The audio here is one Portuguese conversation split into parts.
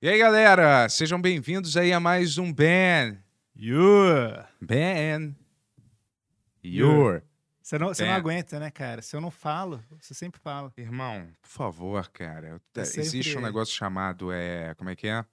E aí, galera, sejam bem-vindos aí a mais um Ben. Yeah. Ben. Your. Você não, você não É. aguenta, né, cara? Se eu não falo, você sempre fala. Irmão, por favor, cara. eu- Eu É sempre- Existe um negócio chamado, é, como é que é?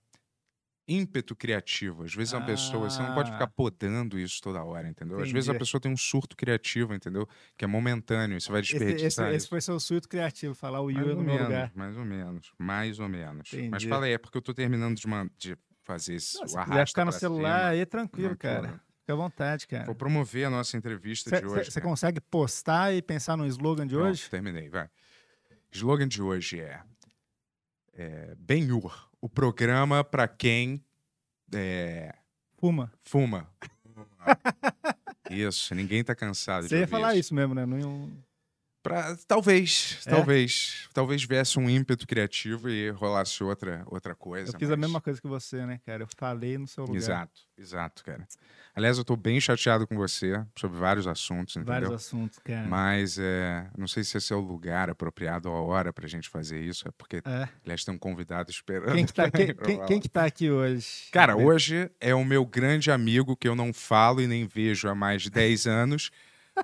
Ímpeto criativo. Às vezes é uma pessoa, você não pode Ah. ficar podando isso toda hora, entendeu? Às vezes a Entendi. pessoa tem um surto criativo, entendeu? Que é momentâneo, e você vai Esse, esse, desperdiçar esse foi seu surto criativo, falar o Mais Yuri ou no meu menos, lugar. mais ou menos, mais ou menos. Mas Entendi. fala aí, é porque eu tô terminando de, man- de fazer esse, Não, o se quiser arrasto ficar no pra celular, cima. aí é Não, tranquilo, pô, cara. Fica à vontade, cara. Vou promover a nossa entrevista de hoje. Você cara. consegue postar e pensar no slogan um de Pronto, hoje? terminei, vai. Slogan de hoje é, é Benhur, o programa pra quem é, Fuma. fuma. isso, ninguém tá cansado de Você ia ouvir falar isso. isso mesmo, né? Não ia- Pra- talvez, É? talvez, talvez viesse um ímpeto criativo e rolasse outra outra coisa. Eu fiz a mas- mesma coisa que você, né, cara? Eu falei no seu lugar. Exato, exato, cara. Aliás, eu tô bem chateado com você sobre vários assuntos, entendeu? Vários assuntos, cara. Mas é, não sei se esse é o lugar apropriado ou a hora pra gente fazer isso, é porque, É. aliás, tem um convidado esperando. Quem que, tá, também quem, pra quem- falar. quem que tá aqui hoje? Cara, Vê- hoje é o meu grande amigo que eu não falo e nem vejo há mais de 10 anos,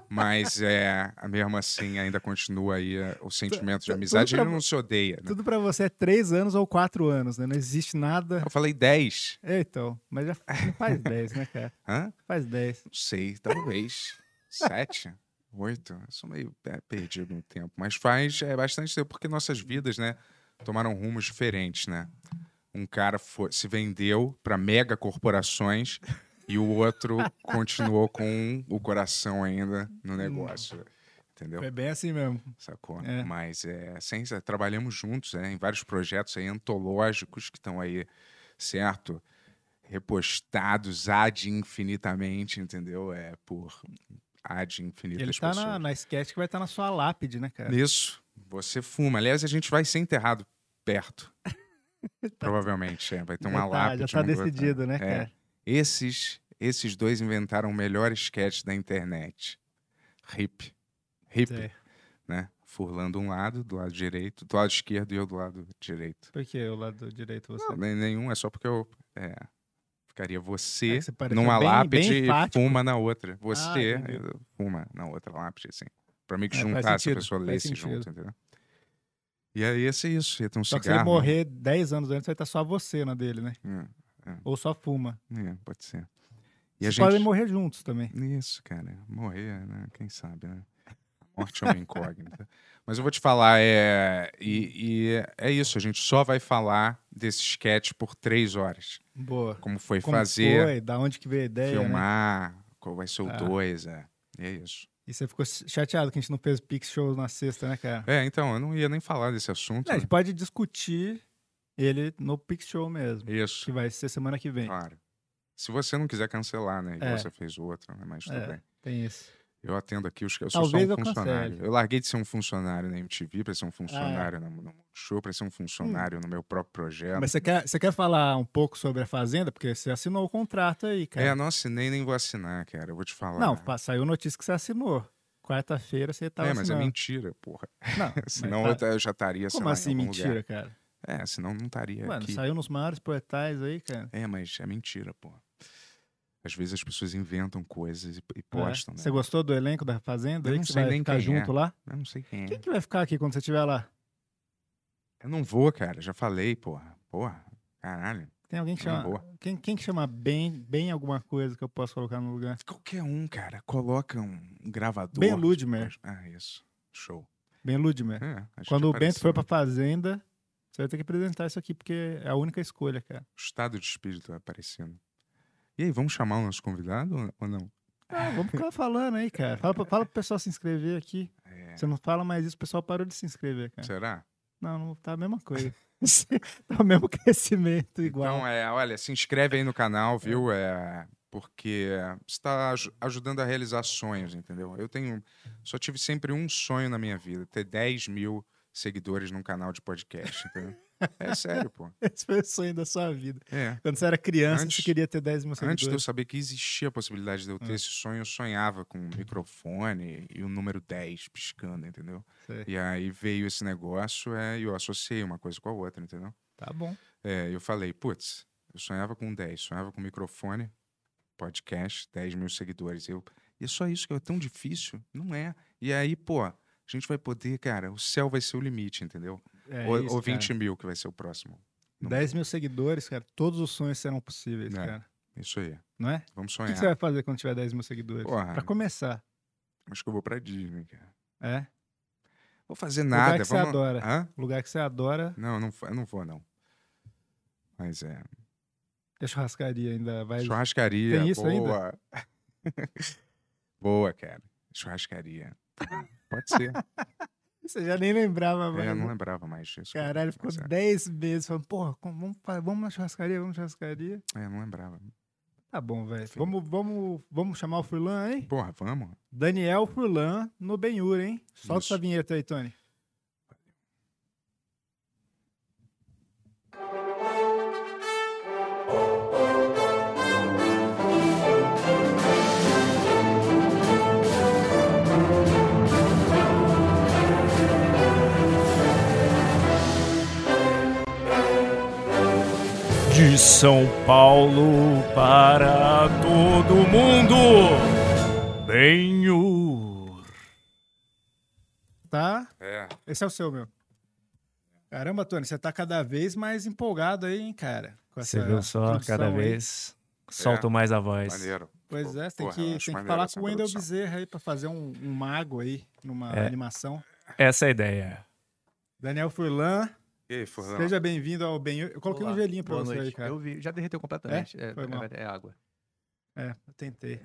mas é, mesmo assim ainda continua aí é, o sentimento de tu- amizade, tudo ele pra- não se odeia. né? Tudo pra você é três anos ou quatro anos, né? Não existe nada. Eu falei 10, É, então. Mas já não faz dez, né, cara? hã? Faz dez. Não sei, talvez. Sete? Oito? Eu sou meio é, perdido no tempo. Mas faz é, bastante tempo, porque nossas vidas, né? Tomaram rumos diferentes, né? Um cara foi- se vendeu para mega corporações e o outro continuou com o coração ainda no negócio. Entendeu? É bem assim mesmo. Sacou? É. Mas é, sem, é, trabalhamos juntos né, em vários projetos aí, antológicos que estão aí, certo? Repostados ad infinitamente, entendeu? É por ad infinitas Ele tá pessoas. na, na sketch que vai estar na sua lápide, né, cara? Nisso, você fuma. Aliás, a gente vai ser enterrado perto. Provavelmente, é. Vai ter uma já tá, lápide. já tá um lugar- decidido, né, É. cara? Esses, esses dois inventaram o melhor sketch da internet. Hip. Hip Sei. né? Furlando um lado, do lado direito, do lado esquerdo e eu do lado direito. Por que o lado direito você? Não, nem- nenhum, é só porque eu. é, ficaria É você que você pareceu numa bem- lápide bem e enfático. fuma na outra. Você entendi. eh, fuma na outra lápide, assim. Pra mim que É, faz juntar se a sentido, pessoa faz lesse sentido. junto, entendeu? E aí, esse é isso. Ia ter um Só que se cigarro. ele morrer 10 anos antes, vai estar só você na dele, né? né? Ou só fuma. É, é, pode ser. E a Vocês gente. podem morrer juntos também. Isso, cara. Morrer, né? Quem sabe, né? A Morte é uma incógnita. Mas eu vou te falar, é... E, e é isso, a gente só vai falar desse sketch por três horas. Boa. Como foi Como fazer, foi? Da onde que veio a ideia, né? filmar, qual vai ser o Ah. dois, é. E é isso. E você ficou chateado que a gente não fez Pix Show na sexta, né, cara? É, então, eu não ia nem falar desse assunto. É, a né? gente pode discutir ele no Pix Show mesmo, Isso, que vai ser semana que vem. claro. Se você não quiser cancelar, né? E É. você fez outro, né? Mas tudo É. bem. Tem isso. Eu atendo aqui os que eu sou Talvez só um eu funcionário. cancele. Eu larguei de ser um funcionário na MTV para ser um funcionário no, no show, para ser um funcionário no meu próprio projeto. É. Hum. Mas você quer, você quer falar um pouco sobre a Fazenda? Porque você assinou o contrato aí, É, cara. não assinei nem vou assinar, cara. Eu vou te falar. não, pa- saiu notícia que você assinou. Quarta-feira você tava É, mas é assinando. mentira, porra. Não, mas Senão tá- eu, ta- eu já estaria assinando. Como assim em algum mentira, Lugar. cara? É, senão não estaria Mano, aqui. saiu nos maiores portais aí, cara. É, mas é mentira, porra. Às vezes as pessoas inventam coisas e, e postam, É. né? Você gostou do elenco da Fazenda? Eu aí não que você sei vai nem ficar quem junto é. lá? Eu não sei quem é. Quem que vai ficar aqui quando você estiver lá? Eu não vou, cara. Já falei, porra. Porra. Caralho. Tem alguém que Eu não chama. vou. Quem, quem que chama bem, bem alguma coisa que eu posso colocar no lugar? Qualquer um, cara. Coloca um um gravador. Ben Ludmer. Ah, isso. Show. Ben Ludmer. É, a gente Quando o Bento apareceu for no pra Fazenda, você vai ter que apresentar isso aqui, porque é a única escolha, cara. Estado de espírito aparecendo. E aí, vamos chamar o nosso convidado ou- ou não? Ah, vamos ficar falando aí, cara. Fala, pro- fala pro pessoal se inscrever aqui. É. Você não fala mais isso, o pessoal parou de se inscrever, cara. Será? Não, não tá a mesma coisa. tá o mesmo crescimento igual. Então, é, olha, se inscreve aí no canal, viu? É, porque está ajudando a realizar sonhos, entendeu? Eu tenho. Só tive sempre um sonho na minha vida: ter 10 mil seguidores num canal de podcast, entendeu? É sério, pô. Esse foi o sonho da sua vida. É. Quando você era criança, você Antes- queria ter 10 mil seguidores. Antes de eu saber que existia a possibilidade de eu ter Ah. esse sonho, eu sonhava com um microfone e o número 10 piscando, entendeu? Sei. E aí veio esse negócio é, e eu associei uma coisa com a outra, entendeu? Tá bom. É, eu falei, putz, eu sonhava com 10, sonhava com um microfone, podcast, 10 mil seguidores. Eu, e é só isso que é tão difícil? Não é. E aí, pô, a gente vai poder, cara, o céu vai ser o limite, entendeu? É ou, isso, ou cara. 20 mil que vai ser o próximo. não- 10 mil seguidores, cara, todos os sonhos serão possíveis, É. cara. Isso aí. Não é? Vamos O sonhar. que que você vai fazer quando tiver 10 mil seguidores? Porra. Pra começar, Acho que eu vou pra Disney, cara. é? Vou fazer Lugar nada. que você vamos... adora. Hã? Lugar que você adora, Não, não, fa- eu não vou, não. Mas é. a churrascaria ainda vai... Churrascaria. tem isso ainda? boa. boa, cara. Churrascaria. Pode ser. Você já nem lembrava, É, eu mais. não lembrava mais disso. cara. Caralho, ficou Mas é, 10 meses falando, porra, como- vamos, fa- vamos na churrascaria, vamos na churrascaria. É, eu não lembrava. Tá bom, velho. Enfim. Vamos, vamos, vamos chamar o Furlan, hein? Porra, vamos? Daniel Furlan no Benhur, hein? Solta Isso. essa vinheta aí, Tony. De São Paulo para todo mundo, Benhur. Tá? É. Esse é o seu, meu. Caramba, Tony, você tá cada vez mais empolgado aí, hein, cara? com Você essa viu só, introdução cada aí. vez solto mais a voz. Maneiro. Pois Pô, é, você tem porra, eu que, acho tem que maneiro falar essa com o Wendel introdução. Bezerra aí pra fazer um, um mago aí numa É. animação. Essa é a ideia. Daniel Furlan, E aí, Furlan? seja bem-vindo ao Benhur. Eu coloquei Olá, um gelinho pra boa você aí, noite. cara. Eu vi, já derreteu completamente. É, Foi é- mal. é água. É, eu tentei.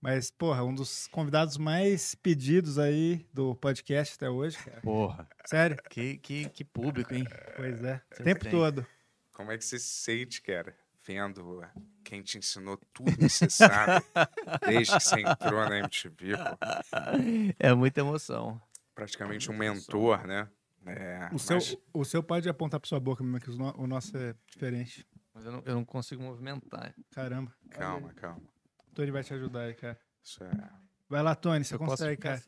Mas, porra, um dos convidados mais pedidos aí do podcast até hoje, É. cara. Porra, Sério? que, que, que público, hein? Pois é. O Sempre tempo tem. todo. Como é que você se sente, cara? Vendo quem te ensinou tudo que você sabe desde que você entrou na MTV, pô. É muita emoção. Praticamente um mentor, né? É, O seu, mas- o seu pode apontar pra sua boca mesmo, que os no- o nosso é diferente. Mas eu não, eu não consigo movimentar. Caramba. Calma, calma. O Tony Então vai te ajudar aí, cara. Isso é- Vai lá, Tony, você Eu posso consegue, ficar cara.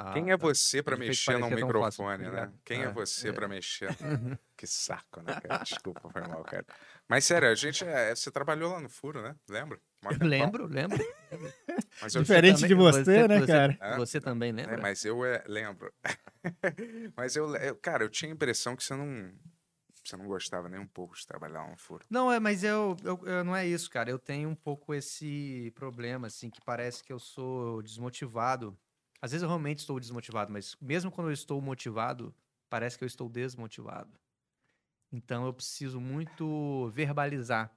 Ah, Quem é tá. você pra Ele fez mexer num parecer tão fácil, microfone, né? obrigado. Quem é Ah, você pra mexer? Uhum. no- Que saco, né, cara? Desculpa, foi mal, cara. Mas sério, a gente é- você trabalhou lá no furo, né? Lembra? Mó Eu tempão. lembro, lembro. Mas eu, Diferente Também- de você, né, você- cara? Ah. Você também é, lembra? mas eu é, lembro. mas eu, eu- cara, eu tinha a impressão que você não você não gostava nem um pouco de trabalhar lá no furo. Não, é, mas eu, eu- eu- não é isso, cara. Eu tenho um pouco esse problema, assim, que parece que eu sou desmotivado. Às vezes eu realmente estou desmotivado, mas mesmo quando eu estou motivado, parece que eu estou desmotivado. Então eu preciso muito verbalizar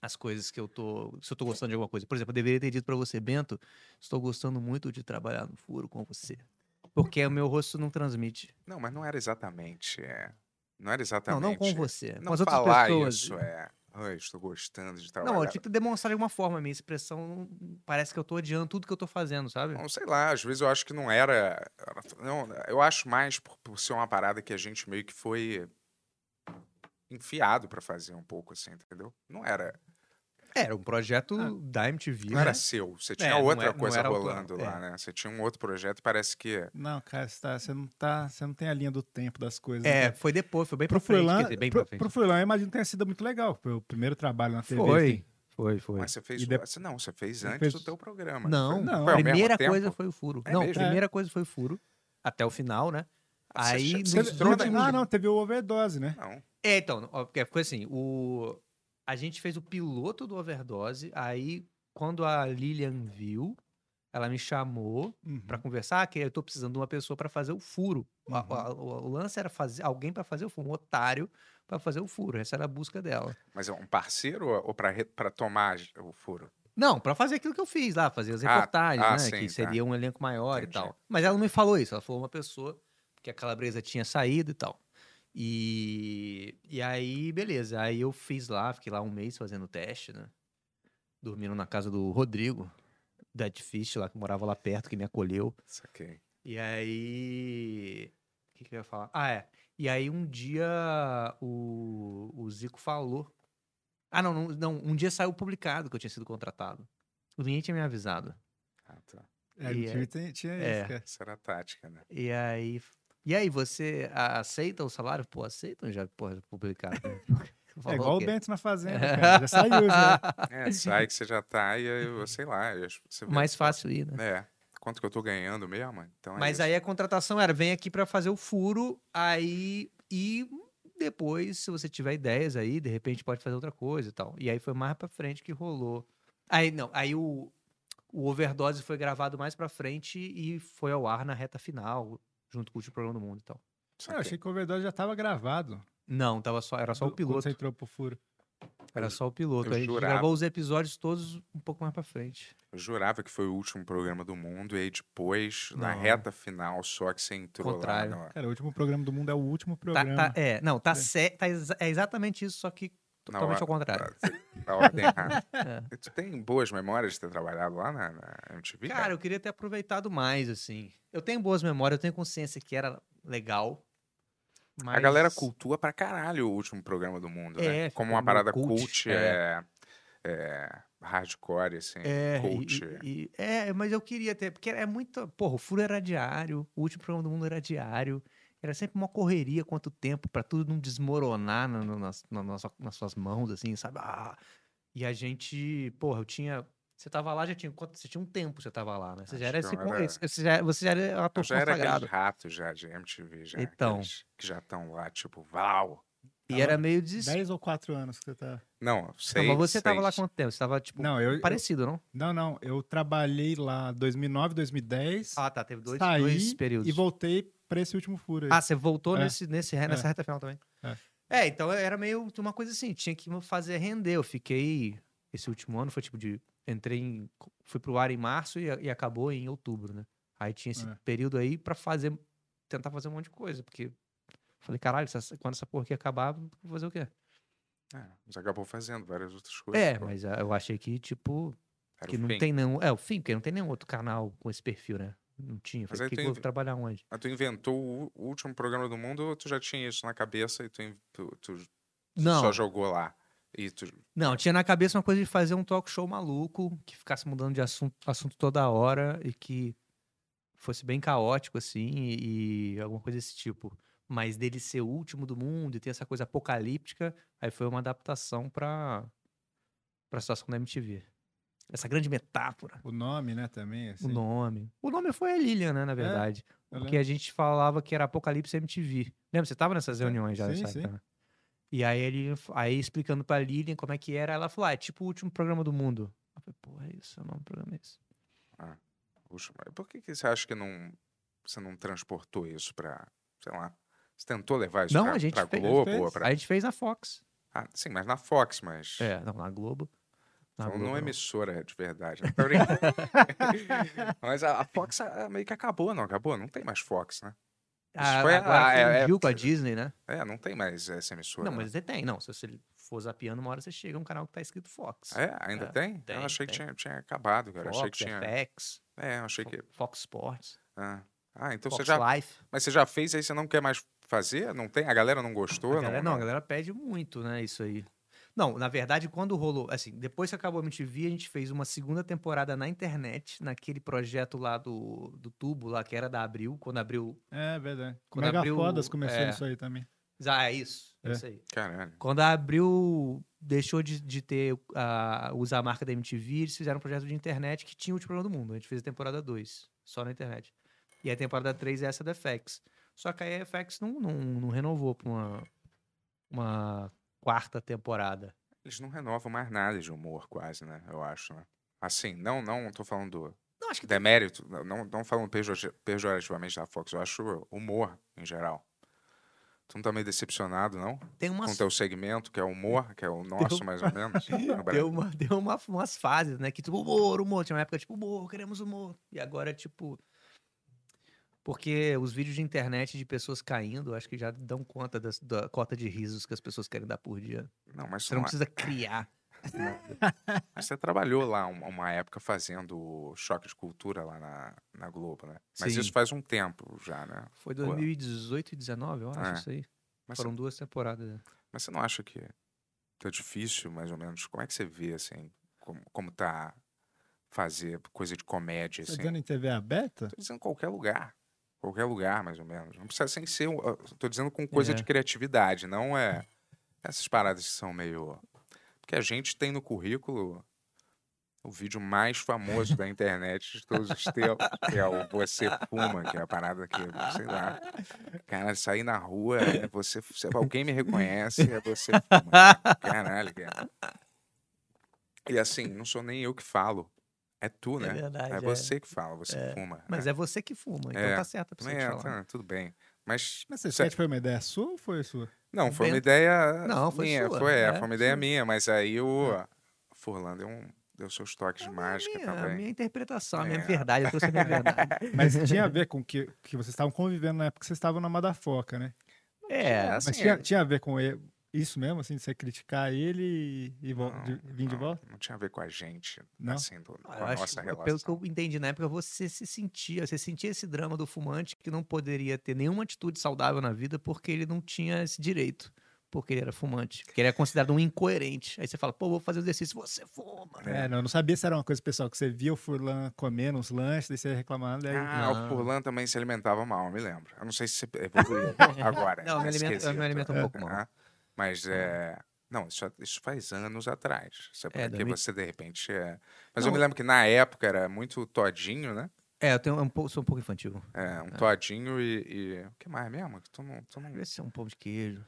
as coisas que eu tô. Se eu tô gostando de alguma coisa. Por exemplo, eu deveria ter dito para você, Bento, estou gostando muito de trabalhar no furo com você. Porque o meu rosto não transmite. Não, mas não era exatamente, é, não era Não, exatamente. não com você. com Não as outras falar pessoas. isso é. Ai, estou gostando de trabalhar. Não, eu tinha que demonstrar de alguma forma. A minha expressão não- parece que eu tô odiando tudo que eu tô fazendo, sabe? Não, sei lá, às vezes eu acho que não era. era- não, eu acho mais por, por ser uma parada que a gente meio que foi enfiado pra fazer um pouco, assim, entendeu? Não é, era, Era um projeto da MTV, não era seu. Você tinha é. não outra era- não coisa era autoral, rolando lá, é. né? Você tinha um outro projeto e parece que. Não, cara, você, tá- você não tá, você não tem a linha do tempo das coisas. né, É, cara? foi depois, foi bem Pro pra frente. Furlan, quer dizer, bem pro, pra frente. pro Furlan, eu imagino que tenha sido muito legal. Foi o primeiro trabalho na TV. assim. foi, foi. Mas "Ah, você fez. E de- você- Não, você fez Você antes fez- do teu programa. Não, foi? Não, Foi a ao mesmo primeira tempo? coisa foi o furo. É não, a mesmo? Ah, primeira coisa foi o furo. Até o final, né? Você Aí. che- você nos entrou na- últimos- Ah, não, teve o overdose, né? Não. É, então, ó, porque foi assim, o... a gente fez o piloto do Overdose, aí quando a Lilian viu, ela me chamou Uhum. Hum. pra conversar, "Ah, que eu tô precisando de uma pessoa pra fazer o furo. A- a- o, o lance era fazer alguém pra fazer o furo, um otário pra fazer o furo. Essa era a busca dela. Mas é um parceiro ou ou pra, re- pra tomar o furo? Não, pra fazer aquilo que eu fiz lá, fazer as Ah, reportagens, ah, né, sim, que tá. seria um elenco maior Entendi. e tal. Mas ela não me falou isso, ela falou uma pessoa que a Calabresa tinha saído e tal. E, e aí, beleza. Aí eu fiz lá, fiquei lá um mês fazendo o teste, né? Dormindo na casa do Rodrigo, da Fish, lá que morava lá perto, que me acolheu. Saquei. E aí. O que, que eu ia falar? Ah, é. E aí um dia o, o Zico falou. Ah, não, não, não. Um dia saiu publicado que eu tinha sido contratado. Ninguém tinha me avisado. Ah, tá. É, E o time tinha, tinha é. isso, cara. Essa era a tática, né? E aí. E aí, você a- aceita o salário? Pô, aceitam já, porra, publicado. né? Falou É igual o quê? Bento na Fazenda, cara. Já saiu, já. É, sai que você já tá e aí, eu sei lá. eu acho que Você vê, Mais fácil ir, né? É. Quanto que eu tô ganhando mesmo? Então é Mas isso. aí a contratação era, vem aqui pra fazer o furo, aí e depois, se você tiver ideias aí, de repente pode fazer outra coisa e tal. E aí foi mais pra frente que rolou. Aí não, aí o, o Overdose foi gravado mais pra frente e foi ao ar na reta final, junto com o último programa do mundo e tal. Isso Ah, eu aqui. achei que o Overdose já tava gravado. Não, tava só, era só o Do- Quando piloto. você entrou pro furo. Era só o piloto. eu a gente jurava. gravou os episódios todos um pouco mais pra frente. Eu jurava que foi o último programa do mundo, e aí depois, na Não. reta final, só que você entrou Contrário. lá. na- Cara, o último programa do mundo é o último Tá- programa. tá- é, não, tá, ce- tá exa- é exatamente isso, só que totalmente hora- ao contrário. Na ordem errada. É. E Tu tem boas memórias de ter trabalhado lá na, na MTV? Cara, eu queria ter aproveitado mais, assim. Eu tenho boas memórias, eu tenho consciência que era legal. Mas... A galera cultua pra caralho o último programa do mundo, né? É, Como ficou uma parada meio cult, cult, é. é, hardcore, assim, É, cult. e- e- e- é, mas eu queria ter, porque é muito. Porra, o furo era diário, o último programa do mundo era diário. Era sempre uma correria quanto tempo pra tudo não desmoronar na, na- nas, na nossa- nas suas mãos, assim, sabe? Ah! e a gente, porra, eu tinha. Você tava lá, já tinha. quanto- Você tinha um tempo que você tava lá, né? Você Acho já era, que esse eu con- era- esse- Você, já, você já era um Eu ator já era consagrado. aqueles ratos já de MTV, já. Então. aqueles que já estão lá, tipo, Val. E era meio des... 10 ou 4 anos que você tá. Não, Não, sei. mas você tava lá seis. quanto tempo? Você tava, tipo, Não, eu. eu- parecido, não? Não, não. Eu trabalhei lá 2009, 2010. Ah, tá. Teve dois, saí dois períodos. E voltei pra esse último furo aí. Ah, você voltou É. nesse, nesse, nessa reta final também. É. É. então era meio uma coisa assim, tinha que fazer render. Eu fiquei. Esse último ano foi tipo de. Entrei em. Fui pro ar em março e, e acabou em outubro, né? Aí tinha esse É. período aí pra fazer. Tentar fazer um monte de coisa, porque. Falei, caralho, essa- quando essa porra aqui acabar, vou fazer o quê? É, mas acabou fazendo várias outras coisas. É, pô. mas ah, eu achei que, tipo, Era o que não fim. tem nenhum. É, o fim, porque não tem nenhum outro canal com esse perfil, né? Não tinha. Mas Falei, aí que tu que eu inv- vou trabalhar onde? Mas Ah, tu inventou o o último programa do mundo ou tu já tinha isso na cabeça e tu, in- tu- tu Não, só jogou lá? E tu, não, tinha na cabeça uma coisa de fazer um talk show maluco, que ficasse mudando de assunto, assunto toda hora e que fosse bem caótico, assim, e, e alguma coisa desse tipo. Mas dele ser o último do mundo e ter essa coisa apocalíptica, aí foi uma adaptação pra, pra situação da MTV. Essa grande metáfora, O nome, né, também. Assim. o nome. O nome foi a Lilian, né, na É. verdade. eu Porque lembro. a gente falava que era Apocalipse MTV. Lembra? Você tava nessas reuniões já, É. Sim, sabe? sim. né? E aí, ele, aí explicando pra Lilian como é que era, ela falou, ah, é tipo o último programa do mundo. Eu falei, pô, é isso, é o nome do programa é esse. Puxa, mas por que, que você acha que não, você não transportou isso pra, sei lá, você tentou levar isso Não, pra, a gente pra fez, Globo? fez. ou pra- A gente fez na Fox. Ah, sim, mas na Fox, mas É, não, na Globo. Na então Globo, não é não. emissora de verdade. né? Tá brincando. mas a, a Fox ah, meio que acabou, não acabou? Não tem mais Fox, né? Ah, foi a- agora ah, é- é- fundiu com a Disney, né? É, não tem mais essa emissora. Não, né? mas você tem, não. Se você for zapeando, uma hora você chega a um canal que tá escrito Fox. É, ainda É, tem? tem, Eu achei que tem. tinha, tinha acabado, cara. Fox, achei que tinha. FX, É, eu achei que. Fo- Fox Sports, Ah, Ah, então você Fox já. Life. Mas você já fez aí, você não quer mais fazer? Não tem? A galera não A gostou? galera- não, a galera pede muito, né? Isso aí. Não, na verdade, quando rolou, assim, depois que acabou a MTV, a gente fez uma segunda temporada na internet, naquele projeto lá do, do tubo, lá que era da Abril, quando abriu. É verdade. Quando Mega abriu- Fodas começou é. isso aí também. Tá Ah, é isso. É É. isso aí. Caralho. Quando a Abril deixou de, de ter a, usar a marca da MTV, eles fizeram um projeto de internet que tinha o último programa do mundo. A gente fez a temporada 2, só na internet. E a temporada 3 é essa da FX. Só que aí a FX não, não, não renovou pra uma, uma quarta temporada. Eles não renovam mais nada de humor, quase, né? Eu acho, né? Assim, não, não tô falando Não, acho que do demérito, não- não, não falando pejor- pejorativamente da Fox, eu acho humor em geral. Tu não tá meio decepcionado, não? tem Com umas o teu segmento, que é humor, que é o nosso, mais ou menos. no Deu, Brasil. uma, deu uma- umas fases, né? Que tipo, humor, humor. Tinha uma época, tipo, humor, queremos humor. E agora, tipo. Porque os vídeos de internet de pessoas caindo, acho que já dão conta das- da cota de risos que as pessoas querem dar por dia. Não, mas Você tu não não, é. precisa criar. Né? mas você trabalhou lá um- uma época fazendo choque de cultura lá na, na Globo, né? Mas Sim. isso faz um tempo já, né? Foi 2018 e 19, eu acho, É. isso aí. Mas Foram duas temporadas. né? Mas você não acha que tá difícil, mais ou menos? Como é que você vê, assim, como, como tá fazer coisa de comédia, Tá assim? dando em TV aberta? Tô dizendo qualquer lugar. Qualquer lugar, mais ou menos. Não precisa sem ser. uh, Tô dizendo com coisa É. de criatividade, não é. Essas paradas que são meio. Porque a gente tem no currículo o vídeo mais famoso da internet de todos os tempos, que é o Você Fuma, que é a parada que, sei lá. Cara, sair na rua, é você, se alguém me reconhece, é você fuma. Caralho, cara. E assim, não sou nem eu que falo. É tu, né? É verdade. É você que fala, você que fuma. Mas é você que fuma, então É. tá certo pra você Também é, falar. tá, tudo bem. Mas, Mas essa Isso é- sketch foi uma ideia sua ou foi sua? não, foi uma Bento- ideia Não, foi minha. sua, Foi, é, é, foi uma ideia sua. minha, mas aí o Furlan deu, um, deu seus toques de É a mágica minha, A também. minha interpretação, a É. minha verdade, eu trouxe a minha verdade. Mas tinha a ver com o que, que vocês estavam convivendo na época que vocês estavam na Madafoca, né? É, Assim, Mas tinha, é- tinha a ver com ele- isso mesmo, assim, de você criticar ele e, e vol- Não, de- vir de não, volta? Não tinha a ver com a gente, Não? assim, do, com Ah, eu a acho nossa que, relação. pelo que eu entendi na época, você se sentia, você sentia esse drama do fumante que não poderia ter nenhuma atitude saudável na vida porque ele não tinha esse direito. Porque ele era fumante. Porque ele era considerado um incoerente. Aí você fala, pô, vou fazer exercício, você fuma. né?" É, não, eu não sabia se era uma coisa pessoal, que você via o Furlan comendo uns lanches, daí você ia reclamando, daí... Ah, o Não. Furlan também se alimentava mal, eu me lembro. Eu não sei se você evoluiu agora. Não, eu me nesse alimento- eu me quesito, alimento um né? pouco mal. Aham. Mas é. Não, isso, isso faz anos atrás. Isso é porque 2000. você, de repente, é. Mas eu Não. me lembro que na época era muito todinho, né? É, eu tenho, é um pouco, sou um pouco infantil. É, um todinho e, e- O que mais mesmo? Que tu não. Tu não... Às vezes é um pão de queijo.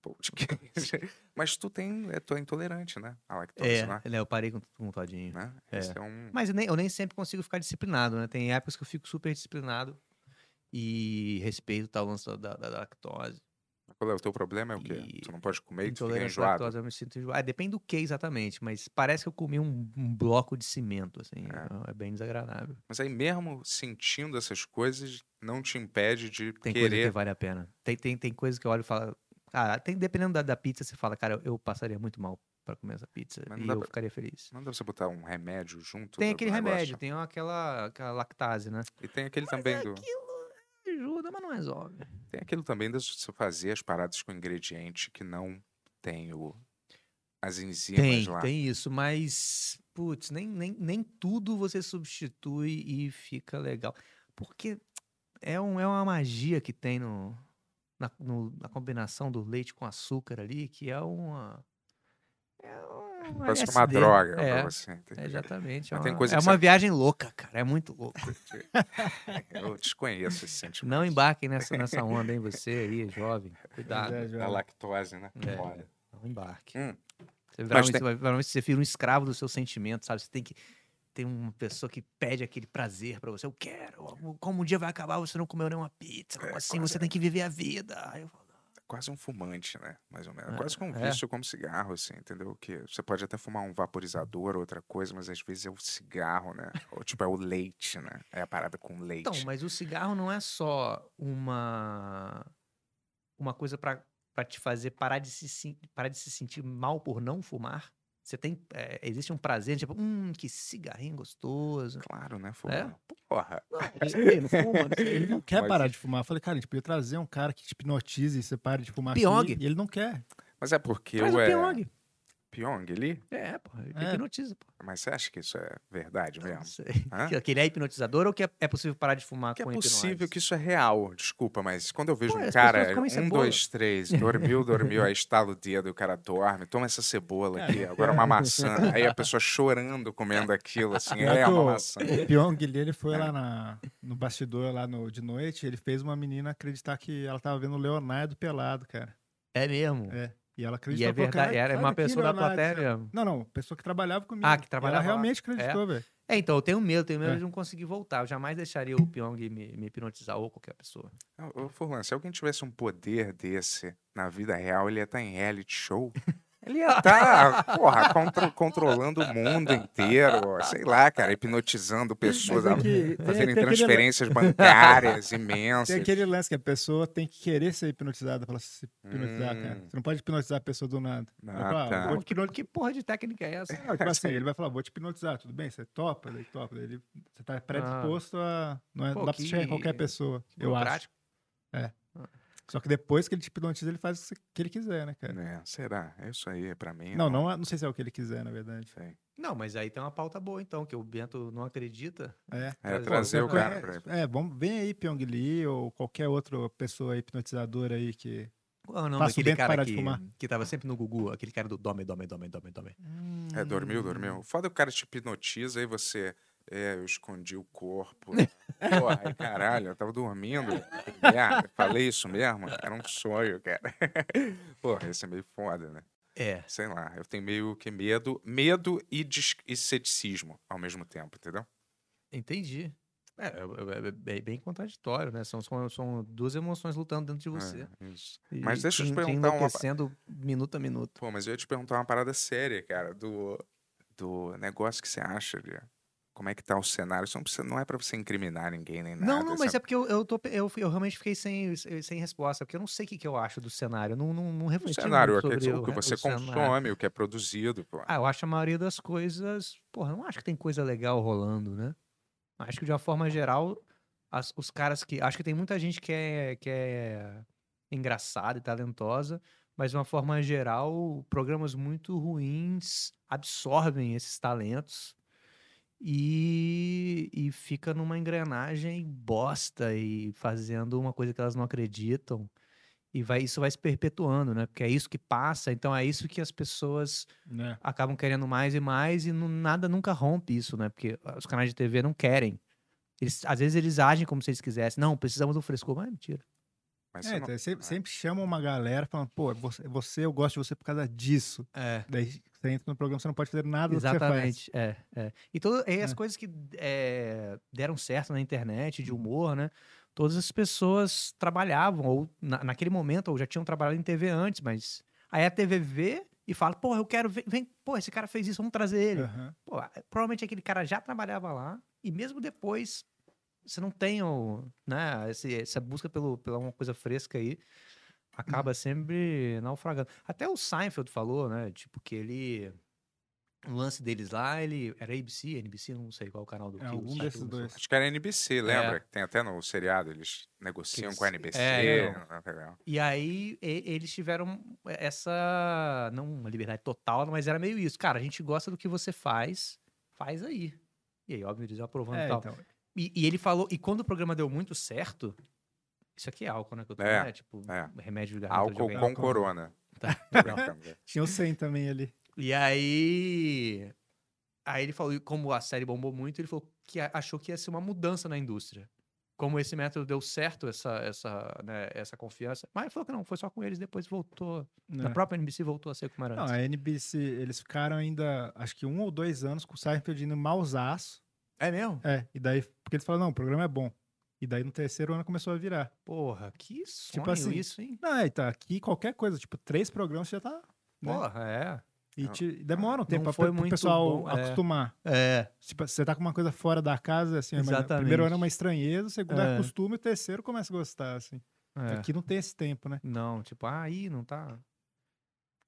Pô, de que- Mas tu tem. é, Tu é intolerante, né? A lactose, É, né? né, eu parei com, com um todinho. né? É. Esse é um. Mas eu nem, eu nem sempre consigo ficar disciplinado, né? Tem épocas que eu fico super disciplinado e respeito tal lance da, da- da lactose. Qual é o teu problema? É o quê? E- Tu não pode comer e tu fica Intolerância à enjoado. lactose, eu me sinto enjoado. Ah, depende do que exatamente, mas parece que eu comi um, um bloco de cimento, assim. É, é bem desagradável. Mas aí, mesmo sentindo essas coisas, não te impede de Tem coisa que querer. vale a pena. Tem, tem, tem coisa que eu olho e falo... Cara, tem, dependendo da, da pizza, você fala, cara, eu, eu passaria muito mal pra comer essa pizza. Mas não e dá eu pra- ficaria feliz. Não dá pra você botar um remédio junto? Tem do- do aquele negócio? remédio, tem aquela, aquela lactase, né? E tem aquele também do. Ajuda, mas não resolve. Tem aquilo também de você fazer as paradas com ingrediente que não tem o. As enzimas Tem, lá. tem isso, mas, putz, nem, nem, nem tudo você substitui e fica legal. Porque é, um, é uma magia que tem no, na, no- na combinação do leite com açúcar ali, que é uma. É uma Parece que é uma LSD. droga pra É, você. entendeu? é exatamente. É Mas tem uma, coisa é que uma você- viagem louca, cara. É muito louco. Eu desconheço esse sentimento. Não embarquem nessa, nessa onda, hein, você aí, jovem. Cuidado. Mas é, Da João. lactose, né? É. Olha. Não embarque. Hum. Você, Mas realmente, vai- realmente você vira um escravo do seu sentimento, sabe? Você tem que. Tem uma pessoa que pede aquele prazer pra você. Eu quero. eu- Como um dia vai acabar, você não comeu nenhuma pizza. Como É, assim? quase Você é. tem que viver a vida. Aí eu falo, É quase um fumante, né? Mais ou menos. Ah, É quase que um é. vício como cigarro, assim, entendeu? Que você pode até fumar um vaporizador, outra coisa, mas às vezes é o cigarro, né? Ou tipo, é o leite, né? É a parada com leite. Então, mas o cigarro não é só uma uma coisa pra pra te fazer parar de se sen- parar de se sentir mal por não fumar. Você tem é, existe um prazer tipo, hum, que cigarrinho gostoso. Claro, É? né? Fumar. Porra. Não, ele não fuma, não sei. Ele não quer Mas- parar de fumar. Eu falei, cara, a gente podia trazer um cara que te hipnotize e você pare de fumar Pyong. aqui. E ele não quer. Mas é porque Traz o. o é... Pyong. Pyong ali? É, pô, ele É. hipnotiza, pô. Mas você acha que isso é verdade Não mesmo? sei. Hã? Que, que ele é hipnotizador ou que é, é possível parar de fumar Que é com possível hipnose? que isso é real, desculpa, mas quando eu vejo Pô, um as pessoas cara, comem um, cebola. dois, três, dormiu, dormiu, aí estala o dedo, e o cara dorme, toma essa É. cebola aqui, agora uma maçã, aí a pessoa chorando comendo aquilo, assim, é Tanto- uma maçã. O Pyong, ele, ele foi lá na- no bastidor, lá no, de noite, ele fez uma menina acreditar que ela tava vendo o Leonardo pelado, cara. É mesmo. É. E ela acreditou. e é falou, verdade, "Caralho, era olha uma aqui, pessoa da Leonardo", plateia sabe? mesmo. Não, não, pessoa que trabalhava comigo. Ah, que E trabalhava lá. Ela realmente acreditou, velho. É, então, eu tenho medo, tenho medo É. de não conseguir voltar. Eu jamais deixaria o Pyong me, me hipnotizar ou qualquer pessoa. Ô, ô, Furlan, se alguém tivesse um poder desse na vida real, ele ia estar em reality show. Ele é tá- ia Ah, estar, porra, contro- controlando o mundo inteiro, ó, sei lá, cara, hipnotizando pessoas, Mas é a- que- é, fazerem tem aquele- transferências bancárias Ah, Tem imensas. aquele lance que a pessoa tem que querer ser hipnotizada pra ela se hipnotizar, Hum. cara. Você não pode hipnotizar a pessoa do nada. Ah, Vai falar, tá. "Vou Não, te que, que porra de técnica é essa? Não, tipo assim, ele vai falar, vou te hipnotizar, tudo bem? Você topa? Ele topa. Daí Ele, você tá predisposto a. Não, é, Pô, não dá pra você chegar em que- qualquer pessoa, eu acho. Burocrático. Só que depois que ele te hipnotiza, ele faz o que ele quiser, né, cara? É, será? É isso aí, é pra mim. Não, não, não sei se é o que ele quiser, na verdade. sei. Não, mas aí tem uma pauta boa, então, que o Bento não acredita. É. Era Pô, trazer eu o cara pra. É, vamos, vem aí Pyong Lee ou qualquer outra pessoa hipnotizadora aí que. Qual é o nome Faça o daquele Bento cara parar de que, fumar. que tava sempre no Gugu? Aquele cara do Dome, Dome, Dome, Dome, Dome. Hum. É, dormiu, dormiu. O Foda é que o cara te hipnotiza e você. É, eu escondi o corpo. Porra, ai, caralho, eu tava dormindo. Merda, falei isso mesmo? Era um sonho, cara. Porra, isso é meio foda, né? É. Sei lá, eu tenho meio que medo, medo e, dis- e ceticismo ao mesmo tempo, entendeu? Entendi. É, é- é- é bem- bem contraditório, né? São, são, são duas emoções lutando dentro de você. É, isso. E Mas deixa eu te te perguntar uma pa- enlouquecendo minuto a minuto. Pô, mas eu ia te perguntar uma parada séria, cara, do, do negócio que você acha de como é que tá o cenário. Isso não, precisa, não é pra você incriminar ninguém nem nada. Não, não, mas sabe? é porque eu, eu, tô, pe- eu, fui- eu realmente fiquei sem, sem resposta, porque eu não sei o que, que eu acho do cenário. Eu não, não, não O refleti um cenário, muito o que, sobre o que re- você cenário. consome, o que é produzido, pô. Ah, eu acho a maioria das coisas. Porra, eu não acho que tem coisa legal rolando, né? Acho que de uma forma geral, as- os caras que. Acho que tem muita gente que é, que é engraçada e talentosa, mas de uma forma geral, programas muito ruins absorvem esses talentos e, e fica numa engrenagem bosta e fazendo uma coisa que elas não acreditam. E vai, isso vai se perpetuando, né? Porque é isso que passa, então é isso que as pessoas Né? acabam querendo mais e mais e nu- nada nunca rompe isso, né? Porque ah, os canais de TV não querem. Eles, às vezes eles agem como se eles quisessem. Não, precisamos do frescor. Mas é mentira. Mas É, você não- então, sempre, sempre chama uma galera falando, pô, você, você, eu gosto de você por causa disso. É. Daí você entra no programa, você não pode fazer nada do que Exatamente. É, é. E, todas, e as É. coisas que é, deram certo na internet, de humor, né? Todas as pessoas trabalhavam, ou na- naquele momento, ou já tinham trabalhado em TV antes, mas. Aí a TV vê e fala, pô, eu quero ver, vem, pô, esse cara fez isso, vamos trazer você ele. faz. Aham. Pô, a- provavelmente aquele cara já trabalhava lá e mesmo depois você não tem o, né, esse- essa busca pelo, pela uma coisa fresca aí Uhum. acaba sempre naufragando. Até o Seinfeld falou, né, tipo que ele o lance deles lá, ele era ABC, NBC, não sei qual o canal do É que o algum Seinfeld desses lançou. dois. Acho que era NBC, É. lembra? Que tem até no seriado, eles negociam com a eles- NBC. É, então. né, legal. E aí e- eles tiveram essa. Não uma liberdade total, mas era meio isso. Cara, a gente gosta do que você faz, faz aí. E aí, óbvio, eles aprovando e É, tal. então, E, e ele falou, e quando o programa deu muito certo, isso aqui é álcool, né? Que eu tô, É, né? Tipo, é. remédio de garrafa de Álcool alguém. com corona. Tá. Tô brincando. né? tinha o 100 também ali. E aí. Aí ele falou, e como a série bombou muito, ele falou que a- achou que ia ser uma mudança na indústria. Como esse método deu certo, essa, essa, né, essa confiança. Mas ele falou que não, foi só com eles, depois voltou. né? A própria NBC voltou a ser como era Não, antes. a NBC, eles ficaram ainda, acho que um ou dois anos com o Seinfeld indo mausaço. É mesmo? É, e daí, porque eles falaram, não, o programa é bom. E daí no terceiro ano começou a virar. Porra, que sonho assim, isso, hein? Não, é, tá, aqui qualquer coisa, tipo, três programas você já tá. né? Porra, é. E Não. te- demora um tempo pra, foi pro muito pessoal bom, é. acostumar. É. Tipo, você tá com uma coisa fora da casa, assim, mas o Exatamente. primeiro ano é uma estranheza, o segundo é, É. costume, o terceiro começa a gostar, assim. é. Aqui não tem esse tempo, né? Não, tipo, ah, aí não tá.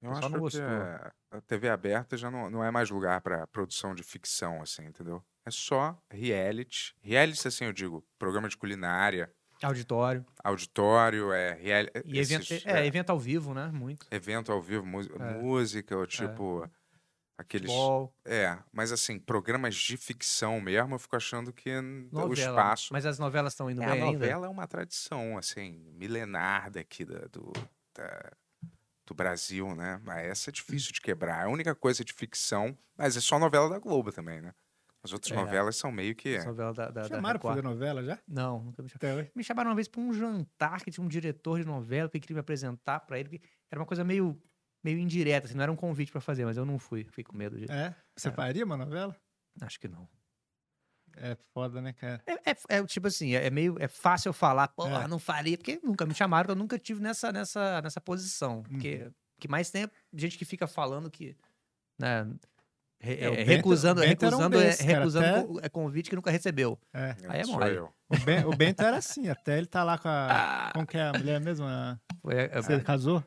Eu O pessoal acho não que gostou. é, a TV aberta já não, não é mais lugar para produção de ficção, assim, entendeu? É só reality. Reality, assim, eu digo, programa de culinária, Auditório. auditório, é reali- E event- esses, é, é, evento ao vivo, né? Muito. evento ao vivo, mu- É. música, ou tipo, aqueles... Futebol, É, mas assim, programas de ficção mesmo, eu fico achando que n- o novela. espaço... Mas as novelas estão indo É, a bem ainda? novela é uma tradição, assim, milenar daqui da- do, da- do Brasil, né? Mas essa é difícil de quebrar. É a única coisa de ficção, mas é só novela da Globo também, né? As outras É. novelas são meio que. As novelas da, da, da Chamaram pra fazer Record. novela já? Não, nunca me chamaram. Até hoje. Me chamaram uma vez pra um jantar que tinha um diretor de novela que queria me apresentar pra ele. que Era uma coisa meio, meio indireta, assim, não era um convite pra fazer, mas eu não fui. Fiquei com medo de. É? Você É. faria uma novela? Acho que não. É foda, né, cara? É, é- é tipo assim, é, é meio. É fácil eu falar, porra, É. não faria, porque nunca me chamaram, eu nunca tive nessa, nessa, nessa posição. Uhum. Porque o que mais tem é gente que fica falando que. Né, re- É, o é, Bento- recusando, o Bento era um recusando, é, desses, cara, recusando até- co- é convite que nunca recebeu. É. É, aí é sou mole. eu. O, Ben- o Bento era assim, até ele tá lá com a. Ah, Como que é a mulher mesmo? A- foi, é, Você casou?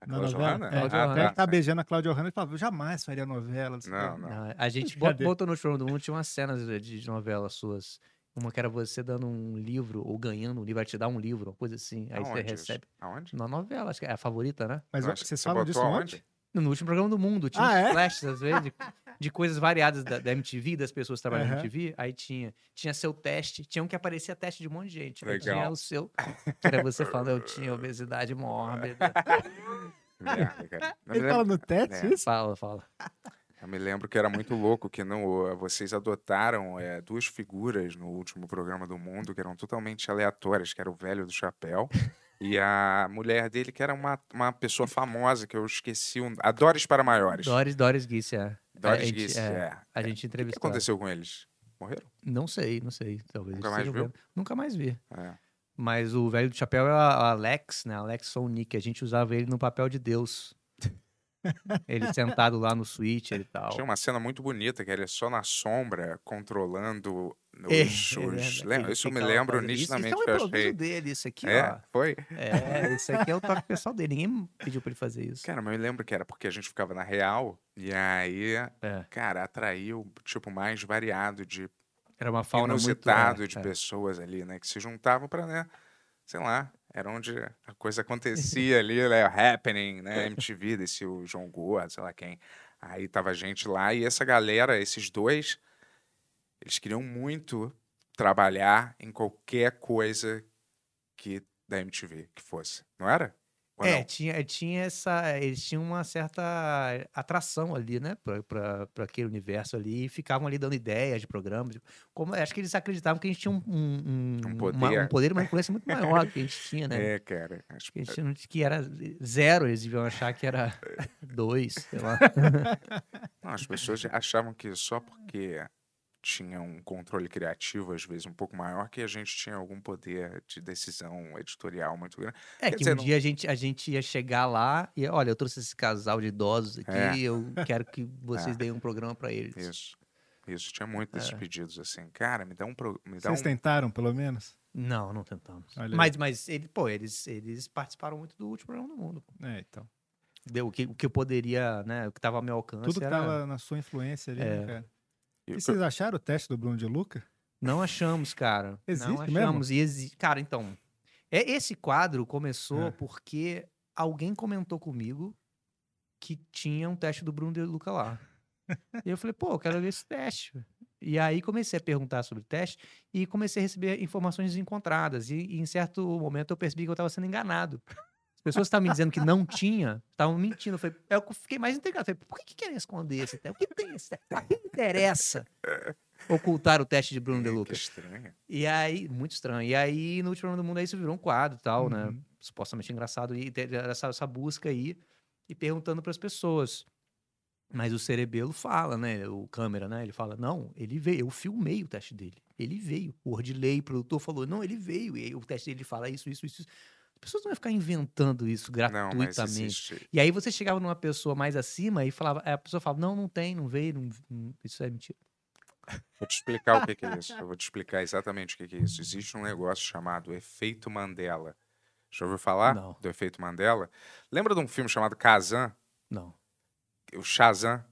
A Na Cláudia novela? Hanna? É, Cláudia até Hanna. ele tá beijando a Cláudia Hanna e fala, eu jamais faria novela. sei o quê. Não, não. não, é, a gente bot- Brincadeira. botou no show do mundo, tinha umas cenas de, de novelas suas. Uma que era você dando um livro ou ganhando um livro, vai te dar um livro, uma coisa assim. Aí você Aonde isso? recebe. Aonde? Na novela, acho que é a favorita, né? Mas Eu acho que vocês você falam botou disso aonde? ontem? No último programa do mundo, tinha Ah, uns é? flashes, às vezes, de, de coisas variadas da, da MTV, das pessoas que trabalham na Aham. MTV. Aí tinha, tinha seu teste, tinha um que aparecia teste de um monte de gente. Aí Legal. tinha o seu, que era você falando, eu tinha obesidade mórbida. Merda, cara. Eu me Ele lembro- fala no teste É. isso? Fala, fala. Eu me lembro que era muito louco que não vocês adotaram é, duas figuras no último programa do mundo que eram totalmente aleatórias, que era o velho do chapéu e a mulher dele que era uma, uma pessoa famosa que eu esqueci, um, a Doris para maiores. Doris, Doris Guice, é. Doris a gente- Guice, é, é. A gente O que entrevistou. ela. aconteceu com eles? Morreram? Não sei, não sei. Talvez Nunca eles mais estejam viu? vendo. Nunca mais vi. É. Mas o velho do chapéu é o Alex, né? Alex Sonic. A gente usava ele no papel de Deus. ele sentado lá no switch e tal. Tinha uma cena muito bonita que era só na sombra controlando os. É, os- é verdade, lembra? ele Isso eu me ficava lembro fazendo isso. nitidamente Isso que é um eu improviso achei. dele, isso aqui, É, ó. foi. É, isso aqui é o toque pessoal dele. Ninguém pediu pra ele fazer isso. Cara, mas eu lembro que era porque a gente ficava na real e aí, É. cara, atraiu tipo mais variado de Era uma fauna muito... inusitado de é, é. pessoas ali, né, que se juntavam pra, né, sei lá, era onde a coisa acontecia ali, né, happening, né, MTV desse o João Gordo, sei lá quem. Aí tava a gente lá e essa galera, esses dois, eles queriam muito trabalhar em qualquer coisa que da MTV que fosse, não era? Ou É, não? tinha, tinha essa. eh, Eles tinham uma certa atração ali, né? Pra, pra, pra aquele universo ali. E ficavam ali dando ideias de programas. Como, acho que eles acreditavam que a gente tinha um, um, Um um- poder. uma- um poder e uma influência muito maior do que a gente tinha, né? É, cara. acho Que a gente não que era eh, zero, eles deviam achar que era dois, sei lá. Não, as pessoas achavam que só porque tinha um controle criativo, às vezes, um pouco maior, que a gente tinha algum poder de decisão editorial muito grande. Quer É que dizer, um não- dia a gente, a gente ia chegar lá e, olha, eu trouxe esse casal de idosos aqui, É. eu quero que vocês deem um programa pra eles. Isso. Isso, tinha muito desses pedidos, assim. Cara, me dá um... pro- Me dá Vocês um... tentaram, pelo menos? Não, não tentamos. Olha aí. Mas, mas ele, pô, eles, eles participaram muito do último programa do mundo. pô. É, então. Deu, o, que, o que eu poderia, né, o que tava ao meu alcance Tudo que era... tava na sua influência ali, É. né, cara? E o E que- vocês acharam o teste do Bruno de Luca? Não achamos, cara. não Existe mesmo? achamos. E exi- Cara, então. é- Esse quadro começou Ah. porque alguém comentou comigo que tinha um teste do Bruno de Luca lá. e eu falei, pô, eu quero ver esse teste. E aí comecei a perguntar sobre o teste e comecei a receber informações desencontradas. E, e em certo momento eu percebi que eu estava sendo enganado. As pessoas que estavam me dizendo que não tinha, estavam mentindo. Eu, falei, é eu fiquei mais intrigado. Eu Falei, por que, que querem esconder esse teste? O que tem esse teste? A quem interessa ocultar o teste de Bruno De que Luca? estranho. E aí, muito estranho. E aí, no último programa do mundo, aí isso virou um quadro e tal, Uhum. né? Supostamente engraçado. E teve essa, essa busca aí e perguntando pras pessoas. Mas o cerebelo fala, né? O câmera, né? Ele fala: não, ele veio, eu filmei o teste dele. Ele veio. O Ordilei, o produtor, falou: não, ele veio. E aí, o teste dele fala isso, isso, isso. isso. As pessoas não vão ficar inventando isso Não, mas gratuitamente. existe. E aí você chegava numa pessoa mais acima e falava, a pessoa falava, não, não tem, não veio, não- não- isso é mentira. Vou te explicar o que que é isso. Eu vou te explicar exatamente o que que é isso. Existe um negócio chamado efeito Mandela. Já ouviu falar Não. do efeito Mandela? Lembra de um filme chamado Kazan? Não. o Shazam,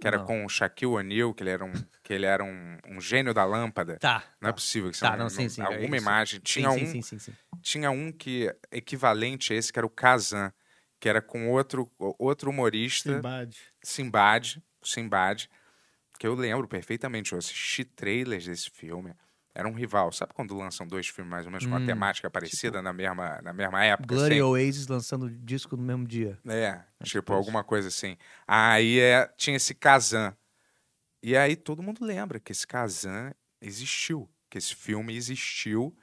que era Não. com o Shaquille O'Neal, que ele era um, que ele era um, um gênio da lâmpada. Tá. Não é tá. possível que você Tá, não, não, não- sim, sim, alguma é isso. imagem. Tinha, sim, um, sim, sim, sim, sim. tinha um que equivalente a esse, que era o Kazan, que era com outro, outro humorista, Simbad. Simbad, Simbad, que eu lembro perfeitamente, eu assisti trailers desse filme. Era um rival. Sabe quando lançam dois filmes mais ou menos com uma Hum, temática parecida na, mesma, na mesma época? Glory assim? Oasis lançando disco no mesmo dia. É, tipo, tipo isso. alguma coisa assim. Aí é, tinha esse Kazan. E aí todo mundo lembra que esse Kazan existiu, que esse filme existiu,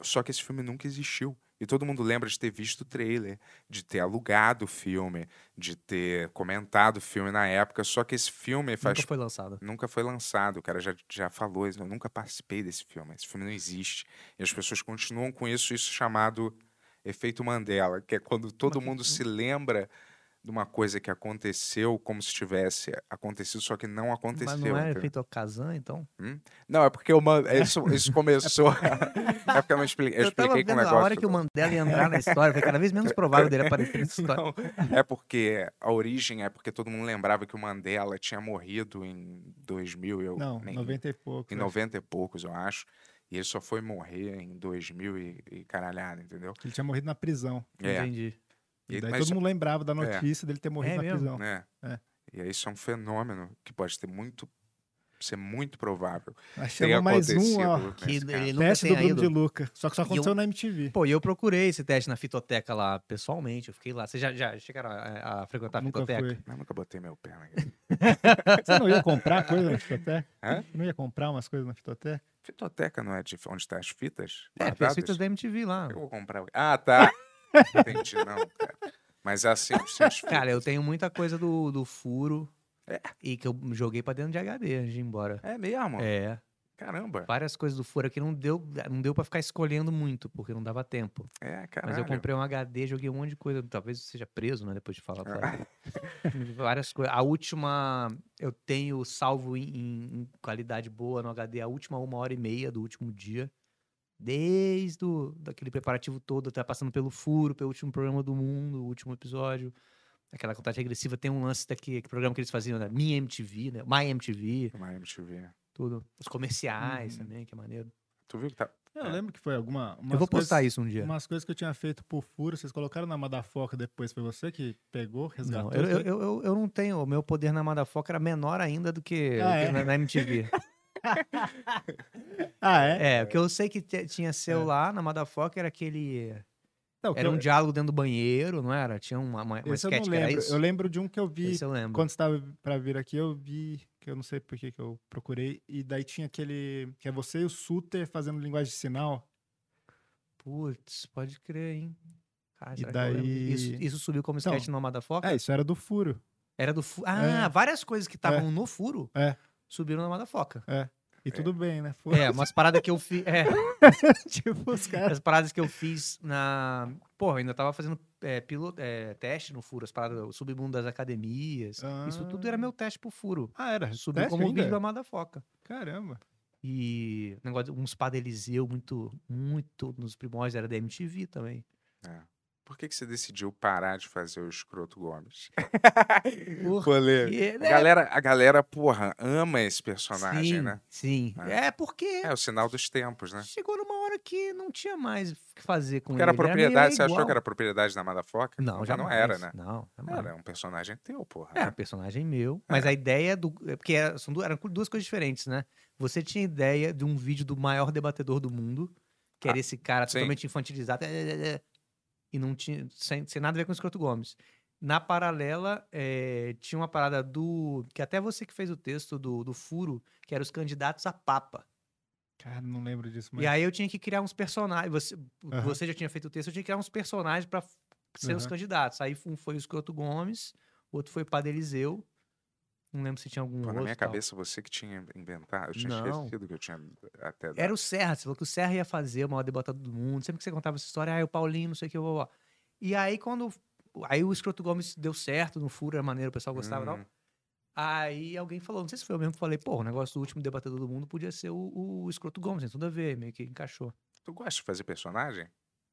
só que esse filme nunca existiu. E todo mundo lembra de ter visto o trailer, de ter alugado o filme, de ter comentado o filme na época, só que esse filme faz Nunca foi lançado. Nunca foi lançado, o cara já, já falou isso. Eu nunca participei desse filme, esse filme não existe. E as pessoas continuam com isso, isso chamado efeito Mandela, que é quando todo Mas- mundo se lembra de uma coisa que aconteceu como se tivesse acontecido, só que não aconteceu. Mas não é era entendeu? feito ao Kazan, então? Não, é porque o Man- isso, isso começou. é porque eu não expliquei. Eu eu tava expliquei que o vendo a negócio. hora que o Mandela ia entrar na história, foi cada vez menos provável dele aparecer nessa história. Não, é porque a origem é porque todo mundo lembrava que o Mandela tinha morrido em 2000. Eu Não, nem- 90 e pouco. em eu acho. 90 e poucos, eu acho. E ele só foi morrer em 2000 e, e caralhada, entendeu? Ele tinha morrido na prisão. É. Entendi. E, E daí mas, É. todo mundo lembrava da notícia dele ter morrido É na mesmo? prisão. né? É. E aí isso é um fenômeno que pode ter muito, ser muito provável. Achamos Tem mais um, ó. acontecido nesse Que caso. ele nunca Teste do tenha Bruno ido. de Luca. Só que só E aconteceu um- na MTV. Pô, e eu procurei esse teste na fitoteca lá pessoalmente. Eu fiquei lá. Vocês já, já chegaram a, a frequentar a Nunca fitoteca? foi. Eu nunca botei meu pé naquele. Você não ia comprar coisa na fitoteca? Hã? Não ia comprar umas coisas na fitoteca? Fitoteca não é de onde estão as fitas? É, fez guardadas? fitas da MTV lá. Eu vou comprar. Ah, tá. Entendi, não, cara. Mas assim, assim, as fitas. Cara, eu tenho muita coisa do, do furo e que eu joguei pra dentro de HD antes de ir embora. É mesmo? É, Caramba. várias coisas do furo aqui não deu, não deu para ficar escolhendo muito, porque não dava tempo. É, caralho. Mas eu comprei um HD, joguei um monte de coisa, talvez eu seja preso, né, depois de falar Ah, pra- várias coisas. A última eu tenho salvo em, em- em qualidade boa no HD, a última uma hora e meia do último dia. Desde o, daquele preparativo todo, até passando pelo furo, pelo último programa do mundo, o último episódio. Aquela contagem regressiva tem um lance daqui, aquele programa que eles faziam, né? Minha MTV, né? My MTV, Uma MTV. tudo. Os comerciais Uhum. também, que é maneiro. Tu viu que tá. Eu É. lembro que foi alguma. eu umas vou coisas- postar isso um dia. Umas coisas que eu tinha feito por furo, vocês colocaram na Madafoca depois. Foi você que pegou, Não, resgatou? eu, isso eu, aí? eu, eu- eu não tenho. O meu poder na Madafoca era menor ainda do que, Ah, do que é? na, na MTV. Ah, é? é, o que eu sei que te- tinha seu lá na Madafoca era aquele. Então, que Era eu- um diálogo dentro do banheiro, não era? Tinha uma, uma, uma esse eu não sketch que era lembro. isso. Eu lembro de um que eu vi Esse é eu lembro. quando estava pra vir aqui, eu vi que eu não sei por que que eu procurei e daí tinha aquele que é você e o Suter fazendo linguagem de sinal. Putz, pode crer, hein? Cara, E será que eu lembro disso? Isso, daí- isso subiu como Então, sketch no Madafoca? É, isso era do furo. Era do furo. Ah, várias coisas que estavam no furo É. subiram na Madafoca. E tudo bem, né? Furo. É, umas paradas que eu fiz. É. tipo, os caras. As paradas que eu fiz na. Porra, eu ainda tava fazendo é, piloto, é, teste no furo, as paradas, o submundo das academias. Isso tudo era meu teste pro furo. Ah, era. Subiu teste como ainda? vídeo da Madafoca. Caramba. E negócio, uns padeliseu muito, muito nos primórdios, era da MTV também. Por que, que você decidiu parar de fazer o escroto Gomes? Por Polêmico. E, é A galera, a galera, porra, ama esse personagem, sim, né? sim. É. É, porque É o sinal dos tempos, né? chegou numa hora que não tinha mais o que fazer com Porque era ele. é meio propriedade, você achou igual. que era propriedade da Madafoca? Não, já já não era, né? Não, jamais. Era um personagem teu, porra. É, um personagem meu. Mas a ideia do. é Porque era- são du- eram duas coisas diferentes, né? Você tinha ideia de um vídeo do maior debatedor do mundo, que era esse cara sim. totalmente infantilizado. é, E não tinha. Sem, sem nada a ver com o Escroto Gomes. Na paralela, é, tinha uma parada do. Que até você que fez o texto do, do Furo, que era os candidatos a Papa. Cara, não lembro disso, mas. E aí eu tinha que criar uns personagens. Você, Aham. você já tinha feito o texto, eu tinha que criar uns personagens pra ser os Aham. candidatos. Aí um foi o Escroto Gomes, o outro foi o Padeliseu. Não lembro se tinha algum Pô, outro. na minha tal. cabeça, você que tinha inventado. Eu tinha Não. esquecido que eu tinha até. Era o Serra, você falou que o Serra ia fazer o maior debate do mundo. Sempre que você contava essa história, ah, é o Paulinho, não sei o que, blá, blá, blá. E aí quando. Aí o Escroto Gomes deu certo, no furo era maneiro, o pessoal gostava e tal. Hum. Aí alguém falou, não sei se foi eu mesmo que falei, pô, o negócio do último debatedor do mundo podia ser o, o Escroto Gomes, tem tudo a ver, meio que encaixou. Tu gosta de fazer personagem?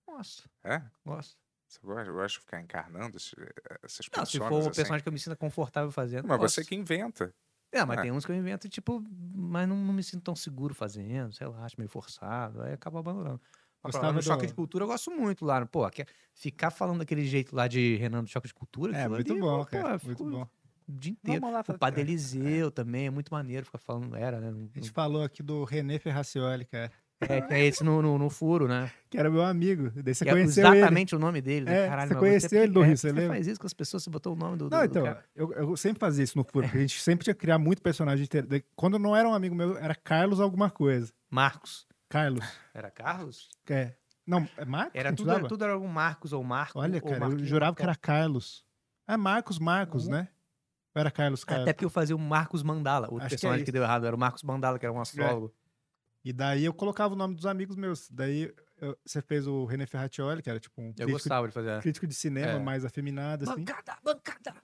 Nossa, É? gosta. Você gosta, gosta de ficar encarnando esse- eh, essas Não, pessoas? assim. se for um personagem que eu me sinto confortável fazendo. Mas gosto. você que inventa. É, mas Ah. tem uns que eu invento, tipo, mas não, não me sinto tão seguro fazendo, sei lá, acho meio forçado, aí acabo abandonando. Mas pra Gostava lá no Choque do- de Cultura eu gosto muito lá. Pô, aque- ficar falando daquele jeito lá de Renan do Choque de Cultura. É, aquilo muito ali, bom, pô, cara. eu Muito fico bom. O dia inteiro. lá né? O Padre Eliseu também é muito maneiro ficar falando, era, né? Não- A gente falou aqui do René Ferracioli, cara. É, que é esse no, no, no furo, né? Que era meu amigo. Daí você Que é conheceu ele. exatamente o nome dele, né? É, Caralho, você mas conheceu ele do é, Rio, você você lembra? faz isso com as pessoas, você botou o nome do, do, Não, do então, cara. eu, eu sempre fazia isso no furo, porque a gente sempre tinha que criar muito personagem inteiro. Daí, Quando não era um amigo meu, era Carlos alguma coisa. Marcos. Carlos. Era Carlos? É. Não, é Marcos? Era que tudo, era, dava? tudo era algum Marcos ou Marco. Olha, ou cara, eu Marquinhos, né, jurava que cara. Uhum. era Carlos. Ah, Marcos, Marcos, né? Ou era Carlos, Carlos. Até porque eu fazia o Marcos Mandala. O Acho que é personagem que, isso. É. deu errado era o Marcos Mandala, que era um astrólogo. E daí eu colocava o nome dos amigos meus. Daí eu- você fez o René Ferratioli, que era tipo um Eu crítico, gostava de fazer. crítico de cinema É. mais afeminado, assim. Bancada, bancada!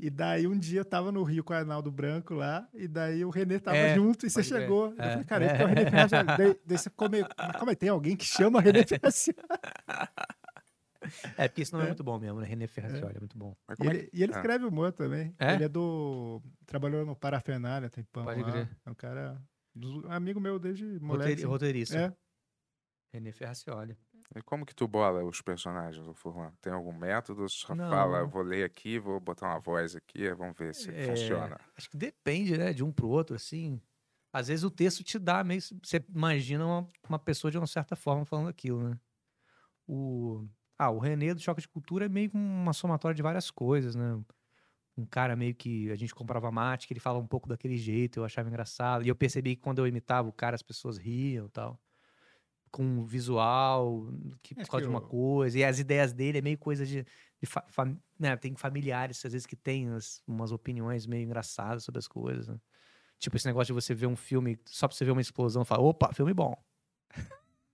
E daí um dia eu tava no Rio com o Arnaldo Branco lá, e daí o Renê tava É, junto, e você pode crer. chegou. Eu É. falei, cara, esse é o Renê Ferracioli. daí, daí você ficou meio, "Mas calma aí, tem alguém que chama Renê Ferracioli? É, porque esse nome é, muito bom mesmo, né? René Ferracioli, é muito bom. Mas E como é que- ele, e ele Ah. escreve humor também. É? Ele é do... Trabalhou no Parafernália, tem pão Pode lá. crer. É um cara do- amigo meu desde É. moleque. Roteiri- Roteirista. É. René Ferracioli. E como que tu bola os personagens, ô Furlan? Tem algum método? Só Não. fala, vou ler aqui, vou botar uma voz aqui, vamos ver se É, funciona. Acho que depende, né? De um pro outro, assim. Às vezes o texto te dá meio. Você imagina uma, uma pessoa de uma certa forma falando aquilo, né? O, ah, o René do Choque de Cultura é meio que uma somatória de várias coisas, né? Um cara meio que a gente comprava mate, que ele fala um pouco daquele jeito, eu achava engraçado. E eu percebi que quando eu imitava o cara, as pessoas riam e tal. Com um visual, que, por Acho causa É que de uma o- coisa. E as ideias dele é meio coisa de de fa- fam- né, tem familiares, às vezes, que têm as- umas opiniões meio engraçadas sobre as coisas, né? Tipo, esse negócio de você ver um filme, só pra você ver uma explosão e falar, opa, filme bom.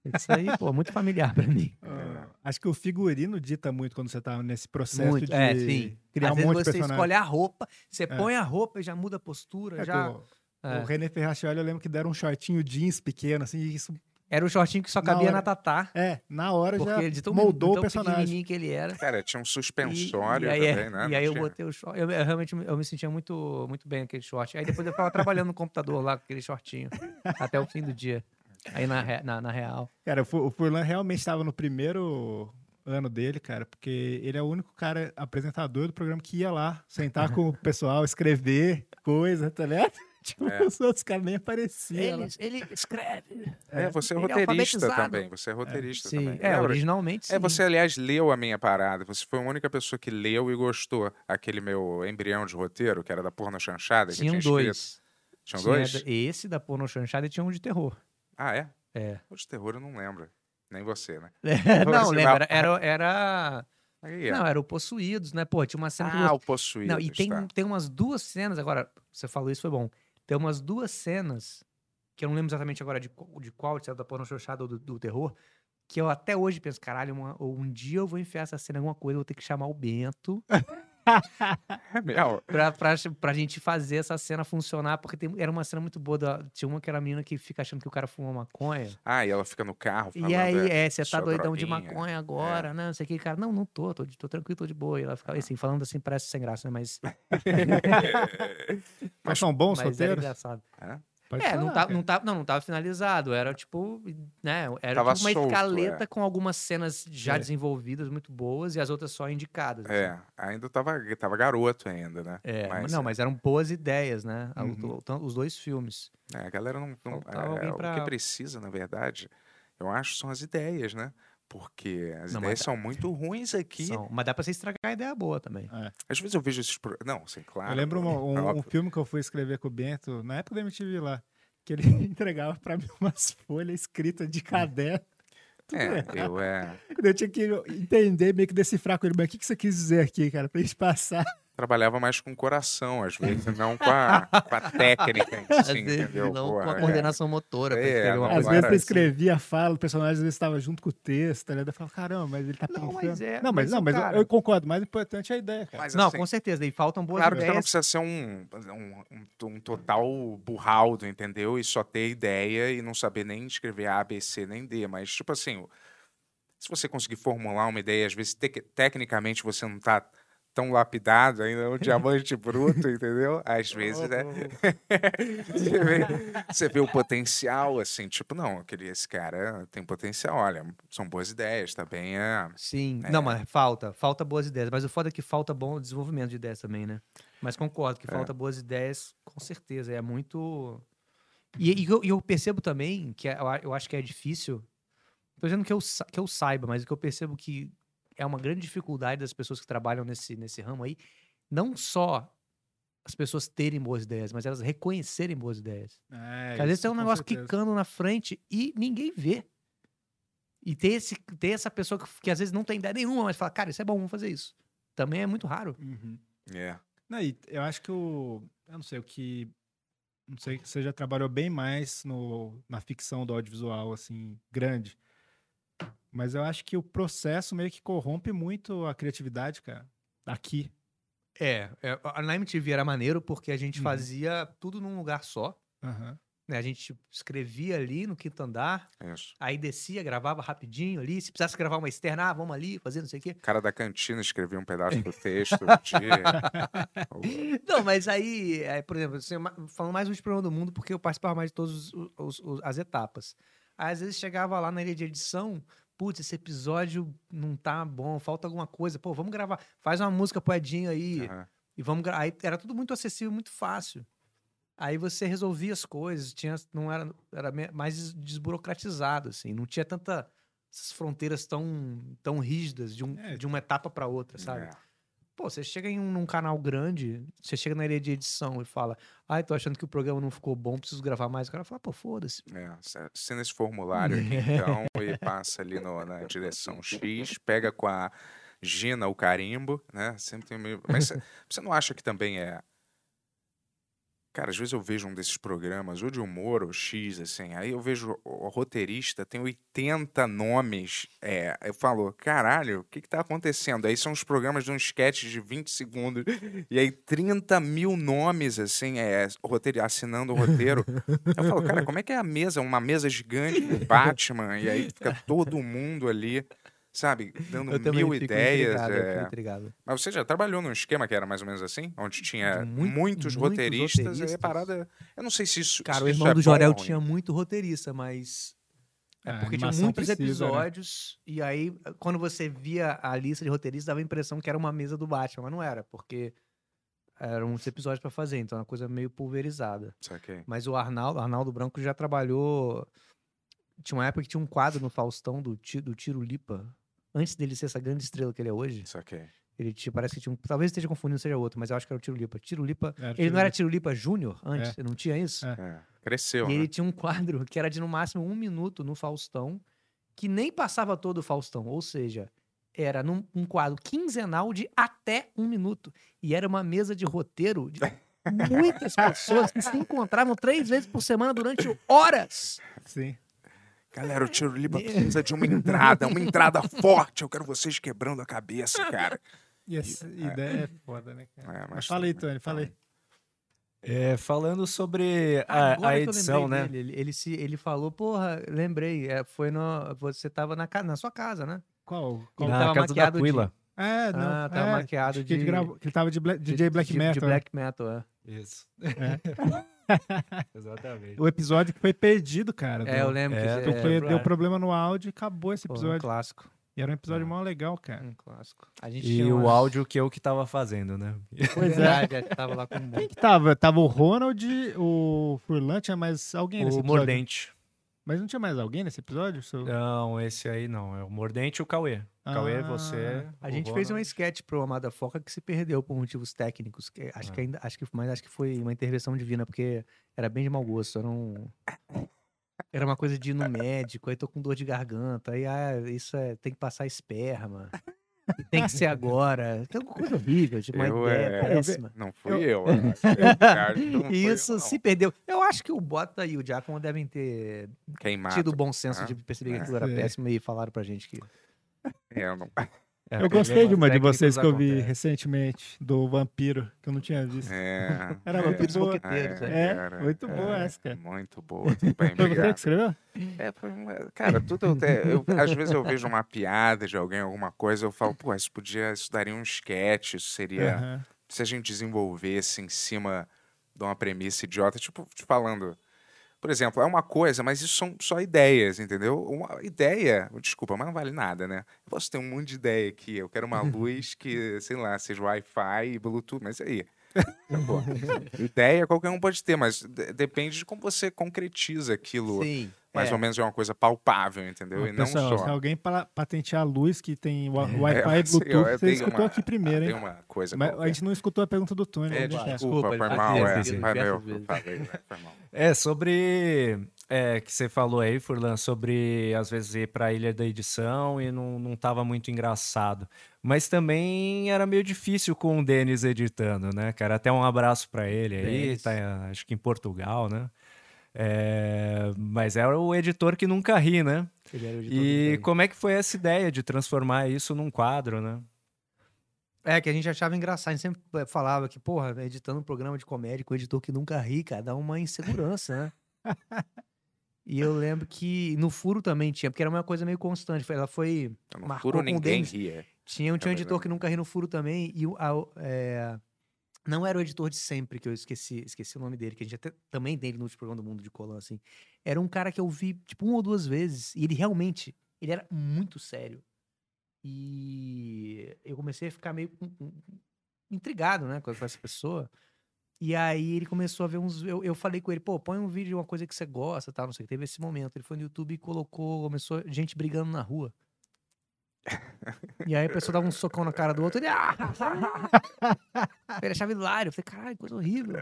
Isso aí, pô, é muito familiar pra mim. Ah, acho que o figurino dita muito quando você tá nesse processo Muito, de é, sim. criar às um vezes monte de você personagem. escolhe a roupa, você põe a roupa e já muda a postura, É, já... que o- é. O René Ferracioli, eu lembro que deram um shortinho jeans pequeno, assim, e isso Era um shortinho que só Na cabia na, hora- Tatá, é, na hora porque já ele de tão, moldou o de tão personagem. pequenininho que ele era. Cara, tinha um E- suspensório e aí, é, também, né? E aí Não eu tinha? botei o short. Eu, eu realmente eu me sentia muito, muito bem aquele short. Aí depois eu ficava trabalhando no computador lá com aquele shortinho. até o fim do dia. Aí na, re- na, na real. Cara, o Fu- o Furlan realmente estava no primeiro ano dele, cara, porque ele é o único cara apresentador do programa que ia lá sentar com o pessoal, escrever coisa, tá ligado? Tipo, É. os outros caras nem apareciam. lá. ele escreve. É, você é Ele é roteirista alfabetizado. também. Você é roteirista Sim. também. É, Lembra? originalmente sim. É, você, aliás, leu a minha parada. Você foi a única pessoa que leu e gostou. Aquele meu embrião de roteiro, que era da porno chanchada. que eu Tinham tinha escrito. um dois. Tinham Tinha dois? da- Esse da porno chanchada e tinha um de terror. Ah, é? É. O de terror eu não lembro. Nem você, né? não, Você lembra? vai- Era. era... Aí, ó. Não, era o Possuídos, né? Pô, tinha uma cena que É. ah, tá. o possuído. Não, e tem, tem umas duas cenas, agora, você falou isso, foi bom. Tem umas duas cenas, que eu não lembro exatamente agora de, qual- de qual, se é da porno chanchada ou do, do terror, que eu até hoje penso, caralho, uma- ou um dia eu vou enfiar essa cena em alguma coisa, eu vou ter que chamar o Bento É mesmo? pra, pra, pra gente fazer essa cena funcionar, porque tem- era uma cena muito boa, da- tinha uma que era a menina que fica achando que o cara fuma maconha. Ah, e ela fica no carro falando... E aí, é, é, você tá sua doidão de droguinha, maconha agora, né? Não sei o que, cara. Não, não tô, tô, de- tô tranquilo, tô de boa. E ela ficava assim, falando assim, parece sem graça, né? Mas, Mas são bons mas é era roteiros? engraçado. né? Pode É, não falar, tava, cara. não, tava, não, não tava finalizado. Era tipo. Né, era Tava tipo uma solto, escaleta é. com algumas cenas já É. desenvolvidas, muito boas, e as outras só indicadas. assim. É, ainda tava, tava garoto ainda, né? É, Mas, não, é. mas eram boas ideias, né? a- Uhum. o- Os dois filmes. É, a galera não. não- Faltava é, alguém O que pra- precisa, na verdade, eu acho, são as ideias, né? Porque as Não, ideias mas- são muito ruins aqui. São- Mas dá pra você estragar a ideia boa também. Às vezes eu vejo esses. Pro... Não, sim, claro. eu lembro é uma- um, um óbvio. filme que eu fui escrever com o Bento, na época da MTV lá, que ele entregava pra mim umas folhas escritas de caderno. É, um- eu é. Eu tinha que entender, meio que decifrar com ele, mas o que, que você quis dizer aqui, cara, pra gente passar? Trabalhava mais com o coração, às vezes, não com a, com a técnica em si, entendeu? não Porra, com a é. coordenação motora. pra É, escrever uma não, Às coisa agora- vezes assim. você escrevia a fala, o personagem às vezes estava junto com o texto, né? Eu falava, caramba, mas ele tá Não, pensando. mas é- não, mas, mas não, o mas eu- cara- eu, concordo, o mais importante é a ideia, cara. Mas, Não, assim, com certeza. E faltam boas Claro que você não ideias. precisa ser um, um, um- um total burraldo, entendeu? E só ter ideia e não saber nem escrever A, B, C, nem D. Mas, tipo assim, o- se você conseguir formular uma ideia, às vezes tec- tecnicamente você não tá tão lapidado ainda, é um diamante bruto, entendeu? Às vezes, né? você, vê, você vê o potencial, assim, tipo, não, aquele, esse cara tem potencial, olha, são boas ideias, tá bem, é... Sim, não, mas falta, falta boas ideias. Mas o foda é que falta bom desenvolvimento de ideias também, né? Mas concordo que É. falta boas ideias, com certeza. É muito. E, e eu, e eu percebo também que eu, a- eu acho que é difícil. Tô dizendo que eu, sa- que eu saiba, mas o que eu percebo que é uma grande dificuldade das pessoas que trabalham nesse, nesse ramo aí, não só as pessoas terem boas ideias, mas elas reconhecerem boas ideias. É, Porque às vezes isso, tem um com negócio certeza. quicando na frente e ninguém vê. E ter, esse, ter essa pessoa que, que às vezes não tem ideia nenhuma, mas fala, cara, isso é bom, vamos fazer isso. Também é muito raro. Uhum. é. Não, e eu acho que o. Eu não sei, o que. Não sei, você já trabalhou bem mais no, na ficção do audiovisual, assim, grande. Mas eu acho que o processo meio que corrompe muito a criatividade, cara. Aqui. É, é, a- na MTV era maneiro porque a gente Uhum. fazia tudo num lugar só. Aham. né, a gente escrevia ali no quinto andar, É isso. aí descia, gravava rapidinho ali. Se precisasse gravar uma externa, ah, vamos ali, fazer não sei o quê. O cara da cantina escrevia um pedaço do texto, um metia. O- Não, mas aí, é, por exemplo, assim, ma- falando mais do programa do mundo, porque eu participava mais de todas as etapas. Aí, Às vezes chegava lá na ilha de edição, putz, esse episódio não tá bom, falta alguma coisa. Pô, vamos gravar, faz uma música pro Edinho aí. Aham. E vamos gra- aí era tudo muito acessível, muito fácil. Aí você resolvia as coisas, tinha não era era me- mais des- desburocratizado assim, não tinha tanta essas fronteiras tão tão rígidas de, um, É. de uma etapa para outra, sabe? É. Pô, você chega em um num canal grande, você chega na área de edição e fala: "Ai, tô achando que o programa não ficou bom, preciso gravar mais". O cara fala: "Pô, foda-se". É, se- assina esse formulário aqui, então, e passa ali no- na direção X, pega com a Gina o carimbo, né? Sempre tem meio... Mas cê- você não acha que também é. Cara, às vezes eu vejo um desses programas, ou de humor, ou X, assim, aí eu vejo o o roteirista, tem 80 nomes. É, eu falo, caralho, o que que tá acontecendo? Aí são os programas de um sketch de 20 segundos, e aí 30 mil nomes, assim, é, roteiro, assinando o roteiro. Eu falo, cara, como é que é a mesa? Uma mesa gigante do Batman, e aí fica todo mundo ali, sabe, dando também mil fico ideias. intrigado, eu é. fico intrigado. Mas você já trabalhou num esquema que era mais ou menos assim? Onde tinha Mui- muitos muitos roteiristas, aí a roteiristas. parada. Eu não sei se isso. Cara, se o isso irmão é do bom ou Jorel ruim. tinha muito roteirista, mas A É Porque tinha animação muitos precisa, né? episódios, e aí, quando você via a lista de roteiristas, dava a impressão que era uma mesa do Batman, mas não era, porque eram uns episódios pra fazer, então era uma coisa meio pulverizada. Saquei. Mas o Arnaldo, Arnaldo Branco já trabalhou. Tinha uma época que tinha um quadro no Faustão do, Ti- do Tiro Lipa, antes dele ser essa grande estrela que ele é hoje. Saquei. Ele tinha, parece que tinha um. Talvez esteja confundindo, seja outro, mas eu acho que era o Tiro Lipa. Tiro Lipa. Era É, o ele Tiro não era Tiro Lipa Júnior antes? Não tinha isso? É. É, Cresceu, E né? ele tinha um quadro que era de no máximo um minuto no Faustão, que nem passava todo o Faustão. Ou seja, era num, um quadro quinzenal de até um minuto. E era uma mesa de roteiro de muitas pessoas que se encontravam três vezes por semana durante horas. Sim. Galera, o Tiro Lipa precisa de uma entrada, uma entrada forte. Eu quero vocês quebrando a cabeça, cara. E essa ideia é foda, né, cara? É, mas Mas fala aí, tudo bem. Tony, fala aí. É, falando sobre É, a, a Agora que eu edição, lembrei né? dele, ele, ele se, ele falou, porra, lembrei, é, foi no, você tava na, ca- na sua casa, né? Qual? Qual? Na Ele tava casa da maquiado de- Aquila. É, não. ah, tava é, maquiado acho que ele de- gravou- que ele tava de Bla- DJ Black de, Metal. De né? black metal, é. Isso. Exatamente. O episódio que foi perdido, cara. É, eu lembro É, que Porque é, deu problema no áudio e acabou então esse pô, um episódio. clássico. E era um episódio mó legal, cara. Um clássico. A gente E tinha o umas- áudio que eu que tava fazendo, né? Pois é. Verdade, é. que tava lá com um Quem que tava? Tava o Ronald, o Furlan, tinha mais alguém nesse O episódio? Mordente. Mas não tinha mais alguém nesse episódio? Seu- Não, esse aí não. É o Mordente e o Cauê. O Cauê, Ah. você. É, A o gente fez um Ronald. sketch pro Amada Foca que se perdeu por motivos técnicos. que acho que ainda, acho que, mas acho que foi uma intervenção divina, porque era bem de mau gosto. Era, um- era uma coisa de ir no médico, aí tô com dor de garganta, aí ah, isso é- tem que passar esperma. e Tem que ser agora. Tem alguma coisa horrível, de uma Eu, ideia é, péssima. Não fui eu. eu acho. Eu acho que não fui E eu, isso não. se perdeu. Eu acho que o Bota e o Giacomo devem ter Queimado. tido o bom senso Ah, de perceber que aquilo era é. péssimo e falaram pra gente que Eu não- É, Eu gostei de uma de problemas vocês que eu vi técnicos recentemente, do Vampiro, que eu não tinha visto. É. Era é, muito vampiros boa. moqueteiros. né? É, cara, muito boa essa, cara. Muito boa. Tudo bem, Foi você que obrigado. escreveu? É, foi um- é, cara, tudo eu, te- eu- às vezes eu vejo uma piada de alguém, alguma coisa, eu falo, pô, isso podia, isso daria um sketch, isso seria, Aham. se a gente desenvolvesse em cima de uma premissa idiota, tipo, te falando, por exemplo, é uma coisa, mas isso são só ideias, entendeu? Uma ideia, desculpa, mas não vale nada, né? Eu posso ter um monte de ideia aqui, eu quero uma luz que, sei lá, seja Wi-Fi e Bluetooth, mas e aí? é, Pô, ideia qualquer um pode ter, mas de- depende de como você concretiza aquilo Sim. mais é. ou menos é uma coisa palpável, entendeu? E não Pessoal, se só. alguém pala- patentear a luz que tem wa- É, Wi-Fi e eu sei, eu Bluetooth, você tenho escutou uma- aqui primeiro, Tem hein? uma coisa. Mas a qualquer. gente não escutou a pergunta do Tony. né, É, vamos deixar. desculpa, Desculpa, foi ele mal, fez é. Foi isso meu, diversas eu vezes. falei, né? foi mal. É, sobre. É, que você falou aí, Furlan, sobre às vezes ir pra ilha da edição e não, não tava muito engraçado. Mas também era meio difícil com o Denis editando, né, cara? Até um abraço pra ele aí, Denis. tá, acho que em Portugal, né? É, mas era o editor que nunca ri, né? Ele era o editor do E Bem. como é que foi essa ideia de transformar isso num quadro, né? É, que a gente achava engraçado. A gente sempre é, eh, falava que, porra, editando um programa de comédia com o editor que nunca ri, cara, dá uma insegurança, né? E eu lembro que no furo também tinha, porque era uma coisa meio constante. foi- Ela foi. Eu não Marcou furo com o ninguém Denis. ria. Tinha, um- tinha um verdade. editor que nunca ri no furo também, e o- a- o- é, não era o editor de sempre, que eu esqueci, esqueci o nome dele, que a gente até também tem ele no último programa do Mundo de Colã, assim. Era um cara que eu vi, tipo, uma ou duas vezes, e ele realmente, ele era muito sério. E eu comecei a ficar meio com- com- intrigado, né, com com essa pessoa. E aí ele começou a ver uns... Eu, eu falei com ele, pô, põe um vídeo de uma coisa que você gosta, tal, não sei o que. Teve esse momento. Ele foi no YouTube e colocou, começou gente brigando na rua. E aí a pessoa dava um socão na cara do outro, ele. "Ah, ah, ah." ele achava hilário. Eu falei, caralho, coisa horrível.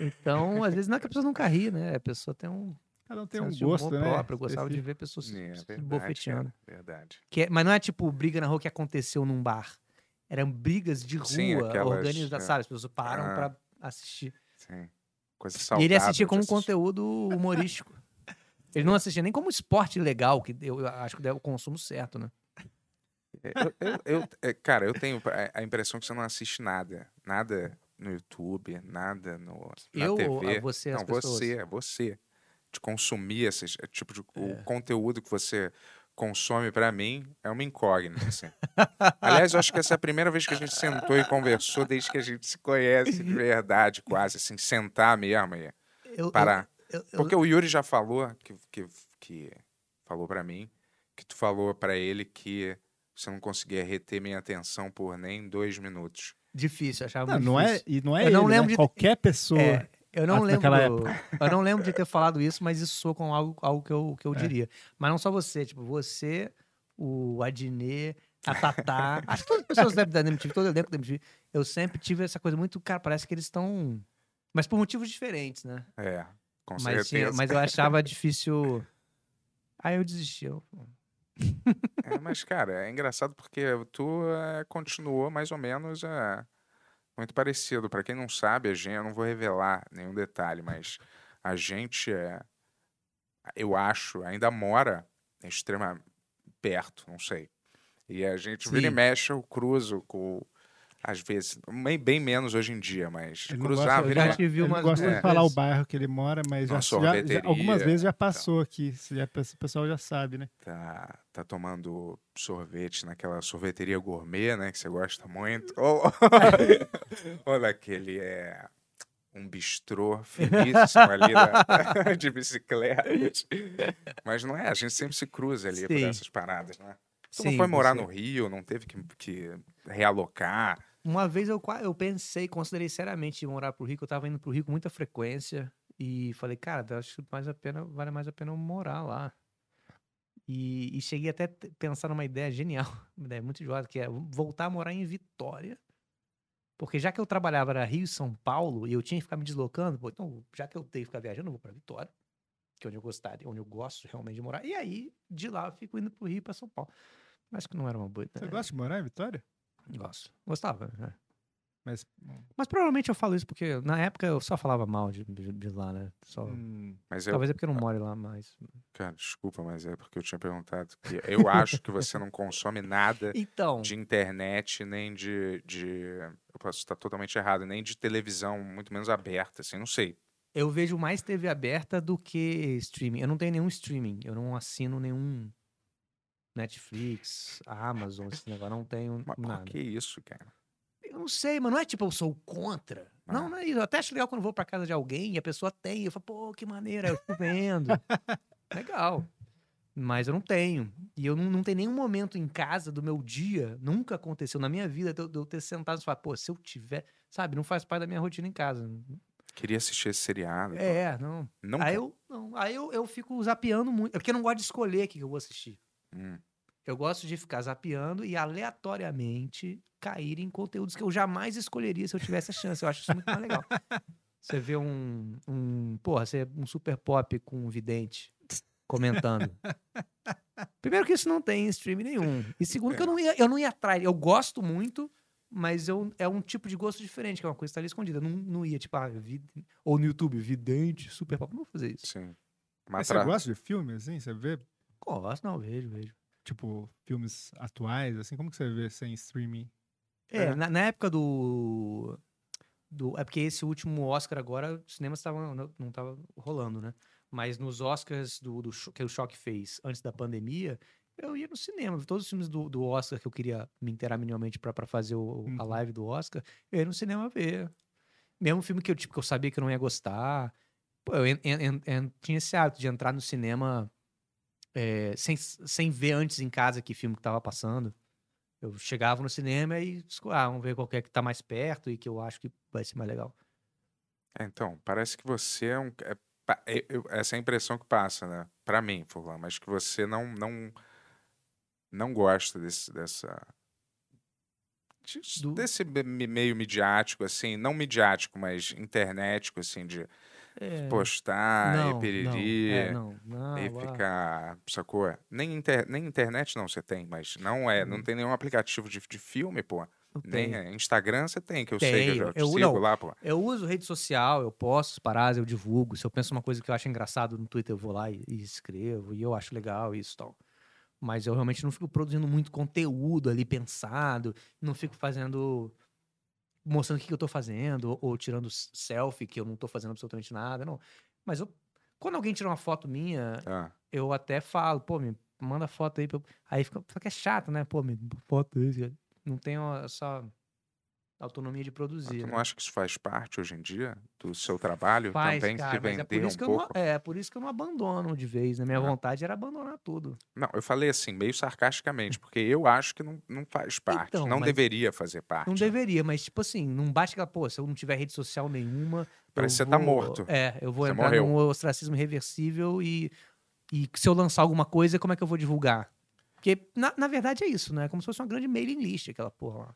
Então, às vezes não é que a pessoa nunca ri, né? A pessoa tem um, Cada um tem senso um de gosto, humor né? próprio. Eu gostava de Específico. ver pessoas se- É, se verdade, bofeteando. cara, verdade. Que é- mas não é tipo briga na rua que aconteceu num bar. Eram brigas de rua, Sim, aquelas, organizadas, é. sabe? As pessoas param Ah. pra assistir. Sim. Coisa e saudável. ele assistia de como um assistir. conteúdo humorístico. Ele não assistia nem como esporte legal, que eu acho que é o consumo certo, né? Eu- eu- eu- é, cara, eu tenho a- a impressão que você não assiste nada. Nada no YouTube, nada no, na eu ou TV. a você, as não, pessoas. você, é você. De consumir esse tipo de. É. O conteúdo que você consome, pra mim, é uma incógnita. assim. Aliás, eu acho que essa é a primeira vez que a gente sentou e conversou desde que a gente se conhece de verdade, quase, assim, sentar mesmo e Eu- eu- parar. eu- eu- Porque o Yuri já falou que, que, que falou pra mim que tu falou pra ele que você não conseguia reter minha atenção por nem dois minutos. Difícil, achava Não, muito não é, difícil. e não é Eu não ele, né? lembro de- Qualquer pessoa. É, eu não Ah, lembro. naquela Eu não lembro de ter falado isso, mas isso soa com algo, algo que eu, que É. eu diria. Mas não só você, tipo, você, o Adnet, a Tatá. acho que todas as pessoas da da MTV, todo o elenco da MTV, eu sempre tive essa coisa muito. Cara, parece que eles estão. Mas por motivos diferentes, né? É, com Mas, tinha- certeza. mas eu achava difícil. Aí eu desisti. eu- É, mas, cara, é engraçado porque tu eh, continuou mais ou menos eh, muito parecido. Pra quem não sabe, a gente, eu não vou revelar nenhum detalhe, mas a gente, eh, eu acho, ainda mora em extrema perto, não sei. E a gente vira e Sim. mexe, eu cruzo com, às vezes, bem, bem menos hoje em dia, mas Ele não cruzar, gosta- Eu vira e já mexe. te vi Eu não umas gosto duas de falar o vezes. bairro que ele mora, mas já, Uma já- já- sorveteria, algumas vezes já passou aqui. se Já, o pessoal já sabe, né? Tá, tá tomando sorvete naquela sorveteria gourmet, né? Que você gosta muito. Ou, ou naquele é, um bistrô finíssimo ali na- de bicicleta. Mas não é, a gente sempre se cruza ali por Sim. essas paradas, né? Tu não Sim, foi morar você- no Rio, não teve que, que realocar. Uma vez eu, qua- eu pensei, considerei seriamente de morar pro Rio, que eu tava indo pro Rio com muita frequência. E falei, cara, eu acho que mais a pena, vale mais a pena eu morar lá. E, e cheguei até a te- pensar numa ideia genial, uma ideia muito idiota, que é voltar a morar em Vitória. Porque já que eu trabalhava era Rio e São Paulo e eu tinha que ficar me deslocando, pô, então já que eu tenho que ficar viajando, eu vou pra Vitória, que é onde eu gostaria, onde eu gosto realmente de morar. E aí, de lá, eu fico indo pro Rio e pra São Paulo. Acho que não era uma boa Você ideia. gosta de morar em Vitória? Gosto. Gostava, né? Mas Mas provavelmente eu falo isso porque na época eu só falava mal de, de- de lá, né? Só- hum, Mas eu, ah. Talvez é porque eu não moro lá mais. cara, desculpa, mas é porque eu tinha perguntado que eu acho que você não consome nada Então, de internet, nem de, de. Eu posso estar totalmente errado, nem de televisão, muito menos aberta, assim, não sei. eu vejo mais TV aberta do que streaming. Eu não tenho nenhum streaming. Eu não assino nenhum Netflix, Amazon, esse negócio. Não tenho Mas por nada. que isso, cara? Eu não sei, mas não é tipo eu sou contra. Ah. Não, não é isso. Eu até acho legal quando eu vou pra casa de alguém e a pessoa tem. Eu falo, pô, que maneiro, aí eu fico vendo. legal. Mas eu não tenho. E eu não, não tenho nenhum momento em casa do meu dia, nunca aconteceu na minha vida, de eu, de eu ter sentado e falar, pô, se eu tiver. Sabe, não faz parte da minha rotina em casa. Queria assistir esse seriado. então. É, não. Nunca. Aí eu, não, aí eu, eu fico zapeando muito. É porque eu não gosto de escolher o que que eu vou assistir. Hum. Eu gosto de ficar zapeando e aleatoriamente cair em conteúdos que eu jamais escolheria se eu tivesse a chance. Eu acho isso muito mais legal. Você vê um, um porra, você um super pop com um vidente comentando. Primeiro que isso não tem em stream nenhum. E segundo que eu não ia, eu não ia atrás. Eu gosto muito, mas eu, é um tipo de gosto diferente, que é uma coisa que tá ali escondida. Eu Não, não ia, tipo, ah, vid- ou no YouTube, vidente, super pop. Eu Não vou fazer isso. Sim. mas Mas você tra- gosta de filme, assim? Você vê, Gosto, não, vejo, vejo. tipo, filmes atuais, assim? Como que você vê sem streaming? É, É. Na, na época do. do- É porque esse último Oscar agora, os cinemas tavam, não não tava rolando, né? Mas nos Oscars do, do Cho- que o Choque fez antes da pandemia, eu ia no cinema. Todos os filmes do, do Oscar que eu queria me inteirar minimamente pra pra fazer o- a Uhum. live do Oscar, eu ia no cinema ver. Mesmo filme que eu, tipo, que eu sabia que eu não ia gostar. Pô, eu en- en- en- en- tinha esse hábito de entrar no cinema é, sem, sem ver antes em casa que filme que tava passando. Eu chegava no cinema e esco- ah, vamos ver qual que é que tá mais perto e que eu acho que vai ser mais legal. É, então, parece que você é um. é pa- eu- eu- essa é a impressão que passa, né? Pra mim, Furlan, mas que você não. Não, não gosta desse, dessa. de- Do- Desse me- me- meio midiático, assim, não midiático, mas internético, assim, de É, postar e piriri. Não, é, não, não, E ah, ficar, sacou? Nem, inter, nem internet não você tem, mas não é, Uhum. não tem nenhum aplicativo de, de filme, pô. eu Nem tenho. é, Instagram você tem, que eu sei que eu Tenho, já te eu sigo não. lá, pô. Eu uso rede social, eu posto as paradas, eu divulgo. Se eu penso uma coisa que eu acho engraçado no Twitter, eu vou lá e, e escrevo, e eu acho legal isso e tal. Mas eu realmente não fico produzindo muito conteúdo ali pensado, não fico fazendo. mostrando o que, que eu tô fazendo, ou, ou tirando s- selfie, que eu não tô fazendo absolutamente nada, não. Mas eu- quando alguém tira uma foto minha, Ah, eu até falo, pô, me manda foto aí. pra eu- Aí fica, só que é chato, né? Pô, me foto aí. cara. Não tenho essa autonomia de mas produzir. tu né? não acha que isso faz parte hoje em dia do seu trabalho Faz, também se cara, mas é por vender um isso que eu não- pouco? é, por isso que eu não abandono de vez, né? Minha Ah. vontade era abandonar tudo. Não, eu falei assim, meio sarcasticamente, porque eu acho que não, não faz parte, Então, não mas- deveria fazer parte. Não deveria, mas tipo assim, não basta que, pô, se eu não tiver rede social nenhuma... Parece que eu você tá vou- morto. É, eu vou Você entrar morreu. num ostracismo reversível e, e se eu lançar alguma coisa, como é que eu vou divulgar? Porque, na, na verdade, é isso, né? É como se fosse uma grande mailing list, aquela porra lá.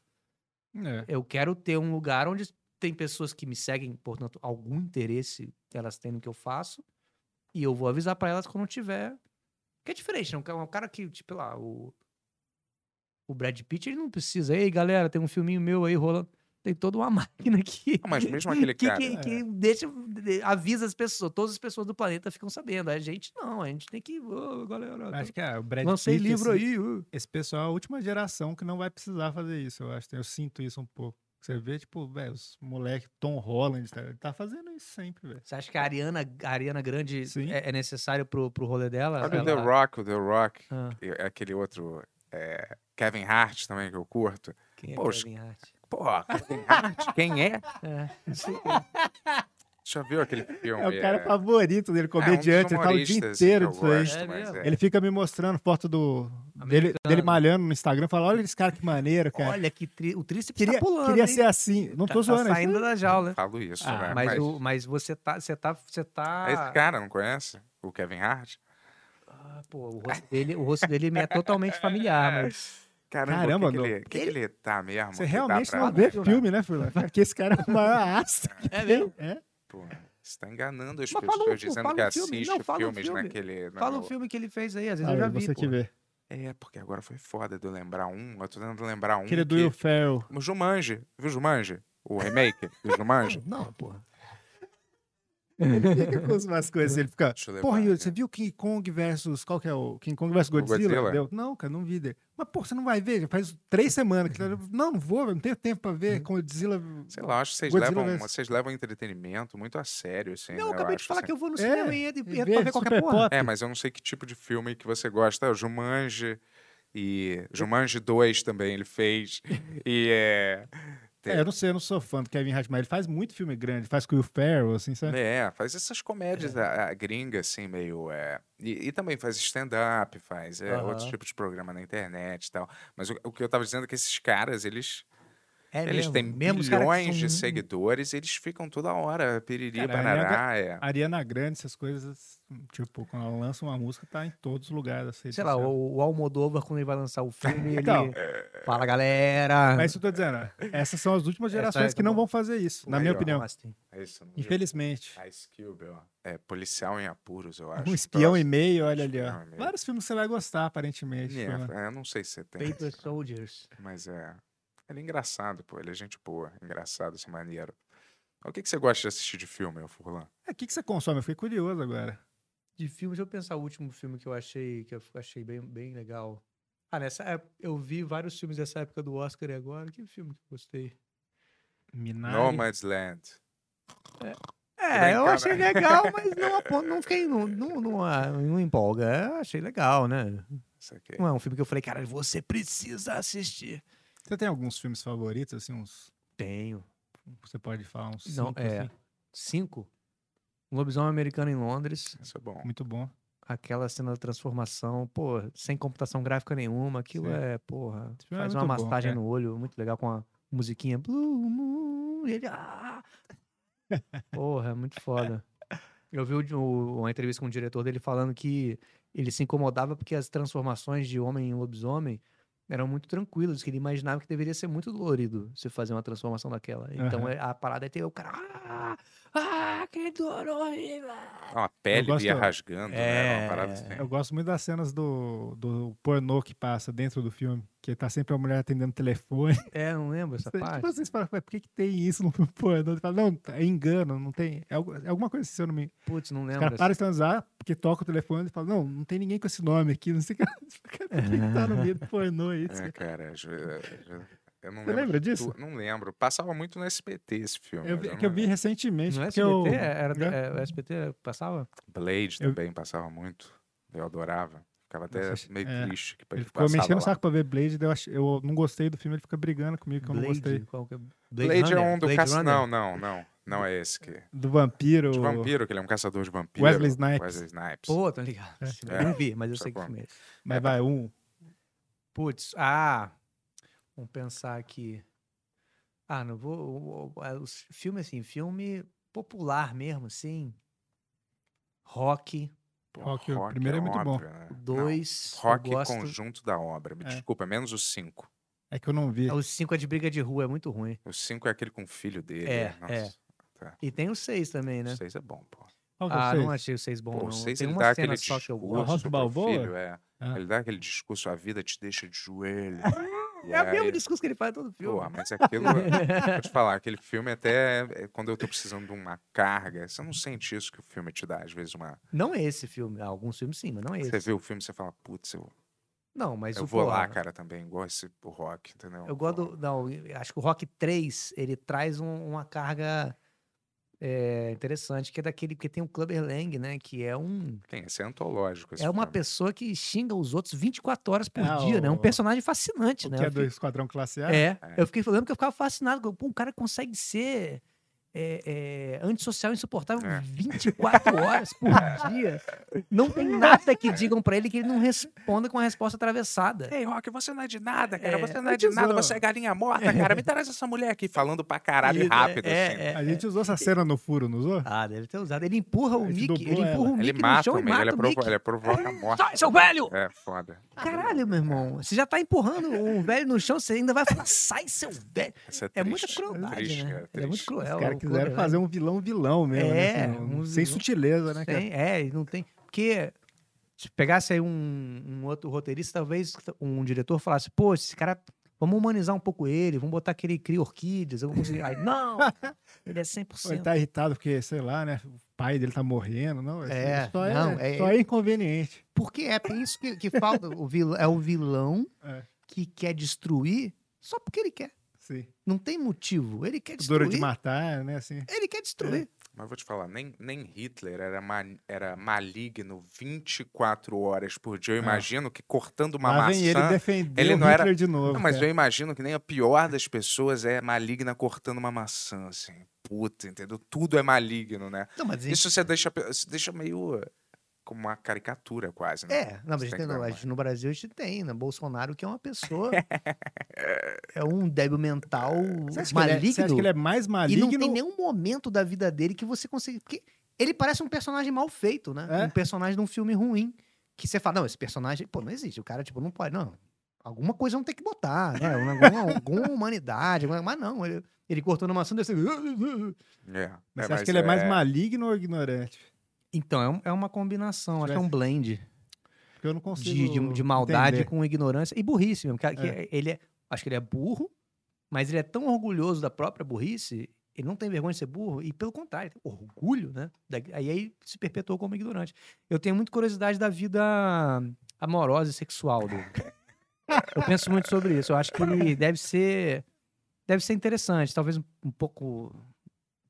É. Eu quero ter um lugar onde tem pessoas que me seguem, portanto, algum interesse elas têm no que eu faço. E eu vou avisar pra elas quando tiver. Que é diferente, né? Um ca- Um cara que, tipo, sei lá, o. O Brad Pitt, ele não precisa. Ei, galera, tem um filminho meu aí rolando. Tem toda uma máquina aqui. Não, mas mesmo aquele que, cara- é. que, que deixa, de- avisa as pessoas. Todas as pessoas do planeta ficam sabendo. A gente não, a gente tem que. Ô, galera. Acho que é, o Brad lancei Pitt, livro esse- aí. ô. Esse pessoal é a última geração que não vai precisar fazer isso, eu acho. Eu sinto isso um pouco. Você vê, tipo, velho, os moleques, Tom Holland, tá, ele tá fazendo isso sempre, velho. Você acha que a Ariana, a Ariana Grande Sim. é, é necessário pro, pro rolê dela? Olha o The Ela- Rock, o The Rock, Ah. e- é aquele outro é, Kevin Hart também que eu curto. Quem é Poxa. Kevin Hart? Pô, Kevin Hart, quem é? É. Já viu aquele filme? É o cara é- favorito dele, É, um dos comediante, ele fala o dia humoristas, assim, inteiro que eu disso aí. gosto, É mas mesmo? é. Ele fica me mostrando foto do dele, Americano. dele malhando no Instagram, fala, olha esse cara que maneiro, cara. Olha que tri... o tríceps queria tá pulando, queria hein? ser assim. Não Tá- tô zoando, tá é saindo da jaula. Falo isso, Ah, né? Mas, o- mas você tá, você tá, você tá... É Esse cara não conhece? O Kevin Hart? Ah, pô, o rosto dele, o rosto dele me é totalmente familiar, É mas... Caramba, Caramba, o que, que, meu. ele, o que que ele tá mesmo? que Você dá realmente pra- não vê filme, né, Fulano? Porque esse cara é uma astra. que É tem. mesmo? É. Pô, você tá enganando as Mas fala um pessoas filme, dizendo fala que um assiste filme. Não, fala um filmes é filme. naquele. na- Fala um o no- filme que ele fez aí, às vezes Aí, eu já você vi, que pô. vê. É, porque agora foi foda de eu lembrar um. Eu tô tentando lembrar um. Aquele é do que- Will Ferrell. O Jumanji. Viu o Jumanji? O remake do Jumanji? Não, pô. Ele fica com umas coisas, ele fica. Deixa eu levar Porra, Yuri, aqui. você viu King Kong versus. Qual que é o. King Kong versus Godzilla? Godzilla? Deu, Não, cara, não vi. dele. Mas, porra, você não vai ver? Já faz três semanas. Que... tá- Não, não vou, não tenho tempo pra Uhum. ver. Godzilla. Sei lá, acho que vocês Godzilla levam, versus- vocês levam entretenimento muito a sério, assim. Não, eu né? acabei de acho, falar assim. que eu vou no É, cinema e entro e pra ver qualquer porra. É, mas eu não sei que tipo de filme que você gosta. É o Jumanji e Jumanji 2 também ele fez. E é, É, eu não sei, eu não sou fã do Kevin Hart, mas ele faz muito filme grande. Faz com o Will Ferrell, assim, sabe? é, faz essas É. comédias a, a gringa assim meio é, e, e também faz stand-up, faz é, Aham. outros tipos de programa na internet e tal. Mas o, o que eu tava dizendo é que esses caras eles É eles mesmo, têm mesmo os caras que milhões de são- seguidores, eles ficam toda hora piriri Cara, parará, é. Ariana Grande, essas coisas. Tipo, quando ela lança uma música, tá em todos os lugares. assim, Sei lá, social. o, o Almodóvar, quando ele vai lançar o filme, ele... Então. Fala, galera! Mas É isso eu tô dizendo, essas são as últimas Essa gerações é que não boa. vão fazer isso, na Aí, minha ó. opinião. Mas tem- É isso. não viu? Infelizmente. Ice Cube, ó. É, policial em apuros, eu acho. Um espião Próximo. e meio, olha ali, Espião e ó. é um meio. Vários filmes que você vai gostar, aparentemente. É, Fulano. né? eu não sei se você tem. Paper Soldiers. Mas é. Ele é engraçado, pô. Ele é gente boa. Engraçado, assim, maneiro. O que, que você gosta de assistir de filme, ô Furlan? É, o que, que você consome? Eu fiquei curioso agora. De filmes, eu pensar o último filme que eu achei que eu achei bem, bem legal. Ah, nessa época, eu vi vários filmes dessa época do Oscar e agora. Que filme que eu gostei? Minari. Nomadsland. É, eu Brincar, achei né? legal, mas não, apo- não fiquei. Não, não, não, ah, não empolga. Eu achei legal, né? Saquei. Não é um filme que eu falei, cara, você precisa assistir. Você tem alguns filmes favoritos, assim, uns. Tenho. Você pode falar uns. Não, cinco, é. assim? Cinco. Um lobisomem americano em Londres. Isso é bom. Muito bom. Aquela cena da transformação, pô, sem computação gráfica nenhuma. Aquilo Sim. é, porra. filme é Faz uma muito bom, massagem cara. no olho, muito legal com a musiquinha. Blue Moon. e ele, ah! Porra, é muito foda. Eu vi o- o- uma entrevista com o diretor dele falando que ele se incomodava porque as transformações de homem em lobisomem eram muito tranquilas, que ele imaginava que deveria ser muito dolorido se fazer uma transformação daquela. Então Aham. é- a parada é ter o cara. Ah, ah que dor horrível! Ah, a pele gosto- ia rasgando, né? Uma É. parada assim. Eu gosto muito das cenas do, do pornô que passa dentro do filme, que tá sempre a mulher atendendo o telefone. É, não lembro essa Tipo, parte. vocês falam, "Ué, por que, que tem isso no filme pornô? Você fala, não, é engano, não tem. É algu- é alguma coisa, assim, se eu não me Putz, não Os lembro. caras param de transar, porque toca o telefone e falam, não, não tem ninguém com esse nome aqui, não sei o que. Cara, por que que tá no meio do pornô isso? É, cara. às vezes- Eu não Você lembro. lembra disso? do- Não lembro. Passava muito no SBT esse filme. Eu mas é vi- é não que eu vi lembro. recentemente, Não é porque SBT? eu... Era, né? é, o SBT passava? Blade eu- também passava muito. Eu adorava. Ficava até Nossa, meio é. triste. Que Ele ele ficou passava mexendo lá. o saco pra ver Blade, daí eu, ach- eu não gostei do filme, ele fica um brigando comigo que eu não gostei. qual que é? Blade, Blade é Runner? um do Blade caça... Runner? Não, não, não. Não é esse que... Do vampiro... De vampiro, que ele é um caçador de vampiro. Wesley Snipes. Wesley Snipes. Pô, tô ligado. É. Eu não vi, mas eu Só sei que bom. filme é esse. Mas vai, um. Putz, ah, vamos pensar aqui. Ah, não vou. o- o- ah, os- Filme assim, filme popular mesmo, sim. Rock Pô, Rock, o primeiro é muito bom. óbvio, né? Não, 2. Rock eu gosto. conjunto da obra. Me É. desculpa, menos o 5. É que eu não vi. Ah, Os 5 é de briga de rua, é muito ruim. O 5 é aquele com o filho dele. É, Nossa, é. E tem o 6 também, né? O 6 é bom, pô. Qual que eu Ah, sei? não achei o 6 bom, Pô, não. o 6 tem ele uma dá cena aquele só que discurso eu pro gosto. Rock Balboa? filho. É. Ah. Ele dá aquele discurso, a vida te deixa de joelho. E É o aí- mesmo discurso que ele faz em todo filme. Pô, mas aquilo... Vou te falar, aquele filme até... é Quando eu tô precisando de uma carga, você não sente isso que o filme te dá. Às vezes uma... Não esse filme. Ah, Alguns filmes sim, mas não esse. Você vê o filme e você fala, putz, eu, Não, mas eu o vou lá, Polar- cara, também. Igual esse o rock, entendeu? Eu gosto. do- Não, eu acho que o Rock 3 ele traz um- uma carga é, interessante, que é daquele. Porque tem o Clubber Lang, né? Que é um. Tem, esse é antológico. Esse É uma filme. pessoa que xinga os outros 24 horas por Ah, dia, né? Um o- personagem fascinante, O né? que é Eu do fiquei- Esquadrão Classe A? É, É. eu fiquei falando que eu ficava fascinado. Pô, um cara consegue ser é, é, antissocial insuportável É. 24 horas por dia. Não tem É. nada que digam pra ele que ele não responda com a resposta atravessada. Ei, Rock, você não é de nada, cara. É, você não é de nada, tesão. você é galinha morta, cara. Me traz essa mulher aqui falando pra caralho e, E- rápido, é, assim. é, A gente usou essa cena no furo, não usou? Ah, deve ter usado. Ele empurra o Ele Mickey, dublou ele empurra ela. o Mickey Ele no mata chão o e meio, mata ele, o provo Mickey. um ele é provoca a morte. Sai, seu velho! É, foda. Caralho, meu irmão. Você já tá empurrando um velho no chão, você ainda vai falar, sai, seu velho. Essa É muita triste, crueldade, triste, né? cara, Ele é muito triste. cruel. Os caras o quiseram Clubber fazer um vilão-vilão mesmo, É, né? Assim, um- um sem vilão. sutileza, né, cara? Tem, é, e não tem. Porque se pegasse aí um, um outro roteirista, talvez um diretor falasse, pô, esse cara. Vamos humanizar um pouco ele, vamos botar aquele cria orquídeas, eu vou conseguir. Aí, não! Ele é Ele 100%. tá irritado porque, sei lá, né? O pai dele tá morrendo, não? É, isso só, não, é, é- só é inconveniente. Porque é, é isso que, que falta. O vil, é o vilão É. que quer destruir só porque ele quer. Sim. Não tem motivo. Ele quer assim. Duro destruir. de matar, né? Assim. Ele quer destruir. Mas vou te falar, nem, nem Hitler era, ma- era maligno 24 horas por É. dia. Eu imagino que cortando uma Lá maçã... vem ele defender ele o não Hitler era- de novo. Não, mas é. cara. eu imagino que nem a pior das pessoas é maligna cortando uma maçã, assim. Puta, entendeu? Tudo é maligno, né? Não, mas Isso você deixa, você deixa meio eh, como uma caricatura, quase, né? É, não, mas Você a tem gente que tem- dar a uma- gente- no Brasil a gente tem, né? Bolsonaro que é uma pessoa. é um débil mental Você acha, Que ele é, você acha maligno. que ele é mais e maligno? não tem nenhum momento da vida dele que você consiga. Porque ele parece um personagem mal feito, né? É? Um personagem de um filme ruim. Que você fala, não, esse personagem, pô, não existe. O cara, tipo, não pode. Não, alguma coisa não tem que botar, né? Alguma, alguma humanidade, alguma- mas não. Ele, ele cortou numa ação assim, desse. É. Mas É, você acha que ele é mais é- maligno ou ignorante? Então, é, um- é uma combinação, acho que é um blend. Porque eu não consigo. de, de, de maldade entender. com ignorância e burrice mesmo. Cara, que ele é, acho que ele é burro, mas ele é tão orgulhoso da própria burrice, ele não tem vergonha de ser burro, e pelo contrário, tem orgulho, né? Da- aí, aí se perpetuou como ignorante. Eu tenho muita curiosidade da vida amorosa e sexual dele. Eu penso muito sobre isso. Eu acho que ele deve ser deve ser interessante, talvez um, um pouco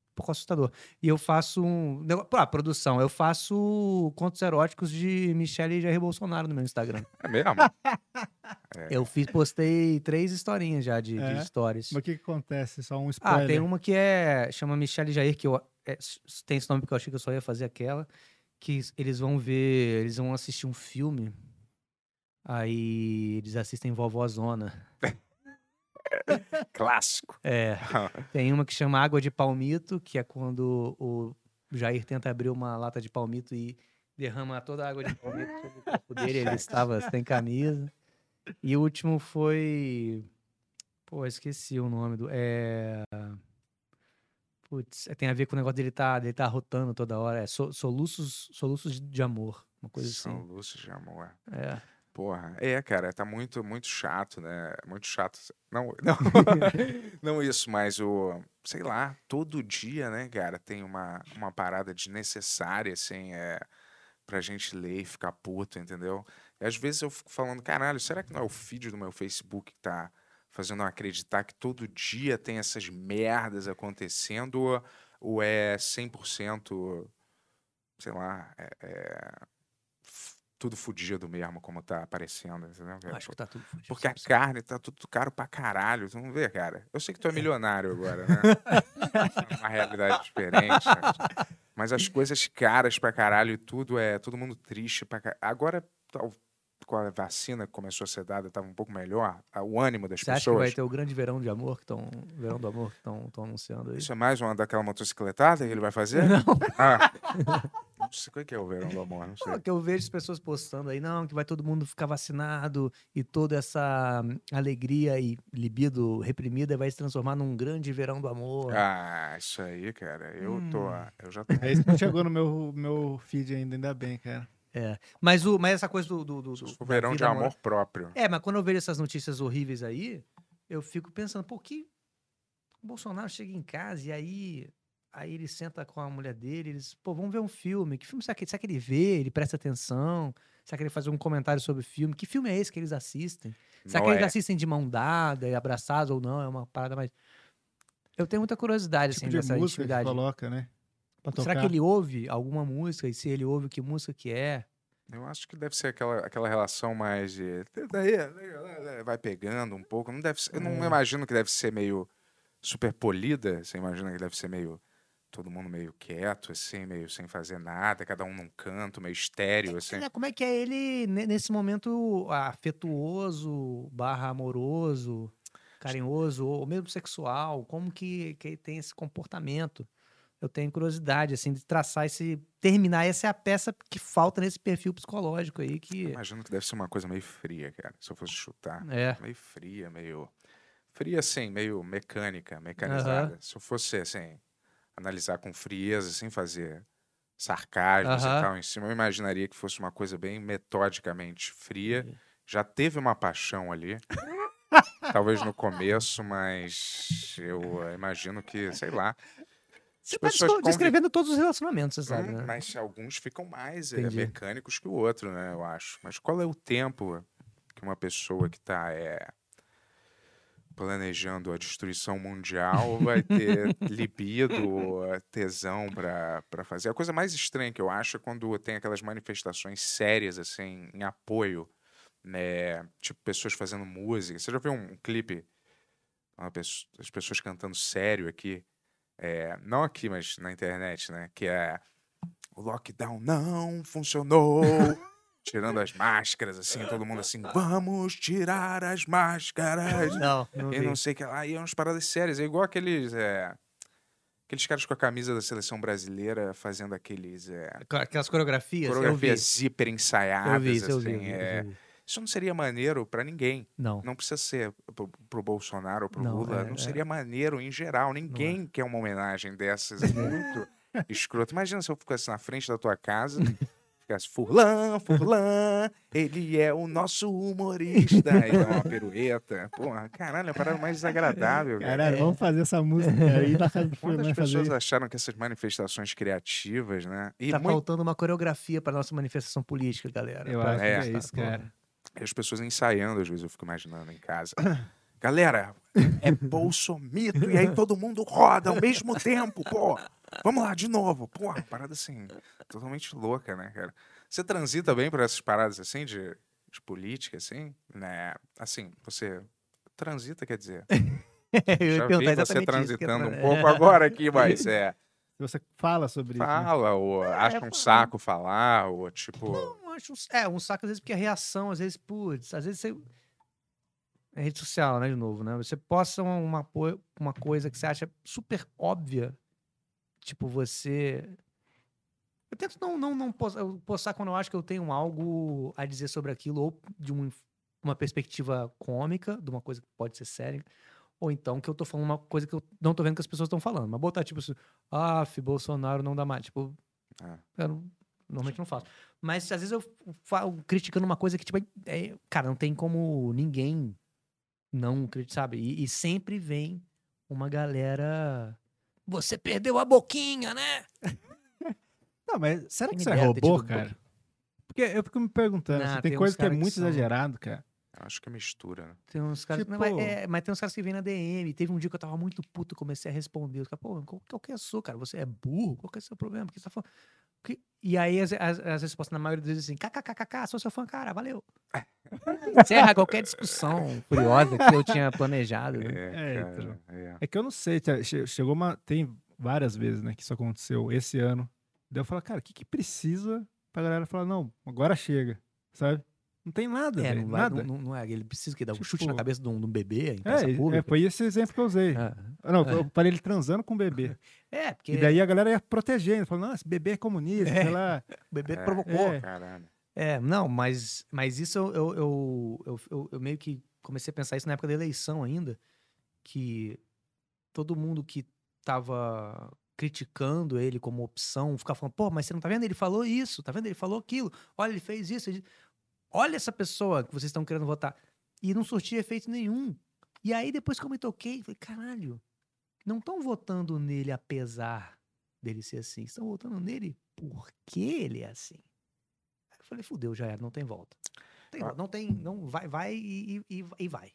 um pouco assustador. E eu faço um. nego- Ah, produção, eu faço contos eróticos de Michelle e Jair Bolsonaro no meu Instagram. É mesmo? Eu fiz, postei três historinhas já de, de É? stories. Mas o que, que acontece? Só um Ah, spoiler. tem uma que é. Chama Michelle Jair, que eu. é, s- tem esse nome porque eu achei que eu só ia fazer aquela. Que s- eles vão ver. Eles vão assistir um filme. Aí eles assistem Vovózona. Clássico. É. Tem uma que chama Água de Palmito, que é quando o Jair tenta abrir uma lata de palmito e derrama toda a água de palmito sobre o corpo dele. Ele estava sem camisa. E o último foi. Pô, esqueci o nome do. É. Putz, é, tem a ver com o negócio dele tá, dele tá rotando toda hora. É so- soluços, soluços de amor. Uma coisa São assim. Lúcio de amor. É. Porra, é, cara, tá muito, muito chato, né? Muito chato. Não, não, não isso, mas o, sei lá, todo dia, né, cara, tem uma, uma parada desnecessária, assim, é, pra gente ler e ficar puto, entendeu? E às vezes eu fico falando, caralho, será que não é o feed do meu Facebook que tá fazendo eu acreditar que todo dia tem essas merdas acontecendo? ou- Ou é 100%, sei lá, é- é, f- tudo fudido mesmo, como tá aparecendo, entendeu? cara? Acho que tá tudo fudido. Porque a 100%. carne tá tudo caro pra caralho. Tu não vê, cara? Eu sei que tu é milionário agora, né? É uma realidade diferente. né? Mas as coisas caras pra caralho e tudo é. Todo mundo triste pra caralho. Agora, tal- com a vacina que começou a ser dada, tava um pouco melhor. a- O ânimo das Você acha que pessoas. vai ter o grande verão de amor que estão. Verão do amor que estão anunciando aí? Isso é mais uma daquela motocicletada que ele vai fazer? um Não. Ah. Não sei qual é que é o verão do amor, não sei. Pô, Ah, que eu vejo as pessoas postando aí, não, que vai todo mundo ficar vacinado e toda essa hum, alegria e libido reprimida vai se transformar num grande verão do amor. Ah, isso aí, cara. Eu tô. Hum. Eu já tô. É isso que não chegou no meu, meu feed ainda, ainda bem, cara. Mas, o, mas essa coisa do. do, do- do- Isso é o da verão de vida amor- amor próprio. É, mas quando eu vejo essas notícias horríveis aí, eu fico pensando, pô, que. O Bolsonaro chega em casa e aí. Aí ele senta com a mulher dele, eles, pô, vamos ver um filme. Que filme será que, será que ele vê? Ele presta atenção? Será que ele faz um comentário sobre o filme? Que filme é esse que eles assistem? Será que Não eles é. assistem de mão dada e abraçados ou não? É uma parada mais. Eu tenho muita curiosidade, Tipo assim, de dessa música que intimidade. coloca, né? Pra tocar. Será que ele ouve alguma música? E se ele ouve, que música que é? Eu acho que deve ser aquela, aquela relação mais de. "Tenta aí, Vai pegando um pouco. Não deve ser- eu não imagino que deve ser meio super polida. Você imagina que deve ser meio. Todo mundo meio quieto, assim, meio sem fazer nada, cada um num canto, meio estéreo, assim. Né, Como é que é ele ne- nesse momento afetuoso, barra amoroso, carinhoso, ou mesmo sexual? Como que, que ele tem esse comportamento? Eu tenho curiosidade, assim, de traçar esse. Terminar essa é a peça que falta nesse perfil psicológico aí, Eu que. imagino que deve ser uma coisa meio fria, cara. Se eu fosse chutar. É. Meio fria, meio. Fria, assim, meio mecânica, mecanizada. Se eu fosse, assim, analisar com frieza, sem fazer sarcasmos e Aham. tal em cima, eu imaginaria que fosse uma coisa bem metodicamente fria. Já teve uma paixão ali. Talvez no começo, mas eu eh, imagino que, sei lá. Você as tá pessoas descre- convi- descrevendo todos os relacionamentos, você sabe, Hum, né? Mas alguns ficam mais eh, Entendi. mecânicos que o outro, né? Eu acho. Mas qual é o tempo que uma pessoa que está planejando a destruição mundial vai ter libido, eh, tesão para fazer? A coisa mais estranha que eu acho é quando tem aquelas manifestações sérias, assim, em apoio, né? Tipo, pessoas fazendo música. Você já viu um clipe? uma pesso- as pessoas cantando sério aqui. É, não aqui, mas na internet, né? Que é o lockdown não funcionou. Tirando as máscaras, assim, todo mundo assim, vamos tirar as máscaras. Não, não Eu não sei o que lá. E é umas paradas sérias. É igual aqueles. é, aqueles caras com a camisa da seleção brasileira fazendo aqueles. É, Aquelas coreografias, coreografias hiper ensaiadas. eu vi. Eu vi, isso eu vi. assim, eu vi, eu é. vi. Isso não seria maneiro pra ninguém. Não. Não precisa ser pro, pro Bolsonaro ou pro Não, Lula. é, não é. seria maneiro em geral. Ninguém quer uma homenagem dessas. É muito escroto. Imagina se eu ficasse na frente da tua casa. Ficasse Furlan, Furlan, ele é o nosso humorista. E dá uma pirueta. Porra, caralho, é a parada mais desagradável. é cara. Caralho, vamos fazer essa música aí na casa do Quantas Furlan fazer. pessoas acharam que essas manifestações criativas, né? E Tá muito- faltando uma coreografia pra nossa manifestação política, galera. Eu Tá- acho É. que é isso, cara. e as pessoas ensaiando, às vezes eu fico imaginando em casa. Galera, é bolsomito e aí todo mundo roda ao mesmo tempo, pô. Vamos lá, de novo. Pô, parada assim, totalmente louca, né, cara? Você transita bem por essas paradas assim, de, de política, assim? Né? Assim, você transita, quer dizer. Eu Já ia vi perguntar você exatamente isso, que eu ia transitando um falar. pouco agora aqui, mas é. Você fala sobre isso. né? Fala, ou É, acha um pô. saco falar, ou tipo. Eu acho um, é, um saco às vezes porque a reação, às vezes, putz, às vezes você. É rede social, né? De novo, né? Você posta uma, uma, po- uma coisa que você acha super óbvia. Tipo, você. Eu tento não, não, não postar, eu postar quando eu acho que eu tenho algo a dizer sobre aquilo, ou de um, uma perspectiva cômica, de uma coisa que pode ser séria, ou então que eu tô falando uma coisa que eu não tô vendo que as pessoas estão falando. Mas botar, tipo, assim, af, Bolsonaro não dá mais. Tipo, Ah. eu não- normalmente não faço. Mas às vezes eu falo criticando uma coisa que, tipo, é- é- cara, não tem como ninguém não criticar, sabe? E, e sempre vem uma galera. Você perdeu a boquinha, né? Não, mas será que Quem me isso é dera ter robô, tido um cara? Porque eu fico me perguntando, Ah, assim, tem tem uns coisa que é cara que muito são- exagerado, cara. Acho que é mistura, né? Tem uns caras. não, mas, Tipo- é, mas tem uns caras que vêm na DM. Teve um dia que eu tava muito puto, eu comecei a responder. Os caras, pô, qual, qual que é a sua, cara? Você é burro? Qual que é o seu problema? Por que você tá falando? Que- E aí as, as, as respostas, na maioria das vezes, assim, kkkk, sou seu fã, cara, valeu. Encerra qualquer discussão curiosa que eu tinha planejado. né? É, É, cara, então. é. É que eu não sei, tá, che- chegou uma. Tem várias vezes, né, que isso aconteceu esse ano. Daí eu falo, cara, o que, que precisa pra galera falar, não, agora chega, sabe? Não tem nada, É, velho, não, vai, nada. não, não- não é. Ele precisa que dá um chute na Tipo- cabeça de um, de um bebê em praça é, e- é, pública. foi esse exemplo que eu usei. Ah. Ah, Não, é. eu falei ele transando com o bebê. É, porque E daí a galera ia protegendo, falando, não, esse bebê é comunista, sei lá. o bebê É. provocou. É. É. Caralho. não, mas, mas isso eu, eu, eu, eu, eu- eu meio que comecei a pensar isso na época da eleição ainda, que todo mundo que tava criticando ele como opção, ficava falando, pô, mas você não tá vendo? Ele falou isso, tá vendo? Ele falou aquilo, olha, ele fez isso. ele- Olha essa pessoa que vocês estão querendo votar. E não surtia efeito nenhum. E aí, depois que eu me toquei, falei, caralho, não estão votando nele apesar dele ser assim. Estão votando nele porque ele é assim. Aí eu falei, fudeu, já era, não tem volta. Não tem Ah. volta, não tem, não vai, vai e, e- e- e vai.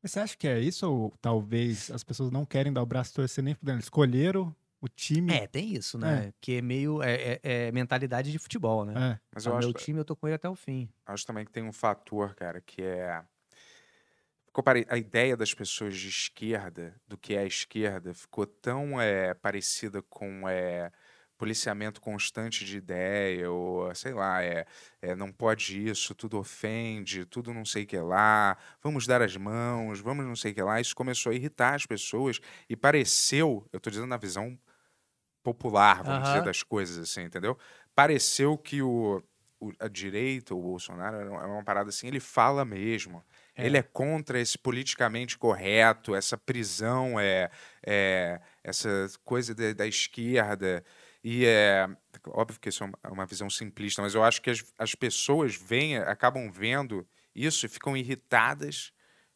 Mas você acha que é isso ou talvez as pessoas não querem dar o braço a torcer nem fudendo? Eles Escolheram o Hum. time. É, tem isso, né? Que é meio, é, é- é mentalidade de futebol, né? É. Mas Ah, eu acho, meu time, eu tô com ele até o fim. acho também que tem um fator, cara, que é. Ficou pare- A ideia das pessoas de esquerda, do que é a esquerda, ficou tão é, parecida com é, policiamento constante de ideia, ou sei lá, é, é, não pode isso, tudo ofende, tudo não sei o que lá, vamos dar as mãos, vamos não sei o que lá. Isso começou a irritar as pessoas e pareceu, eu tô dizendo na visão popular, vamos dizer, Aham. das coisas, assim, entendeu? Pareceu que o, o- a direita, o Bolsonaro, é uma- é uma parada assim, ele fala mesmo. É. Ele é contra esse politicamente correto, essa prisão, é, é, essa coisa da- da esquerda. E é, óbvio que isso é uma- é uma visão simplista, mas eu acho que as, as pessoas veem, acabam vendo isso e ficam irritadas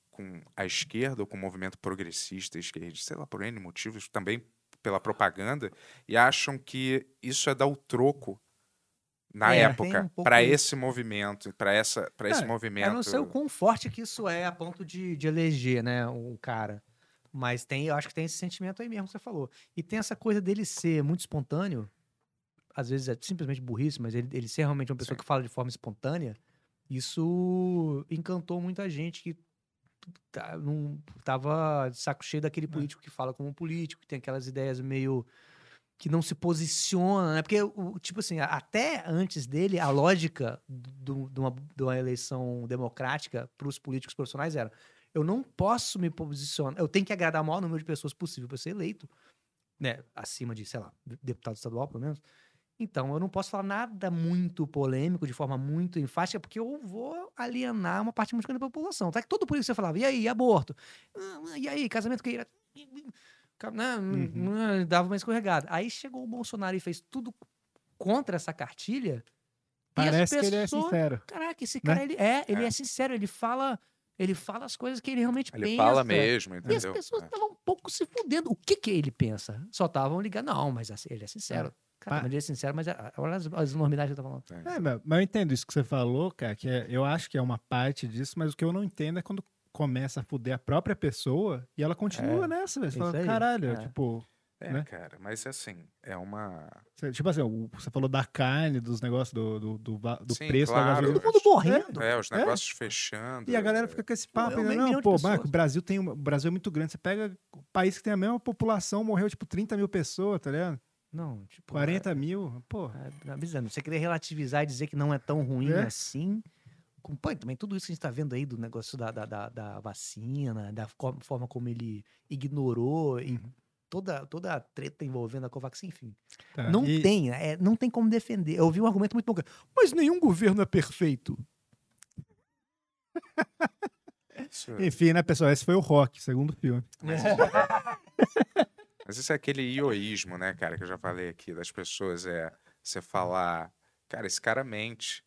com a esquerda ou com o movimento progressista, esquerdista, sei lá, por N motivos, também pela propaganda, e acham que isso é dar o troco na É, tem um época pouco para isso. esse movimento, para essa, para esse Cara, movimento. Eu não sei o quão forte que isso é a ponto de, de eleger, né, um cara. Mas tem, eu acho que tem esse sentimento aí mesmo que você falou. E tem essa coisa dele ser muito espontâneo, às vezes é simplesmente burrice, mas ele, ele ser realmente uma pessoa Sim. que fala de forma espontânea, isso encantou muita gente que tá, não, tava de saco cheio daquele político que fala como um político, que tem aquelas ideias meio que não se posiciona, né? Porque, o- tipo assim, a- até antes dele, a lógica do- de uma, de uma eleição democrática para os políticos profissionais era: eu não posso me posicionar, eu tenho que agradar o maior número de pessoas possível para ser eleito, né? Acima de, sei lá, deputado estadual, pelo menos. Então, eu não posso falar nada muito polêmico, de forma muito enfática, porque eu vou alienar uma parte muito grande da população. Tá que todo político você falava, e aí, aborto? Ah, E aí, casamento que... Ca- né, n- Uhum. n- Dava uma escorregada. Aí chegou o Bolsonaro e fez tudo contra essa cartilha. e as Parece que ele é pessoas- sincero. Caraca, esse né? cara, ele é, ele É. é. sincero, ele fala, ele fala as coisas que ele realmente Ele pensa. fala mesmo, E as entendeu? pessoas É. estavam um pouco se fudendo. O que que ele pensa? Só estavam ligando, não, mas assim, ele é sincero. Cara, Pa- mas ele é sincero, mas ah, olha as, as enormidades que eu tô falando. É, mas mas eu entendo isso que você falou, cara, que é- eu acho que é uma parte disso, mas o que eu não entendo é quando começa a fuder a própria pessoa e ela continua nessa, velho. Você isso fala, aí, caralho, é. tipo, É, né? cara, mas assim, é uma. você- tipo assim, o- você falou da carne, dos negócios, do, do, do, va- do Sim, preço da claro. gasolina. Todo Todo mundo morrendo. É, os É. negócios fechando. E a galera fica com esse É papo, um né? milhão não, de pô, pessoas. Marco, o Brasil tem um, o Brasil é muito grande. Você pega um país que tem a mesma população, morreu tipo 30 mil pessoas, tá ligado? Não, tipo. 40 mil, pô. É, é bizarro. Você querer relativizar e dizer que não é tão ruim É. assim. Acompanhe também tudo isso que a gente tá vendo aí do negócio da, da, da, da vacina, da co- forma como ele ignorou e Uhum. toda, toda a treta envolvendo a Covax, enfim. Tá, não e- tem, é, não tem como defender. Eu ouvi um argumento muito bom. cara, Mas nenhum governo é perfeito. Isso- Enfim, né, pessoal? Esse foi o Rock, segundo filme. Mas isso é aquele ioísmo, né, cara, que eu já falei aqui, das pessoas, é você falar, cara, esse cara mente.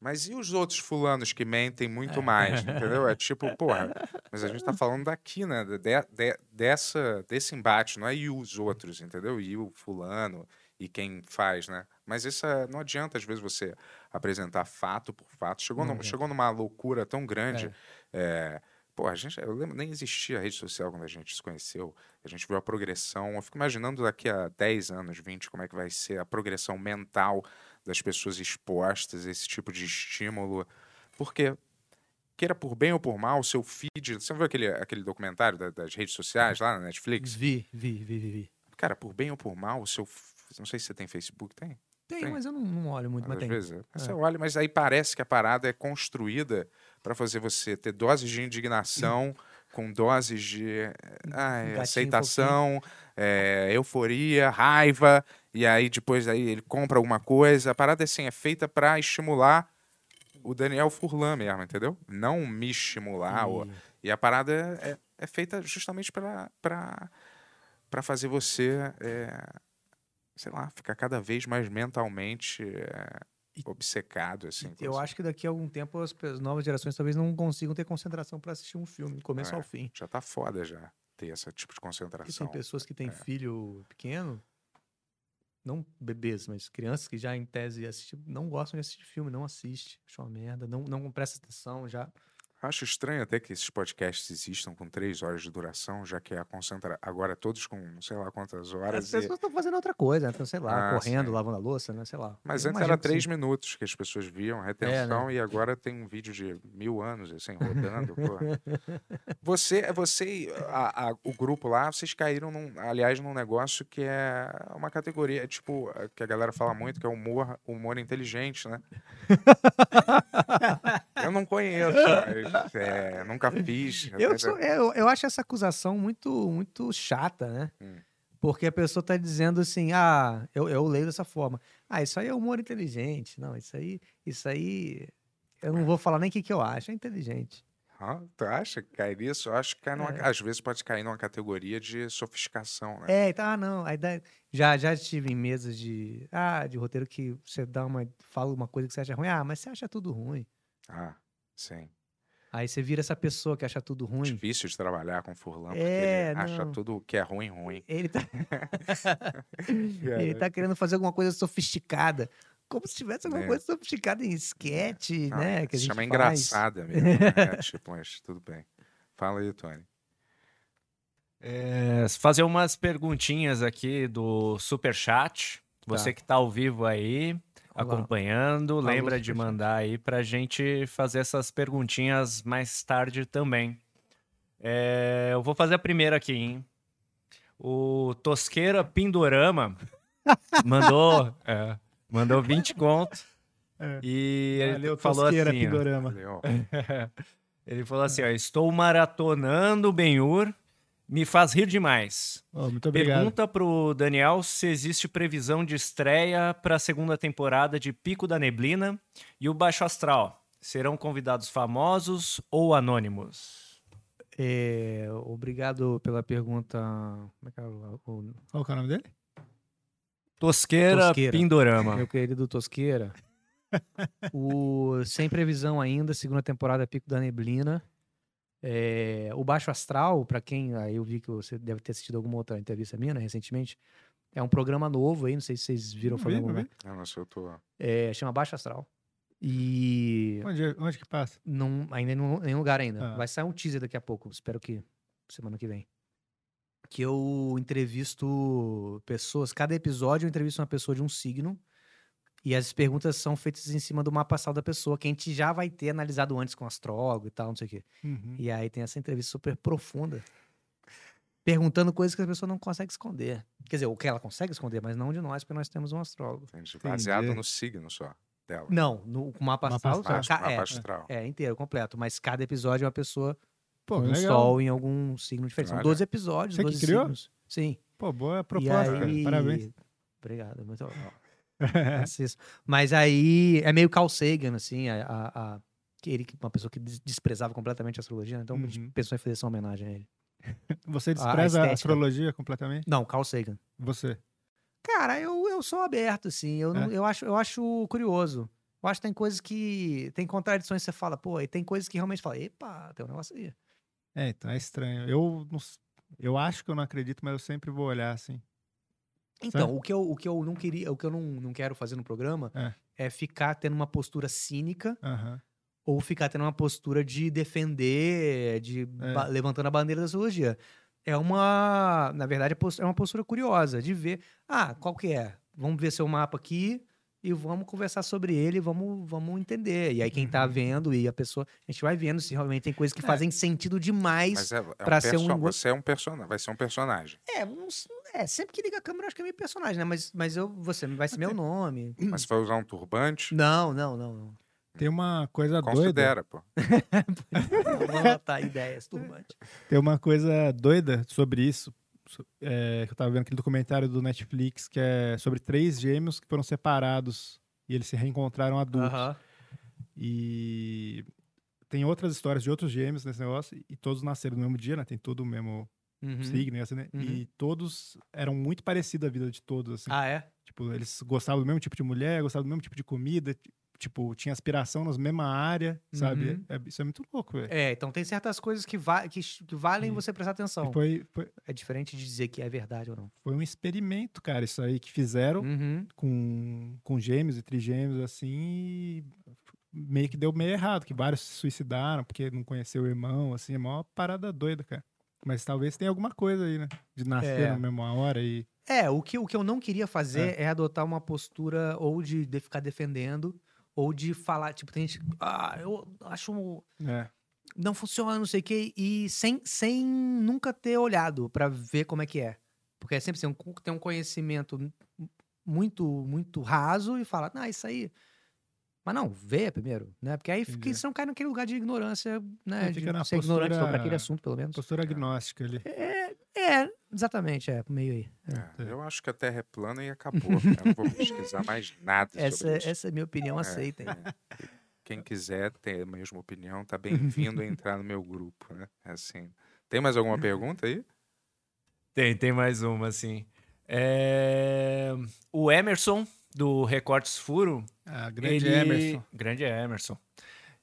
Mas e os outros fulanos que mentem muito mais, entendeu? É tipo, porra, mas a gente tá falando daqui, né? de- de- dessa, desse embate, não é e os outros, entendeu? E o fulano, e quem faz, né? Mas isso é- não adianta, às vezes, você apresentar fato por fato. Chegou, num- chegou numa loucura tão grande. É, pô, a gente, eu lembro, nem existia rede social quando a gente se conheceu. A gente viu a progressão. Eu fico imaginando daqui a 10 anos, 20, como é que vai ser a progressão mental das pessoas expostas a esse tipo de estímulo. Porque, queira por bem ou por mal, o seu feed. Você viu aquele, aquele documentário da- das redes sociais lá na Netflix? Vi, vi, vi, vi. vi. Cara, por bem ou por mal, o seu. f- Não sei se você tem Facebook, tem? Tem, Tem. mas eu não, não olho muito, mas Às tem. vezes, é. É. Você olha, mas aí parece que a parada é construída para fazer você ter doses de indignação Hum. com doses de eh, ai, gatinho aceitação, eh, euforia, raiva, e aí depois aí ele compra alguma coisa. A parada assim é feita para estimular o Daniel Furlan mesmo, entendeu? Não me estimular. ou- E- E a parada é, é feita justamente para fazer você, eh, sei lá, ficar cada vez mais mentalmente eh, obcecado, assim. com Eu isso. acho que daqui a algum tempo as pe- novas gerações talvez não consigam ter concentração pra assistir um filme, do começo É. ao fim. Já tá foda já ter esse tipo de Porque concentração. tem pessoas que é. têm filho pequeno, não bebês, mas crianças que já em tese assistem, não gostam de assistir filme, não assiste, acha uma merda, não, não presta atenção já. Acho estranho até que esses podcasts existam com três horas de duração, já que é a concentra... agora todos com não sei lá quantas As horas. e- pessoas estão fazendo outra coisa, né? Tão, sei lá, Ah, correndo, sim. lavando a louça, né? Sei lá. Mas Eu antes era imagino que três sim. É, né? minutos que as pessoas viam, retenção, e agora tem um vídeo de mil anos, assim, rodando. porra. Você, você e a- a- o grupo lá, vocês caíram, num- aliás, num negócio que é uma categoria, tipo, eh, que a galera fala muito, que é humor, humor inteligente, né? eu não conheço, mas, é, nunca fiz. eh, até Eu, já- sou- eu, eu acho essa acusação muito, muito chata, né? Hum. Porque a pessoa tá dizendo assim, ah, eu, eu leio dessa forma. Ah, isso aí é humor inteligente. Não, isso aí, isso aí. Eu não vou falar nem o que, que eu acho, é inteligente. Ah, tu acha que cai nisso? Eu acho que cai numa- É. às vezes pode cair numa categoria de sofisticação, né? É, então, ah, não. Aí dá- já, já estive em mesas de. Ah, de roteiro que você dá uma. fala uma coisa que você acha ruim. Ah, mas você acha tudo ruim. Ah, sim. Aí você vira essa pessoa que acha tudo ruim. Difícil de trabalhar com o Furlan, porque É, ele acha não. tudo o que é ruim, ruim. Ele tá, ele tá querendo fazer alguma coisa sofisticada. Como se tivesse alguma É. coisa sofisticada em esquete, Não, é, né? Que a se gente chama faz. engraçada mesmo. né? tipo, mas tudo bem. Fala aí, Tony. É, fazer umas perguntinhas aqui do Superchat. Você que tá ao vivo aí, Olha lá. acompanhando, Alô, lembra de Superchat. mandar aí pra gente fazer essas perguntinhas mais tarde também. É, eu vou fazer a primeira aqui, hein? O Tosqueira Pindorama mandou, é, mandou 20 conto. É. E ele Valeu, falou Tosqueira, assim, ó, Pindorama. Valeu. ele falou assim, ó, estou maratonando Ben-Hur, me faz rir demais. Ó, muito obrigado. Pergunta pro Daniel se existe previsão de estreia para a segunda temporada de Pico da Neblina e o Baixo Astral. Serão convidados famosos ou anônimos? É, obrigado pela pergunta. Como é que é o, o Qual que é o nome dele? Tosqueira, Tosqueira. Pindorama. meu querido Tosqueira? o Sem Previsão Ainda, segunda temporada Pico da Neblina. É, o Baixo Astral, pra quem. Aí eu vi que você deve ter assistido alguma outra entrevista minha, né, recentemente. É um programa novo aí, não sei se vocês viram Não falar vi, não alguma vi. vez. Eu não sei, eu tô. É, chama Baixo Astral. E Onde, onde que passa? não, ainda em nenhum lugar ainda. Ah. Vai sair um teaser daqui a pouco, espero que semana que vem. Que eu entrevisto pessoas, cada episódio eu entrevisto uma pessoa de um signo. E as perguntas são feitas em cima do mapa astral da pessoa, que a gente já vai ter analisado antes com astrólogo e tal, não sei o quê. Uhum. E aí tem essa entrevista super profunda, perguntando coisas que a pessoa não consegue esconder. Quer dizer, o que ela consegue esconder, mas não de nós, porque nós temos um astrólogo. Entendi. Baseado Entendi. no signo só dela. Não, no o mapa Mapa astral. astral. Astro- ca- mapa é, astral. é, inteiro, completo. Mas cada episódio é uma pessoa Pô, com um legal. sol em algum signo diferente. São Olha. 12 episódios, Você que 12 criou? signos. Sim. Pô, boa proposta, e cara. aí... Parabéns. Obrigado, muito ó, assisto. Mas aí é meio Carl Sagan, assim, a, a- a- que ele, uma pessoa que des- desprezava completamente a astrologia, né? então a gente Uhum. pensou em fazer essa homenagem a ele. Você despreza a estética. astrologia completamente? Não, Carl Sagan. Você. Cara, eu, eu sou aberto, assim. Eu, É. não- eu, acho, eu acho curioso. Eu acho que tem coisas que. Tem contradições que você fala, pô, e tem coisas que realmente fala, epa, tem um negócio aí. É, então é estranho. Eu, não s- eu acho que eu não acredito, mas eu sempre vou olhar assim. Então, o que, eu, o que eu não queria, o que eu não, não quero fazer no programa é. ficar tendo uma postura cínica Aham. ou ficar tendo uma postura de defender, de É. ba- levantando a bandeira da astrologia. É uma, na verdade, é pos- é uma postura curiosa de ver, ah, qual que é? Vamos ver seu mapa aqui e vamos conversar sobre ele, vamos, vamos entender. E aí quem Uhum. tá vendo e a pessoa, a gente vai vendo se realmente tem coisas que fazem sentido demais. É. Mas é, é pra um ser um perso- go- Você é um personagem. Vai ser um personagem. É, não s- é, sempre que liga a câmera eu acho que é meio personagem, né? Mas, mas eu, você vai ser meu nome. Mas você vai usar um turbante? Não, não, não. não. Tem uma coisa Tá doida. Considera, pô. Vamos anotar ideias, turbante. Tem uma coisa doida sobre isso. so- é, que eu tava vendo aquele documentário do Netflix que é sobre três gêmeos que foram separados e eles se reencontraram adultos. Aham. E tem outras histórias de outros gêmeos nesse negócio e todos nasceram no mesmo dia, né? Tem todo o mesmo Uhum. signo, e assim, né? Uhum. E todos eram muito parecidos a vida de todos, assim. Ah, é? Tipo, eles gostavam do mesmo tipo de mulher, gostavam do mesmo tipo de comida, ti- tipo, tinha aspiração nas mesma área, sabe? Uhum. É- isso é muito louco, velho. É, então tem certas coisas que, va- que ch- que valem E- você E prestar atenção. Foi, foi, É diferente de dizer que é verdade ou não. foi um experimento, cara, isso aí que fizeram Uhum. com, com gêmeos e trigêmeos, assim, e meio que deu meio errado, que vários se suicidaram porque não conheceu o irmão, assim, é uma parada doida, cara. Mas talvez tenha alguma coisa aí, né? De nascer É. na mesma hora e... É, o que, o que eu não queria fazer é, adotar uma postura ou de, de ficar defendendo, ou de falar, tipo, tem gente. Ah, eu acho. um- É, Não funciona, não sei o quê, e sem, sem nunca ter olhado pra ver como é que é. Porque é sempre assim, um cu- tem um conhecimento mu- muito, muito raso e fala, ah, isso aí. Mas não, vê primeiro, né? Porque aí fica, Entendi. você não cai naquele lugar de ignorância, né? Você De fica na ser ignorante sobre postura- aquele assunto, pelo menos. postura agnóstica ali. É, exatamente, é, meio aí. tá. É, Eu acho que a Terra é plana e acabou. Eu não vou pesquisar mais nada Essa, sobre isso. essa é a minha opinião, É. aceitem. Quem quiser ter a mesma opinião, tá bem-vindo a entrar no meu grupo, né? É assim. Tem mais Uhum. alguma pergunta aí? Tem, tem mais uma, assim. É, O Emerson, do Recortes Furo, Ah, grande ele- Emerson. Grande Emerson.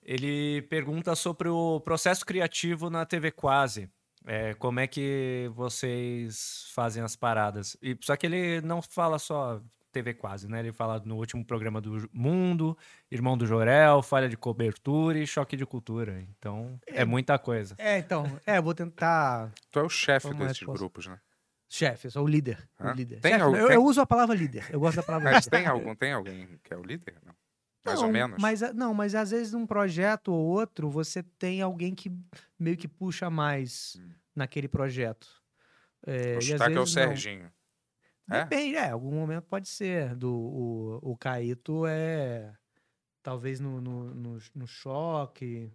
Ele pergunta sobre o processo criativo na TV Quase. É, como é que vocês fazem as paradas? E, só que ele não fala só TV Quase, né? Ele fala no último programa do Mundo, Irmão do Jorel, Falha de Cobertura e Choque de Cultura. Então, é muita coisa. É, então, é, eu vou tentar. Tu é o chefe Vamos lá, desses posso. grupos, né? Chefe, eu sou o líder. O Hã? líder. Tem Chefe, algum- eu, tem- eu uso a palavra líder. Eu gosto da palavra Mas líder. tem algum, tem alguém que é o líder? Não. Mais ou Não, menos? Mas, a- não, mas às vezes num projeto ou outro, você tem alguém que meio que puxa mais Hum. naquele projeto. É, O e às destaque é o vezes não. Serginho. É? Depende, é, algum momento pode ser. Do, o, o Caíto é. Talvez no, no, no, no choque,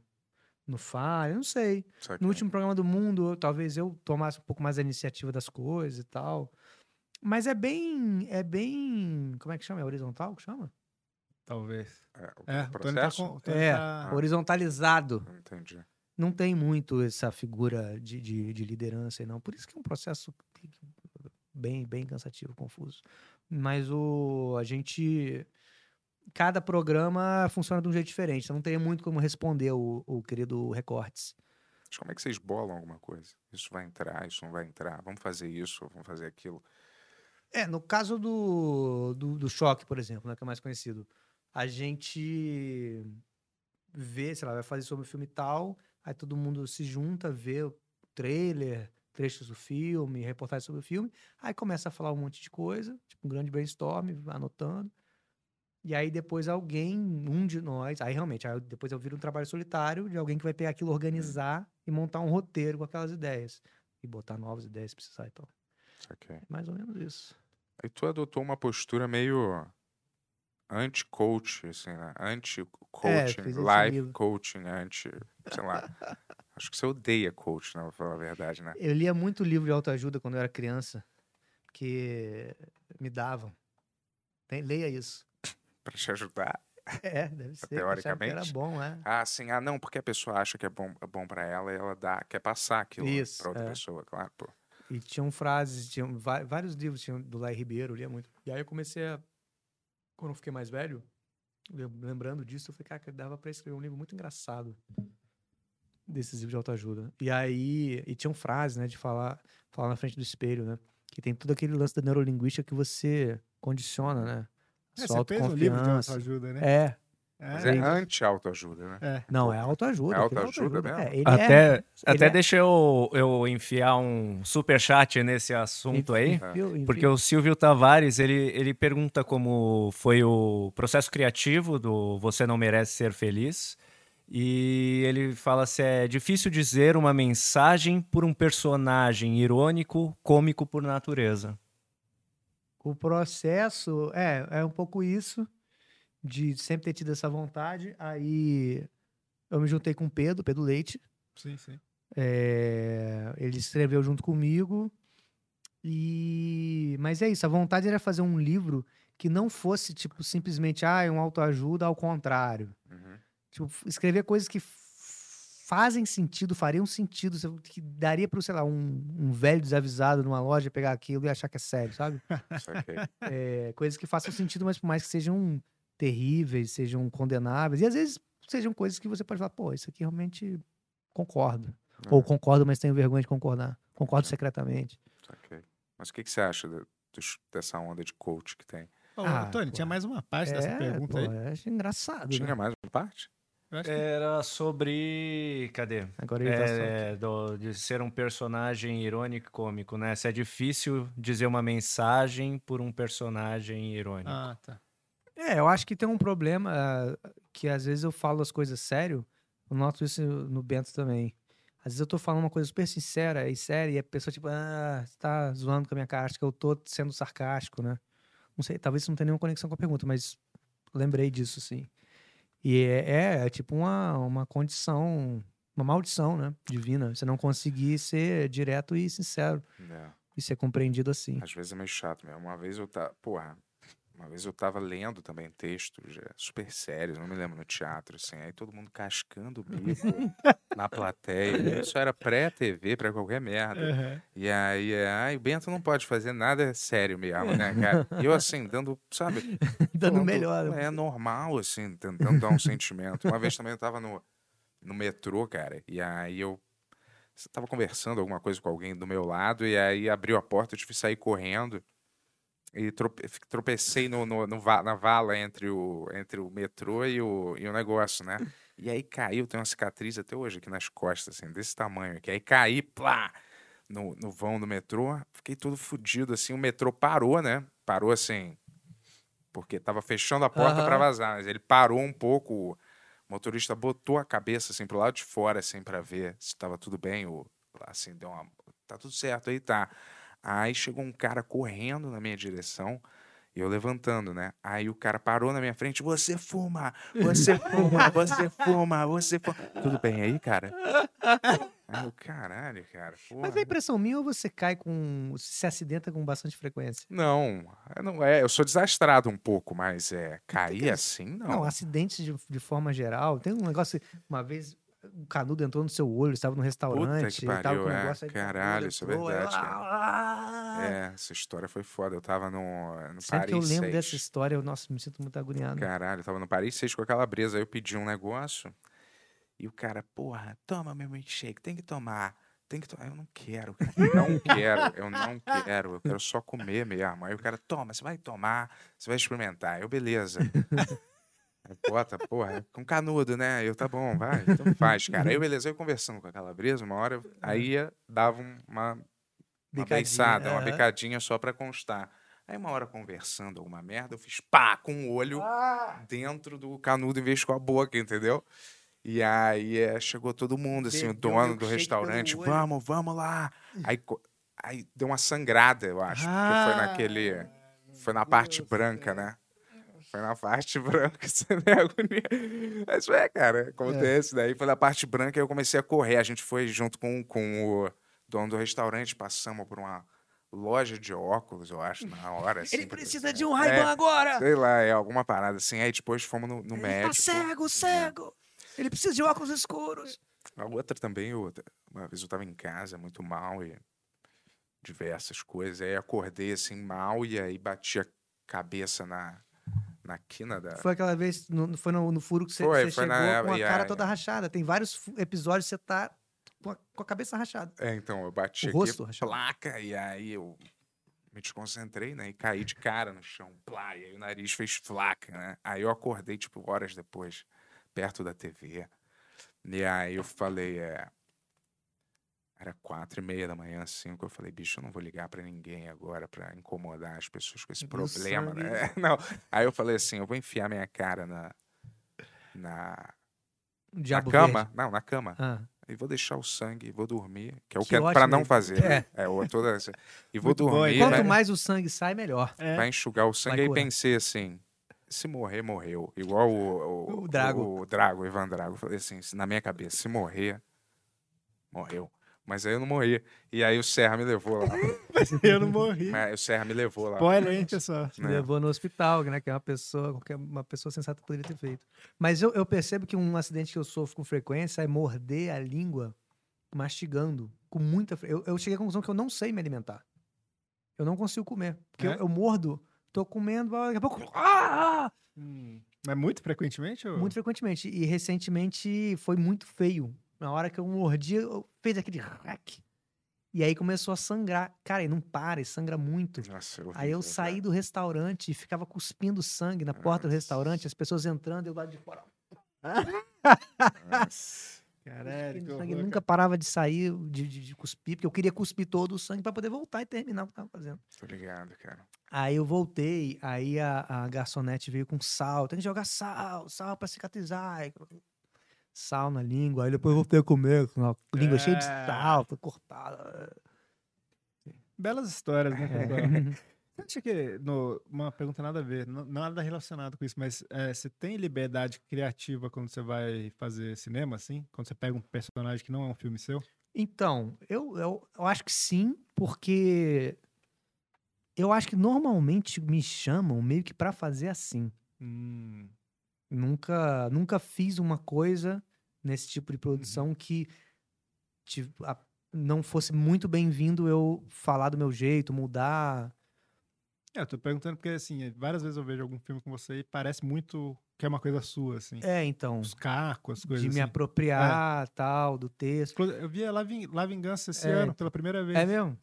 no falha, eu não sei. Só que- No último programa do mundo, eu- talvez eu tomasse um pouco mais a iniciativa das coisas e tal. Mas é bem. É bem. Como é que chama? É horizontal que chama? Talvez. É, o É, o Tony tá processo? com... o Tony É. tá- Horizontalizado. Entendi. Não tem muito essa figura de, de, de liderança aí, não. Por isso que é um processo bem, bem cansativo, confuso. Mas o, a gente. Cada programa funciona de um jeito diferente. Então não tem muito como responder o, o querido Recortes. Mas como é que vocês bolam alguma coisa? Isso vai entrar, isso não vai entrar. Vamos fazer isso, vamos fazer aquilo. É, no caso do, do, do Choque, por exemplo, né, que é o mais conhecido. a gente vê, sei lá, vai fazer sobre o filme tal, aí todo mundo se junta, vê o trailer, trechos do filme, reportagem sobre o filme, aí começa a falar um monte de coisa, tipo um grande brainstorm, anotando. E aí depois alguém, um de nós, aí realmente, aí depois eu viro um trabalho solitário de alguém que vai pegar aquilo, organizar e montar um roteiro com aquelas ideias. E botar novas ideias se precisar e tal. Saquei. É mais ou menos isso. Aí tu adotou uma postura meio anti-coach, assim, né? É, Anti-coaching, fiz esse life livro. coaching, né? anti, sei lá. Acho que você odeia coach, né? Pra falar a verdade, né? Eu lia muito livro de autoajuda quando eu era criança, que me davam. Tem- leia isso. Pra te ajudar. É, deve ser. eu achava que Era Teoricamente. bom, é. Ah, sim, ah, não, porque a pessoa acha que é bom, é bom para ela e ela dá, quer passar aquilo Isso, pra outra é. pessoa, claro, pô. E tinham frases, tinham va- vários livros tinham do Lai Ribeiro, eu lia muito. E aí eu comecei a. Quando eu fiquei mais velho, lem- lembrando disso, eu falei, cara, dava pra escrever um livro muito engraçado desses livros de autoajuda. E aí. E tinham frases, né, de falar, falar na frente do espelho, né? Que tem todo aquele lance da neurolinguística que você condiciona, né? É, Sua você fez um livro de autoconfiança. autoajuda, né? É, Mas é isso. anti-autoajuda, né? É. não, é autoajuda. É aquilo autoajuda mesmo? É, ele é. Até, até é- deixa eu, eu enfiar um super chat nesse assunto aí. Enfio- enfio- Porque o Silvio Tavares, ele, ele pergunta como foi o processo criativo do Você Não Merece Ser Feliz. E ele fala se é difícil dizer uma mensagem por um personagem irônico, cômico por natureza. O processo é, é um pouco isso, de sempre ter tido essa vontade. Aí eu me juntei com o Pedro, Pedro Leite. Sim, sim. é, ele escreveu junto comigo. E mas é isso, a vontade era fazer um livro que não fosse tipo simplesmente ah, é um autoajuda, ao contrário. Uhum. Tipo, f- escrever coisas que f- fazem sentido, fariam sentido, se- que daria para, sei lá, um, um velho desavisado numa loja pegar aquilo e achar que é sério, sabe? Saquei. É, coisas que façam sentido, mas por mais que sejam terríveis, sejam condenáveis, e às vezes sejam coisas que você pode falar, pô, isso aqui realmente concordo. É. Ou concordo, mas tenho vergonha de concordar. Concordo secretamente. Saquei. Mas o que, que você acha do- dos- dessa onda de coach que tem? Ô, Ah, Antônio, pô. É, tinha mais uma parte dessa pergunta pô, aí. eu acho engraçado, Tinha né? mais uma parte? Eu acho que- É. Era sobre. Cadê? Agora ele tá solto. É, do- de ser um personagem irônico e cômico, né? Se é difícil dizer uma mensagem por um personagem irônico. Ah, tá. É, eu acho que tem um problema ah, que às vezes eu falo as coisas sério. Eu noto isso no Bento também. Às vezes eu tô falando uma coisa super sincera e séria e a pessoa tipo, ah, você tá zoando com a minha cara, acho que eu tô sendo sarcástico, né? Não sei, talvez isso não tenha nenhuma conexão com a pergunta, mas lembrei disso, sim. E é, é, é tipo uma, uma condição, uma maldição, né? Divina. Você não conseguir ser direto e sincero Não. e ser compreendido assim. Às vezes é meio chato mesmo. Uma vez eu tava. Porra, uma vez eu tava lendo também textos é, super sérios, não me lembro, no teatro, assim. Aí todo mundo cascando o bico na plateia. Isso era pré-TV, pra qualquer merda. Aham. E aí, é, ai, o Bento não pode fazer nada sério mesmo, né, cara? E eu, assim, dando, sabe? Dando falando, melhor. né? É normal, assim, tentando dar um sentimento. Uma vez também eu tava no, no metrô, cara, e aí eu tava conversando alguma coisa com alguém do meu lado, e aí abriu a porta, eu tive que sair correndo. E trope- fi- tropecei no, no- no va- na vala entre o, entre o metrô e o, e o negócio, né? E aí caiu, tem uma cicatriz até hoje aqui nas costas, assim, desse tamanho aqui. Aí caí, plá, no, no vão do metrô, fiquei todo fudido, assim, o metrô parou, né? Parou assim, porque tava fechando a porta Aham. pra vazar, mas ele parou um pouco, o motorista botou a cabeça, assim, pro lado de fora, assim, pra ver se tava tudo bem, ou, assim, deu uma... Tá tudo certo, aí tá. Aí chegou um cara correndo na minha direção, e eu levantando, né? Aí o cara parou na minha frente, você fuma, você fuma, você fuma, você fuma. Tudo bem aí, cara? Aí eu, caralho, cara. Mas porra. né? é impressão minha ou você cai com. se acidenta com bastante frequência? Não, eu não é, eu sou desastrado um pouco, mas é, cair assim, não. Não, acidentes de, de forma geral. Tem um negócio. Uma vez o canudo entrou no seu olho, estava no restaurante, tava pariu, com um é. negócio aí, o canudo Caralho, isso é entrou, aí, verdade, ah, cara. ah, ah. É, essa história foi foda. Eu tava no, no Sempre que eu Paris lembro 6. dessa história, eu nossa, me sinto muito agoniado. Caralho, eu tava no Paris 6 com a calabresa. Aí eu pedi um negócio e o cara, porra, toma meu milkshake, tem que tomar. Tem que tomar. Eu não quero, cara. Eu não quero, eu não quero. Eu quero só comer mesmo. Aí o cara, toma, você vai tomar, você vai experimentar. Eu, beleza. Aí bota, porra, com canudo, né? Eu, tá bom, vai, então faz, cara. Aí beleza, eu conversando com a calabresa, uma hora, aí eh, dava uma, uma Bicadinha, beiçada, uma aham. bicadinha só pra constar. Aí uma hora conversando alguma merda, eu fiz pá com o olho Ah! dentro do canudo em vez com a boca, entendeu? E aí eh, chegou todo mundo, assim, o Bebeu dono do milkshake restaurante, pelo olho. vamos, vamos lá. Aí, co- aí deu uma sangrada, eu acho, porque foi naquele... Ah, Foi na parte branca, né? Foi na parte branca, você vê a agonia. Mas é, cara, acontece. Daí foi na parte branca e eu comecei a correr. A gente foi junto com, com o dono do restaurante, passamos por uma loja de óculos, eu acho, na hora. assim, Ele pra- precisa de um Ray-Ban agora! Sei lá, é alguma parada assim. Aí depois fomos no, no Ele tá médico. né? É, cego, cego! Ele precisa de óculos escuros! A outra também, eu, uma vez eu tava em casa muito mal e diversas coisas. Aí acordei assim mal e aí bati a cabeça na, na quina da, Foi aquela vez, no, foi no, no furo que você, É. Foi, você foi chegou na com a época, cara yeah, toda rachada. Tem vários fu- episódios que você tá com a, com a cabeça rachada. É, então, eu bati O aqui, rosto, Rachel. placa, e aí eu me desconcentrei, né? E caí de cara no chão, plá, e aí o nariz fez flaca, né? Aí eu acordei, tipo, horas depois, perto da TV. E aí eu falei, é... Era quatro e meia da manhã, cinco, eu falei, bicho, eu não vou ligar pra ninguém agora pra incomodar as pessoas com esse Meu problema, sangue. né? Não, aí eu falei assim, eu vou enfiar minha cara na... Na, Um na diabo cama? verde. Não, na cama Ah. e vou deixar o sangue e vou dormir, que é o Que que, é pra ótimo, não né? fazer. né? É, ou toda essa. E vou Muito bom, dormir, hein? vai, Quanto mais o sangue sai, melhor. É. vai enxugar o sangue. Vai Aí curar. pensei assim, se morrer, morreu. Igual o, O Drago. O, Drago, Ivan Drago. Falei assim, se- na minha cabeça, se morrer, morreu. Mas aí eu não morri. E aí o Serra me levou lá. Eu não morri. Mas o Serra me levou lá. Spoiler, hein, pessoal? Te né? levou no hospital, né? Que é uma pessoa, qualquer uma pessoa sensata poderia ter feito. Mas eu, eu percebo que um acidente que eu sofro com frequência é morder a língua mastigando com muita. fre- Eu, eu cheguei à conclusão que eu não sei me alimentar. Eu não consigo comer. Porque eu, É? eu mordo, tô comendo, daqui a pouco. Ah! Hum. Mas muito frequentemente? Ou... Muito frequentemente. E recentemente foi muito feio. Na hora que eu mordi, eu fez aquele rack. E aí começou a sangrar. Cara, e não para, e sangra muito. Nossa, né? Aí eu horrível, saí cara. do restaurante e ficava cuspindo sangue na porta do restaurante, as pessoas entrando, eu lá de fora. Nossa. Caralho, que cuspindo sangue, horror, nunca parava de sair, de, de- de cuspir, porque eu queria cuspir todo o sangue para poder voltar e terminar o que tava fazendo. Tô ligado, cara. Aí eu voltei, aí a, a garçonete veio com sal. Tem que jogar sal, sal pra cicatrizar. Aí eu- Sal na língua. Aí depois eu voltei a comer com a língua cheia de É. sal, foi cortada. Belas histórias, né, É. pessoal? Você acha que, no- uma pergunta nada a ver, n- nada relacionado com isso, mas é, você tem liberdade criativa quando você vai fazer cinema, assim? Quando você pega um personagem que não é um filme seu? Então, eu, eu, eu acho que sim, porque eu acho que normalmente me chamam meio que pra fazer assim. Hum, Nunca, nunca fiz uma coisa nesse tipo de produção Uhum. que ti- a- não fosse muito bem-vindo eu falar do meu jeito, mudar. É, eu tô perguntando porque, assim, várias vezes eu vejo algum filme com você e parece muito que é uma coisa sua, assim. É, então. Os cacos, as de coisas me assim. apropriar tal do texto. Inclu- Eu vi La, Vin- La Vingança esse É. ano, pela primeira vez. É mesmo?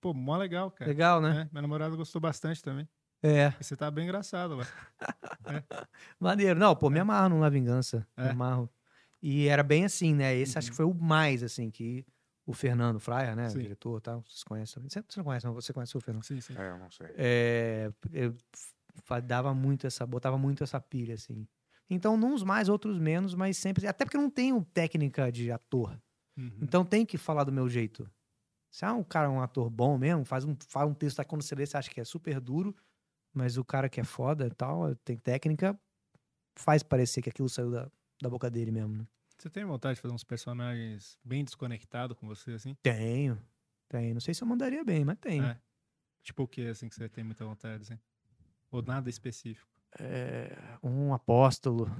Pô, mó legal, cara. Legal, né? É, minha namorada gostou bastante também. É. E você tá bem engraçado lá. Maneiro. Não, pô, me amarro no La Vingança. Me É. Uhum. amarro. E era bem assim, né? Esse acho que foi o mais, assim, que o Fernando Fraia, né? Sim. Diretor e tal. Vocês conhecem também. Você você não conhece, não. Você conhece o Fernando. Sim, sim. É, eu não sei. É, eu fa- dava muito essa, botava muito essa pilha, assim. Então, uns mais, outros menos, mas sempre. Até porque eu não tenho técnica de ator. Uhum. Então tem que falar do meu jeito. Se é um cara, um ator bom mesmo, faz um, fala um texto, aí quando você lê, você acha que é super duro, mas o cara que é foda e tal, tem técnica, faz parecer que aquilo saiu da, da boca dele mesmo, né? Você tem vontade de fazer uns personagens bem desconectados com você, assim? Tenho, tenho. Não sei se eu mandaria bem, mas tenho. É. Tipo o que, assim, que você tem muita vontade, assim? Ou nada específico. É, um apóstolo,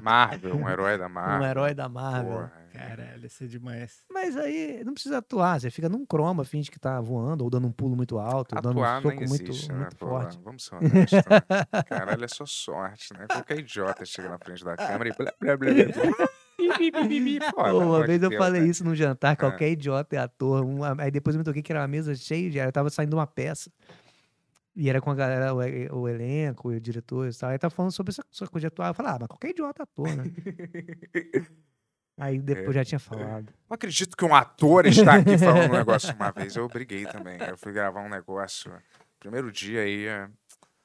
Marvel, um herói da Ah, um Marvel. herói da Marvel. porra. Caralho, isso é demais. Mas aí não precisa atuar, você fica num croma, finge que tá voando, ou dando um pulo muito alto, ou dando um Atuar soco nem muito, existe, né? muito pô? forte. Vamos ser honestos, né? Caralho, é só sorte, né? Qualquer idiota chega na frente da câmera e blá, blá, blá, blá. Pô, Pô, pelo amor uma de vez eu Deus, falei né? isso num jantar, qualquer idiota é ator. uma- Aí depois eu me toquei que era uma mesa cheia de. Tava saindo uma peça. E era com a galera, o, e- o elenco, e o diretor e tal. Aí tá falando sobre essa, essa coisa de atuar. Eu falei, ah, mas qualquer idiota atua, né? Aí depois já tinha falado. Não acredito que um ator está aqui falando um negócio uma vez. Eu briguei também. Eu fui gravar um negócio. Primeiro dia aí, eh,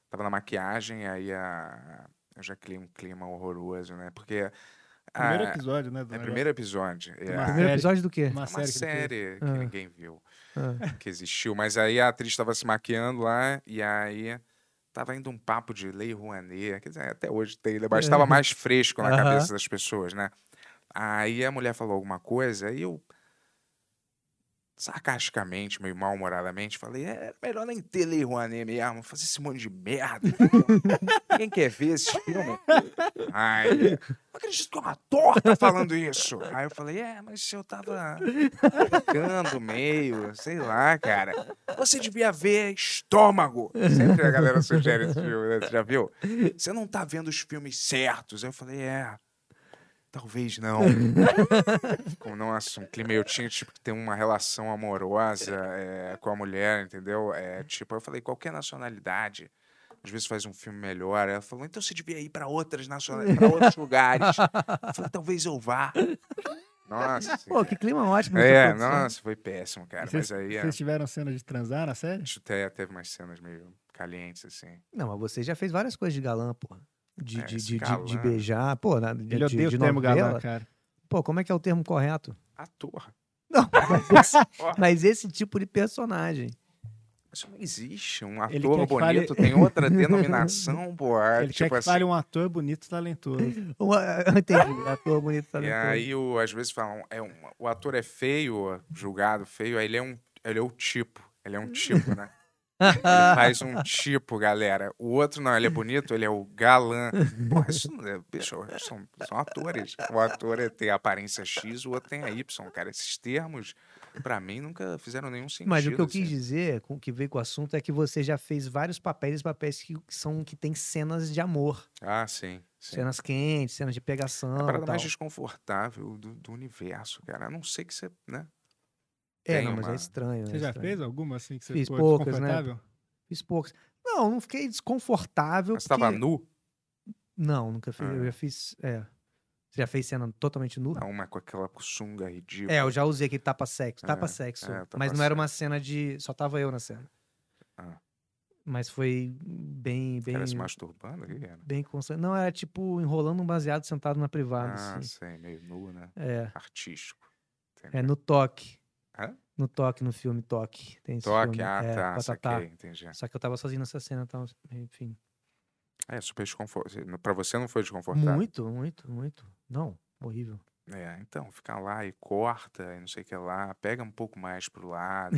tava na maquiagem, aí a... eu já criei um clima horroroso, né? Porque. a- Primeiro episódio, né? do É negócio. primeiro episódio. É Uma a- série. Primeiro episódio do quê? Uma, uma série. série, que ele fez. que Ah. ninguém viu, Ah, que existiu. Mas aí a atriz estava se maquiando lá, e aí tava indo um papo de Lei Rouanet, quer dizer, até hoje tem, né? mas É. estava mais fresco na Aham. cabeça das pessoas, né? Aí a mulher falou alguma coisa, e eu, sarcasticamente, meio mal-humoradamente, falei: é era melhor nem ter Lei Rouanet mesmo, fazer esse monte de merda. Quem quer ver esse filme? Aí, não acredito que é um ator tá falando isso. Aí eu falei, é, mas eu tava ficando meio, sei lá, cara. Você devia ver Estômago. Sempre a galera sugere esse filme, né? Você já viu? Você não tá vendo os filmes certos. Aí eu falei, é, talvez não. Como, nossa, um clima, eu tinha, tipo, que ter uma relação amorosa é, com a mulher, entendeu? É, tipo, eu falei, qualquer nacionalidade às vezes faz um filme melhor. Ela falou, então você devia ir para outras nacionais, para outros lugares. Eu falei, talvez eu vá. Nossa. Pô, que clima ótimo. essa É, produção. nossa, foi péssimo, cara. E Mas Vocês, aí, é, vocês tiveram cena de transar na série? acho até teve umas cenas meio calientes, assim. Não, mas você já fez várias coisas de galã, pô. De, É, de, esse de, de- galã. de beijar, pô, na, de, Ele de- odeia de o termo novela. galã, cara. Pô, como é que é o termo correto? Ator. Não, Ó, mas esse tipo de personagem. Isso não existe. Um Ele ator quer que fale- bonito tem outra denominação, pô. é Ele tipo quer que assim. fale um ator bonito e talentoso. Um, ah, eu Entendi, ator bonito tá assim. E talentoso. aí, o, às vezes falam, é um, o ator é feio, julgado feio, aí ele é um, ele é o tipo, ele é um tipo, né? Ele faz um tipo, galera. O outro não, ele é bonito, ele é o galã. Porra, isso não é, bicho, são, são atores. O ator é- tem a aparência X, o outro tem a Y, cara. Esses termos, pra mim, nunca fizeram nenhum sentido. Mas o que eu quis assim. dizer, com, que veio com o assunto, é que você já fez vários papéis, papéis que são que tem cenas de amor. Ah, sim. sim. Cenas quentes, cenas de A pegação. parada tal. É, mais desconfortável do, do universo, cara. A não ser que você, né? É, tem não, mas é uma- estranho. é Você já estranho. fez alguma assim que você Fiz ficou poucas, né? desconfortável? Fiz poucas. Não, não fiquei desconfortável. Você tava porque- nu, Não, nunca fiz. Ah. Eu já fiz. É. Você já fez cena totalmente nua? não, tá uma com aquela sunga ridícula. É, eu já usei aquele tapa-sexo. É, Tapa-sexo. é, tapa mas não era uma cena de. Só tava eu na cena. Ah. Mas foi bem. bem Cara se masturbando? né? O que que era? bem constante. Não, era tipo enrolando um baseado sentado na privada. Ah, assim. sei, meio nu, né? É. Artístico. É no toque. Hã? No toque, no filme Toque. Tem esse Toque, filme, ah, é, com tá, a Tatá. saquei, entendi. Só que eu tava sozinho nessa cena, então, enfim. É, super desconfortável. Pra você não foi desconfortável? Muito, muito, muito. Não, horrível. É, então, fica lá e corta, e não sei o que lá, pega um pouco mais pro lado.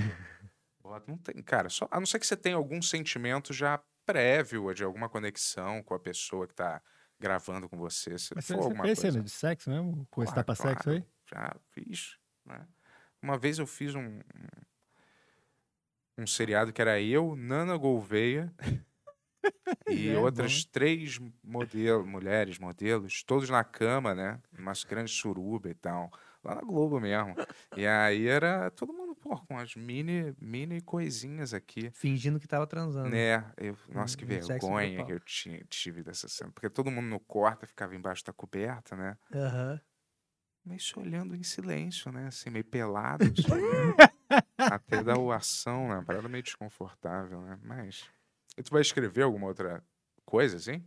bota- não tem, cara, só, a não ser que você tenha algum sentimento já prévio de alguma conexão com a pessoa que tá gravando com você. Se Mas você, for você alguma fez coisa. cena de sexo mesmo? Com esse Claro, tapa-sexo claro. aí? Já fiz. né? Uma vez eu fiz um, um seriado que era eu, Nana Gouveia e É, bom, outras três modelo, mulheres, modelos, todos na cama, né? Umas grandes suruba e tal. Lá na Globo mesmo. E aí era todo mundo, pô, com as mini, mini coisinhas aqui. Fingindo que tava transando. Né? Eu, nossa, que Um sexo vergonha grupal. que eu ti- tive dessa cena. Porque todo mundo no quarto ficava embaixo da coberta, né? Aham. meio se olhando em silêncio, né? Assim, meio pelado. assim, né? Até dar o ação, né? Parada meio desconfortável, né? Mas. E tu vai escrever alguma outra coisa, assim?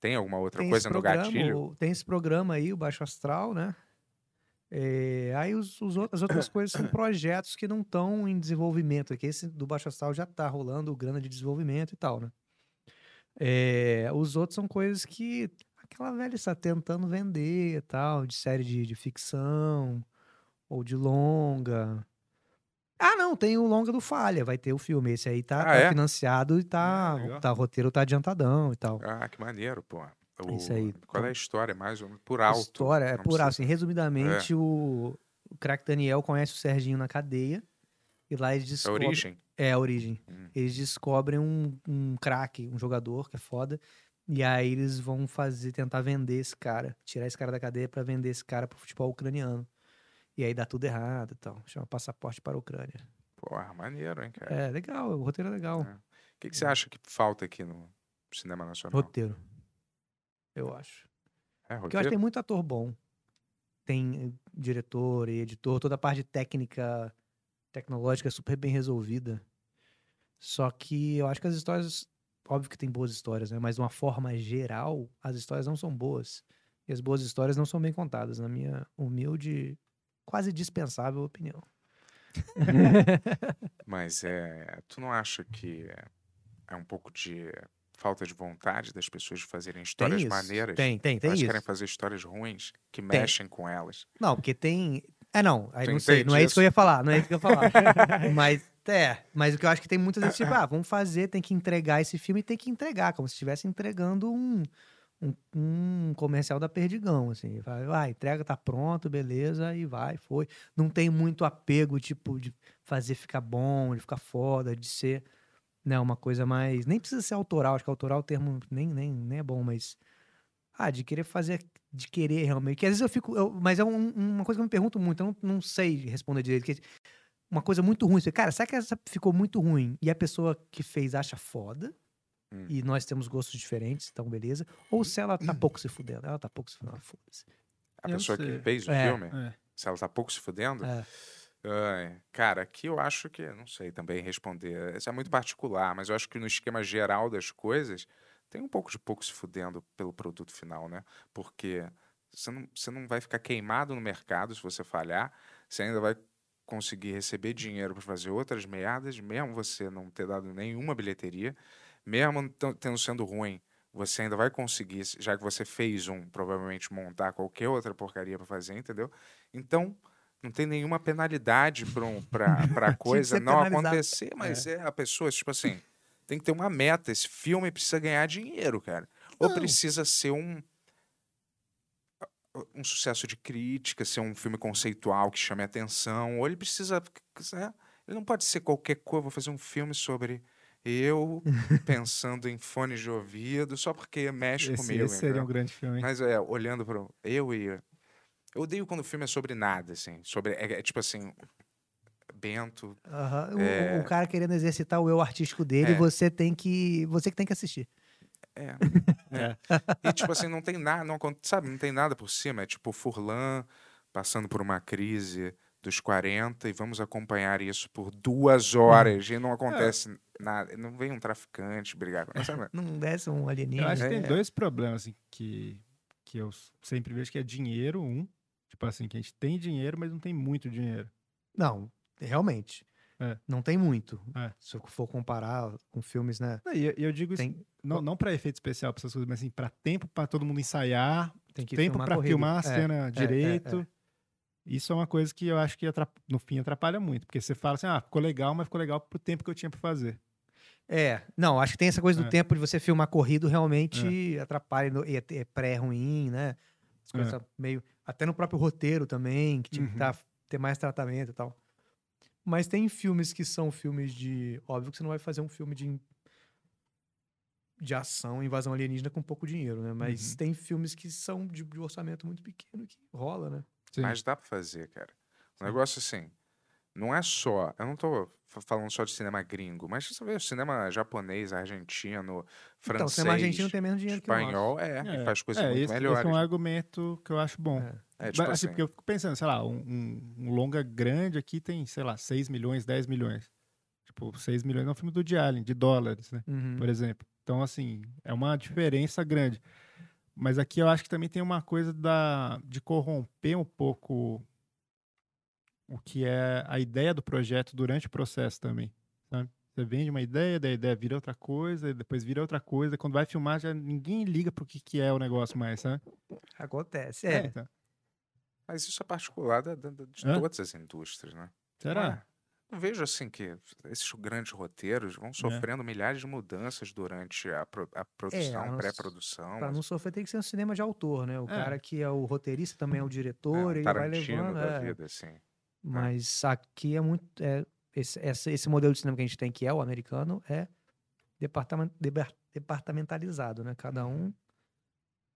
Tem alguma outra Tem coisa esse no programa, gatilho? o- Tem esse programa aí, o Baixo Astral, né? É, aí os, os ou- as outras coisas são projetos que não estão em desenvolvimento. É que esse do Baixo Astral já tá rolando grana de desenvolvimento e tal, né? É, os outros são coisas que aquela velha está tentando vender e tal, de série de, de ficção ou de longa. Ah, não, tem o longa do Falha, vai ter o filme. Esse aí tá, Ah, tá é? financiado e Ah, tá, legal. tá roteiro tá adiantadão e tal. Ah, que maneiro, pô. O... isso aí. Qual é a história? Mais ou menos por alto. É. História, é não por precisa- assim, resumidamente, o, o craque Daniel conhece o Serginho na cadeia e lá eles A descobrem... origem? É, a origem. Hum. Eles descobrem um, um craque, um jogador que é foda, e aí eles vão fazer, tentar vender esse cara, tirar esse cara da cadeia pra vender esse cara pro futebol ucraniano. E aí dá tudo errado e tal. Chama passaporte para a Ucrânia. Porra, maneiro, hein, cara? É, legal, o roteiro é legal. É. que, que você acha que falta aqui no cinema nacional? Roteiro. Eu acho. É, Porque eu acho roteiro? que tem muito ator bom. Tem eh, diretor e editor, toda a parte técnica, tecnológica é super bem resolvida. Só que eu acho que as histórias, óbvio que tem boas histórias, né? Mas de uma forma geral, as histórias não são boas. E as boas histórias não são bem contadas, na minha humilde, quase dispensável opinião. Mas é, tu não acha que é- é um pouco de falta de vontade das pessoas de fazerem histórias isso, maneiras? Tem, tem, tem Elas isso. querem fazer histórias ruins que mexem com elas. Não, porque tem. É, não. Aí Tu não sei. Não é entende isso que eu ia falar. Não é isso que eu ia falar. mas, é. Mas o que eu acho que tem muitas vezes, tipo, ah, vamos fazer, tem que entregar esse filme e tem que entregar, como se estivesse entregando um, um, um comercial da Perdigão, assim. Vai, vai, entrega, tá pronto, beleza, e vai, foi. Não tem muito apego, tipo, de fazer ficar bom, de ficar foda, de ser. Né, uma coisa mais. Nem precisa ser autoral, acho que autoral é o termo nem, nem, nem é bom, mas. Ah, de querer fazer de querer realmente. Que às vezes eu fico. eu- mas é um- uma coisa que eu me pergunto muito, eu não, não sei responder direito. Que, uma coisa muito ruim. Você, cara, será que essa ficou muito ruim e a pessoa que fez acha foda? Hum. E nós temos gostos diferentes, então beleza. Ou se ela tá pouco se fudendo. Ela tá pouco se fudendo. ah, Foda-se. A Eu não pessoa sei. que fez o É, filme, É. se ela tá pouco se fudendo, É. ai, cara, aqui eu acho que, não sei também responder. Isso é muito particular, mas eu acho que no esquema geral das coisas, tem um pouco de pouco se fudendo pelo produto final, né? Porque você não, você não vai ficar queimado no mercado se você falhar, você ainda vai conseguir receber dinheiro para fazer outras merdas, mesmo você não ter dado nenhuma bilheteria, mesmo tão- tendo sendo ruim, você ainda vai conseguir, já que você fez um, provavelmente montar qualquer outra porcaria para fazer, entendeu? Então, não tem nenhuma penalidade para um, pra- pra coisa ser não penalizado. acontecer, mas é. a pessoa, tipo assim, tem que ter uma meta. Esse filme precisa ganhar dinheiro, cara. Ou precisa ser um um sucesso de crítica, ser um filme conceitual que chame a atenção, ou ele precisa. né? Ele não pode ser qualquer coisa, vou fazer um filme sobre eu pensando em fones de ouvido, só porque mexe Esse, comigo. esse seria entendeu? um grande filme. hein? Mas é, olhando para eu e eu odeio quando o filme é sobre nada, assim, sobre é, é tipo assim Bento, Aham. O- É. O, o cara querendo exercitar o eu artístico dele, É. você tem que. Você que tem que assistir. é. é. E tipo assim não tem nada, não acon- sabe, não tem nada por cima, é tipo Furlan passando por uma crise dos 40 e vamos acompanhar isso por duas Hum. horas É. e não acontece nada, não vem um traficante brigar com sabe? Não desce um Eu alienígena. acho que tem É. dois problemas assim, que, que eu s- sempre vejo, que é dinheiro, um. Tipo assim, que a gente tem dinheiro, mas não tem muito dinheiro. Não, realmente. É. Não tem muito. É. Se eu for comparar com filmes, né? Não, E eu, e eu digo isso Tem- não, não para efeito especial, para essas coisas, mas assim, para tempo para todo mundo ensaiar, Tem que Tipo, tempo filmar para corrido. filmar a É. cena direito. Isso é uma coisa que eu acho que atrap- no fim atrapalha muito, porque você fala assim, ah, ficou legal, mas ficou legal pro tempo que eu tinha para fazer. É, não, acho que tem essa coisa do É. tempo de você filmar corrido realmente atrapalha no- e é, é pré-ruim, né? As coisas tá meio. Até no próprio roteiro também, que tinha que Uhum. tá- ter mais tratamento e tal. Mas tem filmes que são filmes de. Óbvio que você não vai fazer um filme de. De ação, invasão alienígena com pouco dinheiro, né? Mas tem filmes que são de, de orçamento muito pequeno que rola, né? Sim. Mas dá pra fazer, cara. O negócio assim, não é só. Eu não tô fa- falando só de cinema gringo, mas você vê o cinema japonês, argentino, francês, então, o cinema argentino tem menos dinheiro que o nosso. espanhol, é, e faz coisas é, muito esse, melhores. Esse é um argumento que eu acho bom. É. É, tipo Mas, assim, assim, porque eu fico pensando, sei lá, um, um- um longa grande aqui tem, sei lá, 6 milhões, 10 milhões. Tipo, 6 milhões é um filme do Woody Allen, de dólares, né? Uhum. Por exemplo. Então, assim, é uma diferença grande. Mas aqui eu acho que também tem uma coisa da, de corromper um pouco o que é a ideia do projeto durante o processo também. Sabe? Você vende uma ideia, da ideia vira outra coisa, e depois vira outra coisa. Quando vai filmar, já ninguém liga pro que, que é o negócio mais, sabe? Acontece, é. então. Mas isso é particular da- da- da- de Hã? todas as indústrias, né? Será? Ah, Não vejo assim que esses grandes roteiros É. vão sofrendo milhares de mudanças durante a, pro- a produção, não s- pré-produção. É, né, Pra mas- não sofrer, tem que ser um cinema de autor, né? O É. cara que é o roteirista também é o é, um diretor, ele vai Tarantino né? levando. da é. vida, assim. Mas aqui é muito. é, esse, essa- esse modelo de cinema que a gente tem, que é o americano, é departamen- debar- departamentalizado, né? Cada um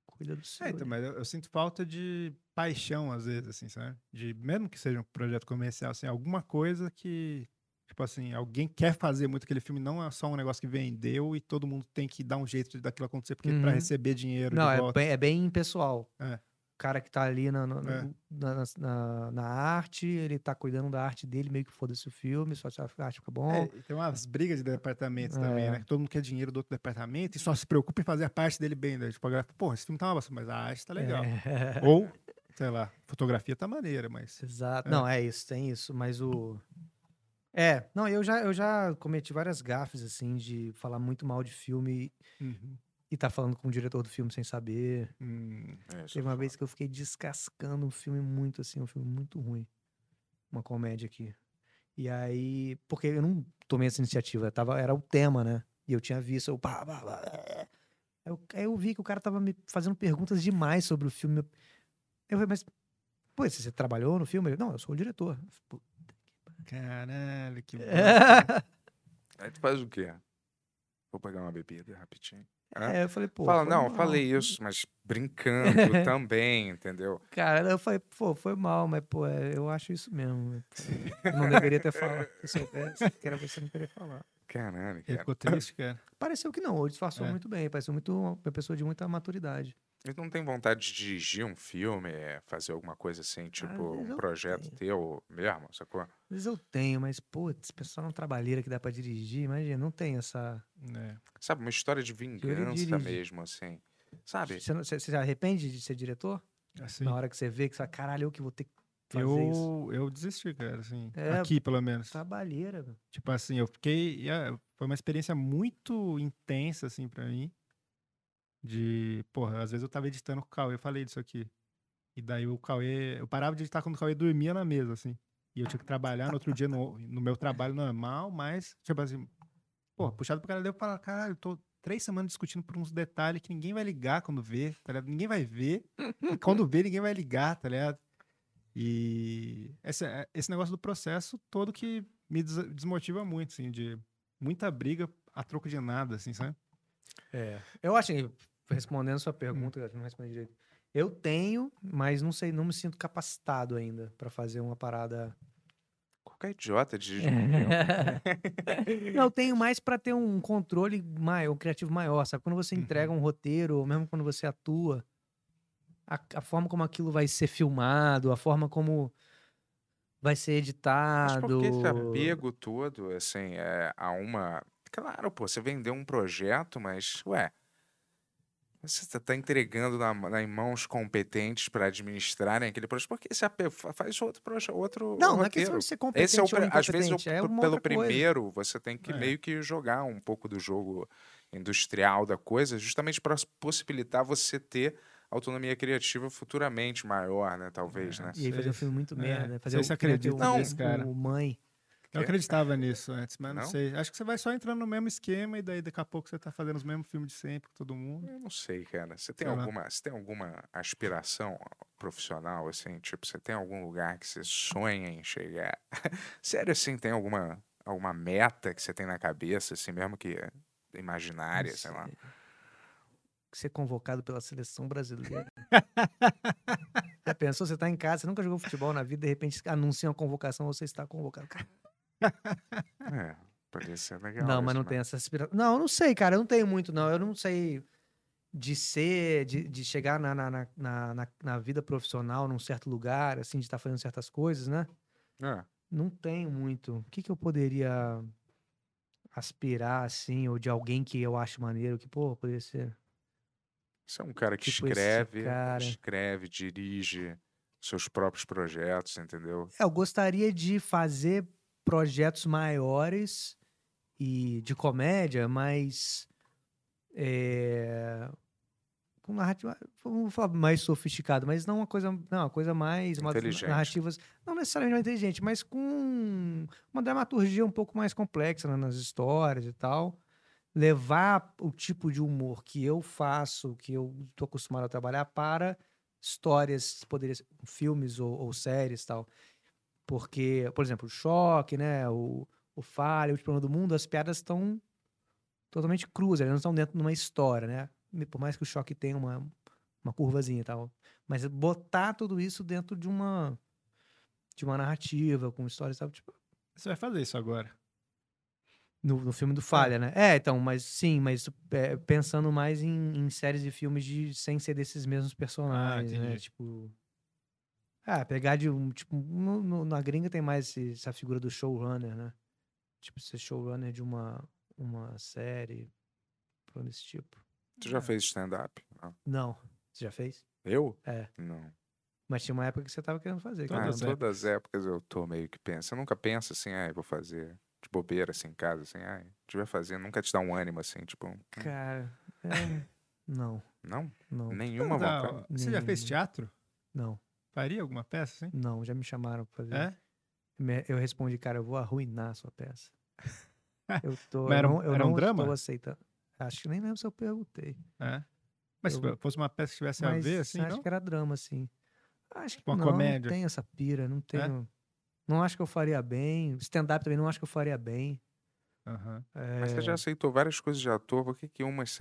cuida do seu. É, então, mas eu, eu sinto falta de paixão, às vezes, assim, sabe? De, mesmo que seja um projeto comercial, assim, alguma coisa que. Tipo, Tipo assim, alguém quer fazer muito aquele filme, não é só um negócio que vendeu e todo mundo tem que dar um jeito de daquilo acontecer, porque Uhum. pra receber dinheiro Não, de é volta. bem, é bem impessoal. É. O cara que tá ali na, na, É. na, na- na- na arte, ele tá cuidando da arte dele, meio que foda-se o filme, só se a arte fica bom. É, e tem umas brigas de departamentos também, É. né? Que Todo mundo quer dinheiro do outro departamento e só se preocupa em fazer a parte dele bem. Daí, tipo, a galera, porra, esse filme tá uma bosta, mas a arte tá legal. É. Ou, sei lá, fotografia tá maneira, mas. Exato. É. Não, é isso, tem isso, mas o. É, não, eu já, eu já cometi várias gafes, assim, de falar muito mal de filme Uhum. e tá falando com o diretor do filme sem saber. Hum, É, isso Teve é uma foda. vez que eu fiquei descascando um filme muito, assim, um filme muito ruim. Uma comédia aqui. E aí, porque eu não tomei essa iniciativa, tava, era o tema, né? E eu tinha visto, eu pá, pá, pá, é. Aí eu, aí eu vi que o cara tava me fazendo perguntas demais sobre o filme. Eu falei, mas, pô, você, você trabalhou no filme? Ele, não, eu sou o diretor. Eu falei, "Pô, caralho, que. bosta. É. Aí tu faz o quê? Vou pegar uma bebida rapidinho. Hã? É, eu falei, pô. Fala, foi não, mal." falei isso, mas brincando também, entendeu? Cara, eu falei, pô, foi mal, mas, pô, é, eu acho isso mesmo. né? Eu não deveria ter falado. Se eu soubesse, que era você não teria falar. Caralho, Ele cara. ficou triste, cara. Pareceu que não, ele disfarçou É. muito bem, pareceu muito uma pessoa de muita maturidade. Mas não tem vontade de dirigir um filme, é, fazer alguma coisa assim, tipo vezes um Ah, eu projeto tenho. teu mesmo, sacou? Às vezes eu tenho, mas, putz, pessoal não trabalheira que dá pra dirigir, imagina, não tem essa. É. Sabe, uma história de vingança dirigir. mesmo, assim. Sabe? Você, não- você, você se arrepende de ser diretor? Assim, É, Na hora que você vê que você fala, caralho, eu que vou ter que fazer isso. eu, eu desisti, cara, assim. É, aqui, pelo menos. Trabalheira, velho. Tipo assim, eu fiquei. e, ah, Foi uma experiência muito intensa, assim, pra mim. De. Porra, às vezes eu tava editando com o Cauê, eu falei disso aqui. E daí o Cauê. Eu parava de editar quando o Cauê dormia na mesa, assim. E eu tinha que trabalhar no outro dia no, no meu trabalho normal, mas, tipo assim. Porra, puxado pro cara deu pra caralho, tô três semanas discutindo por uns detalhes que ninguém vai ligar quando vê, tá ligado? Ninguém vai ver. E quando vê, ninguém vai ligar, tá ligado? E essa- esse negócio do processo todo que me des- desmotiva muito, assim, de muita briga a troco de nada, assim, sabe? É. Eu acho que, respondendo sua pergunta, Hum. eu não respondi direito. Eu tenho, mas não sei, não me sinto capacitado ainda pra fazer uma parada. Qualquer idiota dirige um É. filme. não, eu tenho mais pra ter um controle maior, um criativo maior, sabe? Quando você Uhum. entrega um roteiro, ou mesmo quando você atua, a, a forma como aquilo vai ser filmado, a forma como vai ser Mas editado. por que esse apego todo, assim, é, a uma... Claro, pô, você vendeu um projeto, mas, ué... Você tá- tá entregando na, na em mãos competentes para administrarem aquele projeto. Por que esse apego? Fa- Faz outro projeto, outro Não, não é roteiro. questão de ser competente Esse é o, ou pri- às vezes, o incompetente, é p- uma pelo outra coisa. primeiro, você tem que É. meio que jogar um pouco do jogo industrial da coisa, justamente para possibilitar você ter autonomia criativa futuramente maior, né? Talvez, né? E aí fazer um filme muito É, merda, fazer sei o se que nem acredita o- Não. nisso, cara. o mãe. Eu Quê? acreditava nisso antes, mas não, Não? sei. Acho que você vai só entrando no mesmo esquema e daí daqui a pouco você tá fazendo os mesmos filmes de sempre com todo mundo. Eu não sei, cara. Você tem É, né? Sei lá. alguma, você tem alguma aspiração profissional assim, tipo, você tem algum lugar que você sonha em chegar? Sério assim, tem alguma alguma meta que você tem na cabeça assim, mesmo que imaginária, sei lá. é, ser convocado pela seleção brasileira. Já pensou? Você tá em casa, você nunca jogou futebol na vida, de repente anuncia uma convocação, você está convocado. Cara, É, poderia ser legal. não, mas isso, não né? tem essa aspiração. Não, eu não sei, cara, eu não tenho muito, não. Eu não sei de ser, de, de chegar na, na, na, na, na- na vida profissional, num certo lugar, assim, de estar fazendo certas coisas, né? É. Não tenho muito. O que, que eu poderia aspirar, assim, ou de alguém que eu acho maneiro, que, pô, poderia ser. Você é um cara que Tipo esse escreve, cara. escreve, dirige seus próprios projetos, entendeu? É, Eu gostaria de fazer projetos maiores e de comédia, mas é, com narrativa, vamos falar mais sofisticado, mas não uma coisa, não, uma coisa mais uma- Inteligente. narrativas, não necessariamente mais inteligente, mas com uma dramaturgia um pouco mais complexa né, nas histórias e tal. Levar o tipo de humor que eu faço, que eu estou acostumado a trabalhar para histórias, poderia ser filmes ou, ou séries e tal. Porque, por exemplo, o choque, né? O, o falha, o último Problema do mundo, as piadas estão totalmente cruas, elas não estão dentro de uma história, né? Me- Por mais que o choque tenha uma, uma curvazinha e tal. Mas botar tudo isso dentro de uma de uma narrativa, com histórias e tal, tipo, Você vai fazer isso agora. No, no filme do Falha, né? É, então, mas sim, mas é, pensando mais em, em séries e filmes de sem ser desses mesmos personagens, né? entendi. Tipo. Ah, pegar de um. Tipo, no- no- na gringa tem mais esse- essa figura do showrunner, né? Tipo, ser showrunner de uma, uma série. Por desse tipo. Tu já fez stand-up? Não. Não. Você já fez? Eu? É. Não. Mas tinha uma época que você tava querendo fazer. que eu Ah, Todas Todas, as as épocas eu tô meio que pensa. Eu nunca penso assim, ai, vou fazer de bobeira assim em casa, assim, ai, tiver fazendo, nunca te dá um ânimo assim, tipo, hum, Cara, é... não, não, não, nenhuma Tá, vontade. Você já fez Nenhuma. teatro? não, Faria alguma peça, assim? não. Já me chamaram pra fazer. É? Me- Eu respondi, cara, eu vou arruinar a sua peça. Eu tô, Mas era eu um- não, eu era um não estou drama? aceitando. Acho que nem lembro se eu perguntei. É. Mas Eu- se fosse uma peça que tivesse a mas ver, assim, acho não? Tipo que era drama, assim. Acho que Uma não, comédia. É? não tenho essa pira, não tenho. Não acho que eu faria bem. Stand-up também não acho que eu faria bem. É, Aham. Mas você já aceitou várias coisas de ator, por que, que umas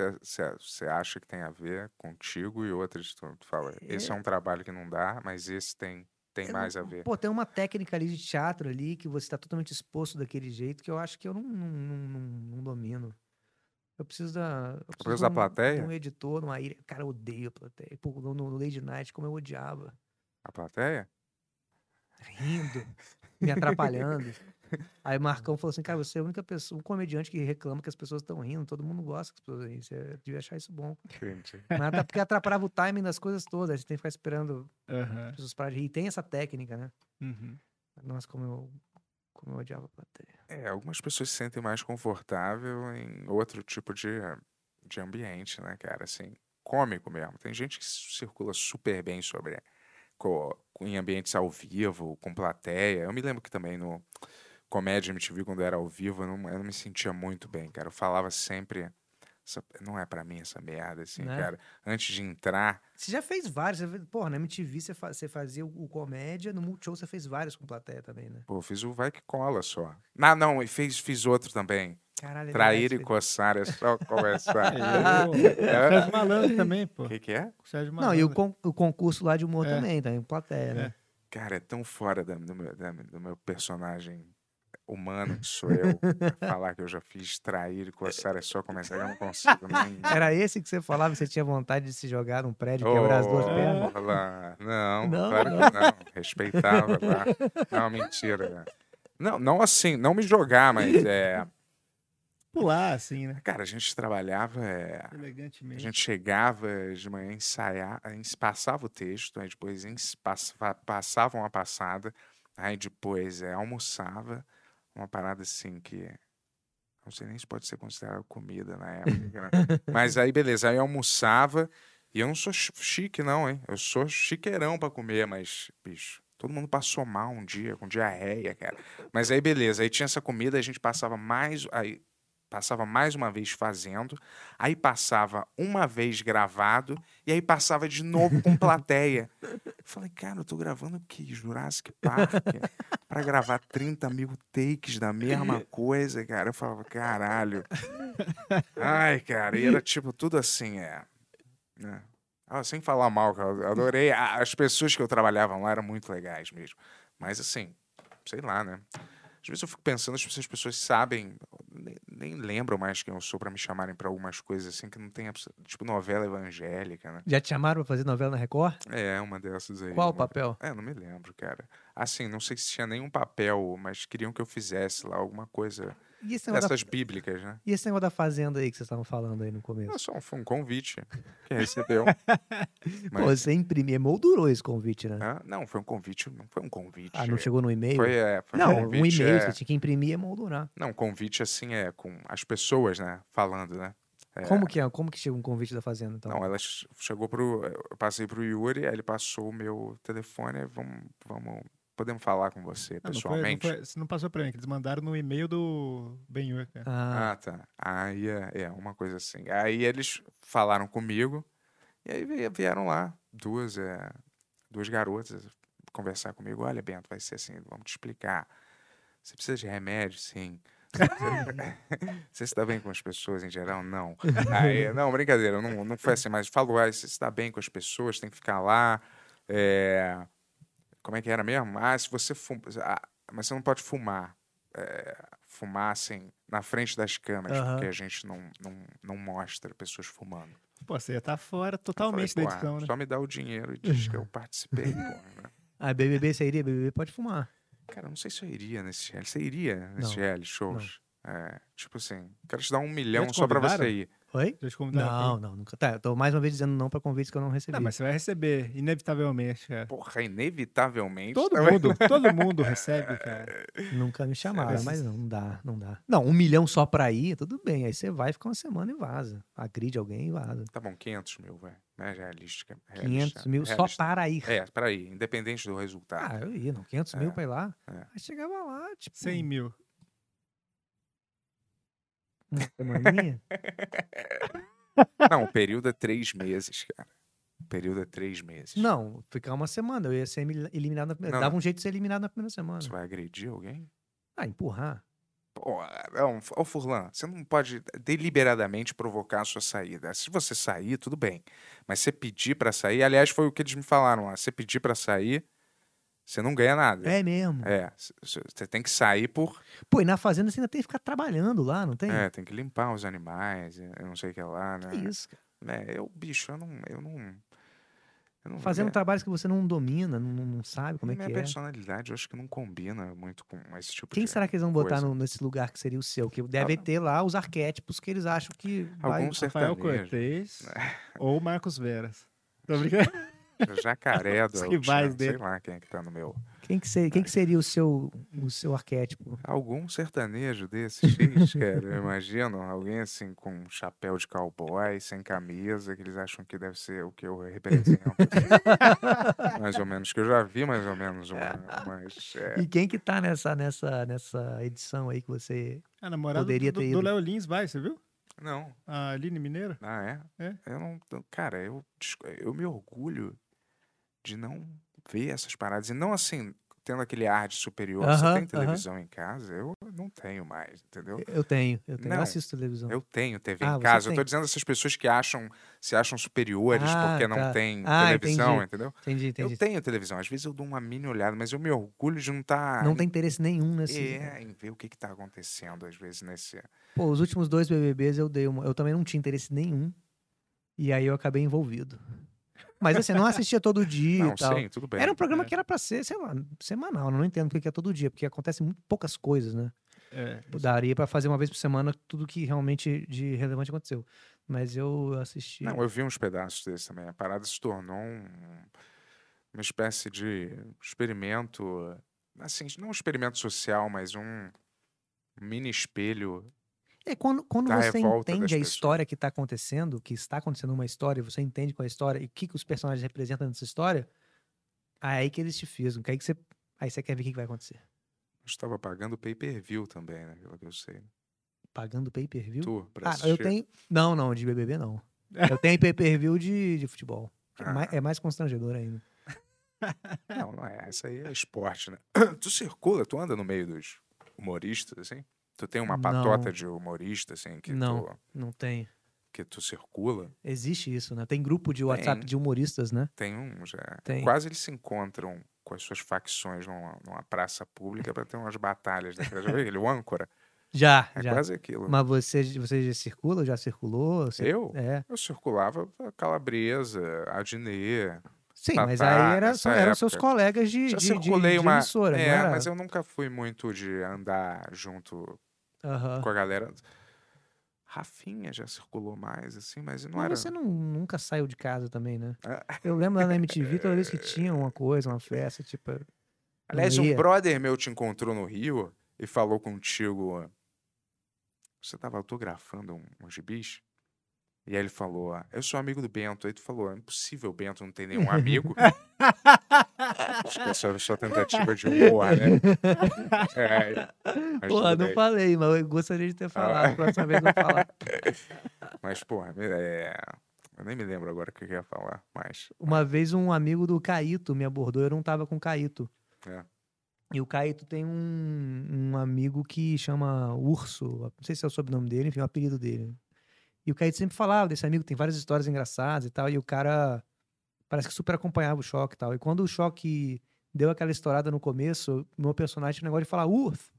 você acha que tem a ver contigo e outras tu, tu fala, esse é um trabalho que não dá, mas esse tem, tem Eu mais a É, não- ver. Pô, tem uma técnica ali de teatro ali que você tá totalmente exposto daquele jeito que eu acho que eu não, não, não- não- não domino. Eu preciso da. Eu preciso da de um- plateia? De um editor, numa ilha. Cara, eu odeio a plateia. Pô, no, no Lady Night, como eu odiava. A plateia? Rindo, me atrapalhando. Aí o Marcão falou assim: cara, você é a única pessoa, um comediante que reclama que as pessoas estão rindo, todo mundo gosta que as pessoas riem. Você devia achar isso bom. Entendi. Mas atra- porque atrapalhava o timing das coisas todas. Aí você tem que ficar esperando as Aham. pessoas pararem de rir. E tem essa técnica, né? Uhum. Nossa, como eu, como eu odiava a plateia. É, algumas pessoas se sentem mais confortável em outro tipo de, de ambiente, né, cara? Assim, cômico mesmo. Tem gente que circula super bem sobre co- em ambientes ao vivo, com plateia. Eu me lembro que também no Comédia MTV, quando eu era ao vivo, eu não, eu não me sentia muito bem, cara. Eu falava sempre. "Essa- não é pra mim essa merda, assim, Né? cara. Antes de entrar, Você já fez vários. Você, fez- porra, na MTV você, fa- você fazia o, o comédia, no Multishow você fez vários com plateia também, né? pô, eu fiz o Vai Que Cola só. Ah, não, e fiz, fiz outro também. Caralho, é Trair verdade, e você- coçar é só É, começar. eu- Sérgio Malandro também, pô. O que, que é? Sérgio Não, Malandro. e o, con- o concurso lá de humor É. também, também, com plateia, né? Cara, é tão fora da- do, meu, da- do meu personagem humano que sou eu. falar que eu já fiz trair e coçar é só começar. Eu não consigo nem. Era esse que você falava, você tinha vontade de se jogar num prédio, Ô, quebrar as duas pernas? Orlan, Não, Não, claro que não. Respeitava, tá? Não, mentira. né? Não, não assim, não me jogar, mas é. Pular, assim, né? Cara, a gente trabalhava. é, A Elegantemente. gente chegava de manhã, ensaiava, passava o texto, aí depois ens- pass- fa- passava uma passada, aí depois é, almoçava, uma parada assim que. Não sei nem se pode ser considerado comida na época. né? Mas aí, beleza, aí almoçava, e eu não sou chi- chique, não, hein? Eu sou chiqueirão pra comer, mas, bicho, todo mundo passou mal um dia, com diarreia, cara. Mas aí, beleza, aí tinha essa comida, a gente passava mais. Aí, passava mais uma vez fazendo, aí passava uma vez gravado, e aí passava de novo com plateia. Eu falei, cara, eu tô gravando o quê? Jurassic Park? Pra gravar 30 mil takes da mesma coisa, cara. Eu falava, caralho. Ai, cara, e era tipo tudo assim, é. né? Ah, sem falar mal, cara, eu adorei. A- As pessoas que eu trabalhava lá eram muito legais mesmo. Mas assim, sei lá, né? Às vezes eu fico pensando se as pessoas sabem, nem, nem lembram mais quem eu sou pra me chamarem pra algumas coisas assim que não tem, abs- tipo novela evangélica, né? Já te chamaram pra fazer novela na Record? É, uma dessas aí. Qual o uma- papel? é, não me lembro, cara. Assim, não sei se tinha nenhum papel, mas queriam que eu fizesse lá alguma coisa. E esse negócio, da, Essas bíblicas, né? e esse negócio da fazenda aí que vocês estavam falando aí no É começo? só um, foi um convite que recebeu. Pô, mas- você imprimiu, emoldurou esse convite, né? Hã? Não, foi um convite, não foi um convite. Ah, não chegou no e-mail? Foi, é, foi Não, um um convite. e-mail, é, você tinha que imprimir e emoldurar. Não, convite assim é com as pessoas, né? Falando, né? É, Como que é? Como que chega um convite da fazenda, então? Não, ela ch- chegou pro. eh, Eu passei pro Yuri, aí ele passou o meu telefone, aí vamos, vamos. Podemos falar com você Ah, não foi- não pessoalmente? foi- Você não passou pra mim, que eles mandaram no e-mail do Benhur, cara. Ah, Ah, tá. Aí é, é uma coisa assim. Aí eles falaram comigo, e aí vie- vieram lá duas, é, duas garotas conversar comigo. Olha, Bento, vai ser assim, vamos te explicar. Você precisa de remédio, sim. Você- Você se dá bem com as pessoas em geral? Não. Aí, não, brincadeira, não, não foi assim, mas falou, ah, você se dá bem com as pessoas, tem que ficar lá. é, Como é que era mesmo? Ah, se você fuma. Ah, mas você não pode fumar. é, fumassem na frente das câmeras, Aham. porque a gente não, não, não mostra pessoas fumando. Pô, você ia estar fora Eu totalmente falei, da "Porra, edição, né? Só me dá o dinheiro e diz que eu participei, porra. né? Ah, BBB, você iria? BBB pode fumar. Cara, eu não sei se eu iria nesse reality. Você iria nesse Não, reality shows? É, tipo assim, quero te dar um milhão te só pra convidaram? você ir. Oi? Já te convidaram pra ir? Não, não, nunca. Tá, eu tô mais uma vez dizendo não pra convites que eu não recebi. Não, mas você vai receber, inevitavelmente, cara. Porra, inevitavelmente. Todo tá vendo? mundo, todo mundo recebe, cara. Nunca me chamaram, é, Mas- mas não, não dá, não dá. Não, um milhão só pra ir, tudo bem. Aí você vai, fica uma semana e vaza. Agride alguém e vaza. Tá bom, 500 mil, velho. É realística. 500 mil só realista. para ir. É, peraí, independente do resultado. Ah, eu ia, não. 500 mil pra ir lá. é. Aí chegava lá, tipo, 100 mil. uma semaninha. Não, o período é três meses, cara. O período é três meses. não, ficar uma semana. Eu ia ser elimina- eliminado na primeira Não, Dava não. um jeito de ser eliminado na primeira semana. Você vai agredir alguém? Ah, empurrar. Pô, não, ô Furlan, você não pode deliberadamente provocar a sua saída. Se você sair, tudo bem. Mas você pedir pra sair, aliás, foi o que eles me falaram lá. Você pedir pra sair, você não ganha nada. É mesmo. É, c- c- você tem que sair por. Pô, e na fazenda você ainda tem que ficar trabalhando lá, não tem? É, tem que limpar os animais, eu não sei o que lá, né? Que isso, cara. É, eu, bicho, eu não. Eu não, eu não Fazendo é- trabalhos que você não domina, não, não- não sabe como é que minha é. personalidade, eu acho que não combina muito com esse tipo Quem de. será que eles vão botar coisa. Ah, no- nesse lugar que seria o seu? Que deve ter lá os arquétipos que eles acham que vai... Algum Rafael sertanejo. Cortez É. ou Marcos Veras. Tô brincando. Jacaré do Os Altian, rivais sei dele. lá quem é que tá no meu. Quem que, ser- É. quem que seria o seu, o seu arquétipo? Algum sertanejo desses, X, cara, eu imagino. Alguém assim com um chapéu de cowboy, sem camisa, que eles acham que deve ser o que eu represento. assim. mais ou menos, que eu já vi mais ou menos uma. Mas, é, E quem que tá nessa, nessa, nessa edição aí que você... A namorada Poderia do, ter do ido. Léo Lins vai, você viu? não, A Aline Mineira. Ah, é? É. Eu não. eu- Cara, eu, disco- eu me orgulho de não ver essas paradas. E não assim, tendo aquele ar de superior. Você Aham, tem aham. televisão em casa? Eu não tenho mais, entendeu? Eu tenho, eu tenho. Não. Eu assisto televisão. Eu tenho TV Ah, em você casa. Eu tô tem. dizendo essas pessoas que acham, se acham superiores Ah, porque não tá. tem Ah, televisão, entendi. entendeu? Entendi, entendi. Eu tenho televisão. Às vezes eu dou uma mini olhada, mas eu me orgulho de não estar. Não tem assim, né? interesse nenhum nesse... É, em ver o que que tá acontecendo, às vezes, nesse. Pô, os últimos dois BBBs eu dei uma... Eu também não tinha interesse nenhum. E aí eu acabei envolvido. Mas assim, eu não assistia todo dia Não, e tal. sim, tudo bem. Era um programa É. que era pra ser, sei lá, semanal. Eu não entendo porque que é todo dia, porque acontecem muito poucas coisas, né? É. Daria pra fazer uma vez por semana tudo que realmente de relevante aconteceu. Mas eu assisti. Não, eu vi uns pedaços desse também. A parada se tornou um- uma espécie de experimento, assim, não um experimento social, mas um mini espelho. É quando, quando Da você revolta das entende a pessoas. história que tá acontecendo, que está acontecendo uma história, e você entende qual é a história e o que, que os personagens representam nessa história, aí que eles te fisgam. Que aí, que você, aí você quer ver o que, que vai acontecer. Estava pagando pay-per-view também, né? Pelo que eu sei. Pagando pay per view? Tu, pra Ah, assistir. eu tenho. Não, não, de BBB não. Eu tenho pay per view de, de futebol. que é Ah. mai- é mais constrangedor ainda. Não, não é. Isso aí é esporte, né? Tu circula, tu anda no meio dos humoristas, assim? Tu tem uma patota Não. de humorista, assim, que, Não. Tu, Não tem. que tu circula? Existe isso, né? Tem grupo de WhatsApp Tem. de humoristas, né? Tem um já. Tem. Quase eles se encontram com as suas facções numa, numa praça pública pra ter umas batalhas. Né? Já viu aquele o âncora? Já, É já. quase aquilo. Mas você, você já circula? Já circulou? Você- Eu? É. Eu circulava a Calabresa, a Diné. Sim, Tá, mas tá, aí era, nessa só, eram seus época. colegas de, Já de, de, circulei de uma. emissora, é, não era? mas eu nunca fui muito de andar junto Aham. com a galera. Rafinha já circulou mais, assim, mas não Mas era. você não, nunca saiu de casa também, né? Ah. Eu lembro lá na MTV, toda vez que tinha uma coisa, uma festa, tipo... eu Aliás, não um ia. brother meu te encontrou no Rio e falou contigo. ó, Você tava autografando um, uns gibis? E aí ele falou, ó, eu sou amigo do Bento. Aí tu falou, é impossível, Bento não tem nenhum amigo. Acho que essa era a sua tentativa de humor, né? É, mas Porra, tudo não bem. falei, mas eu gostaria de ter Ah. falado. Próxima vez eu vou falar. Mas, porra, é... eu nem me lembro agora o que eu ia falar, mas. Uma vez um amigo do Caíto me abordou, eu não tava com o Caíto. É. E o Caíto tem um, um amigo que chama Urso, não sei se é o sobrenome dele, enfim, é o apelido dele. E o Caíto sempre falava desse amigo, tem várias histórias engraçadas e tal, e o cara parece que super acompanhava o choque e tal. E quando o choque deu aquela estourada no começo, meu personagem tinha um negócio de falar urso.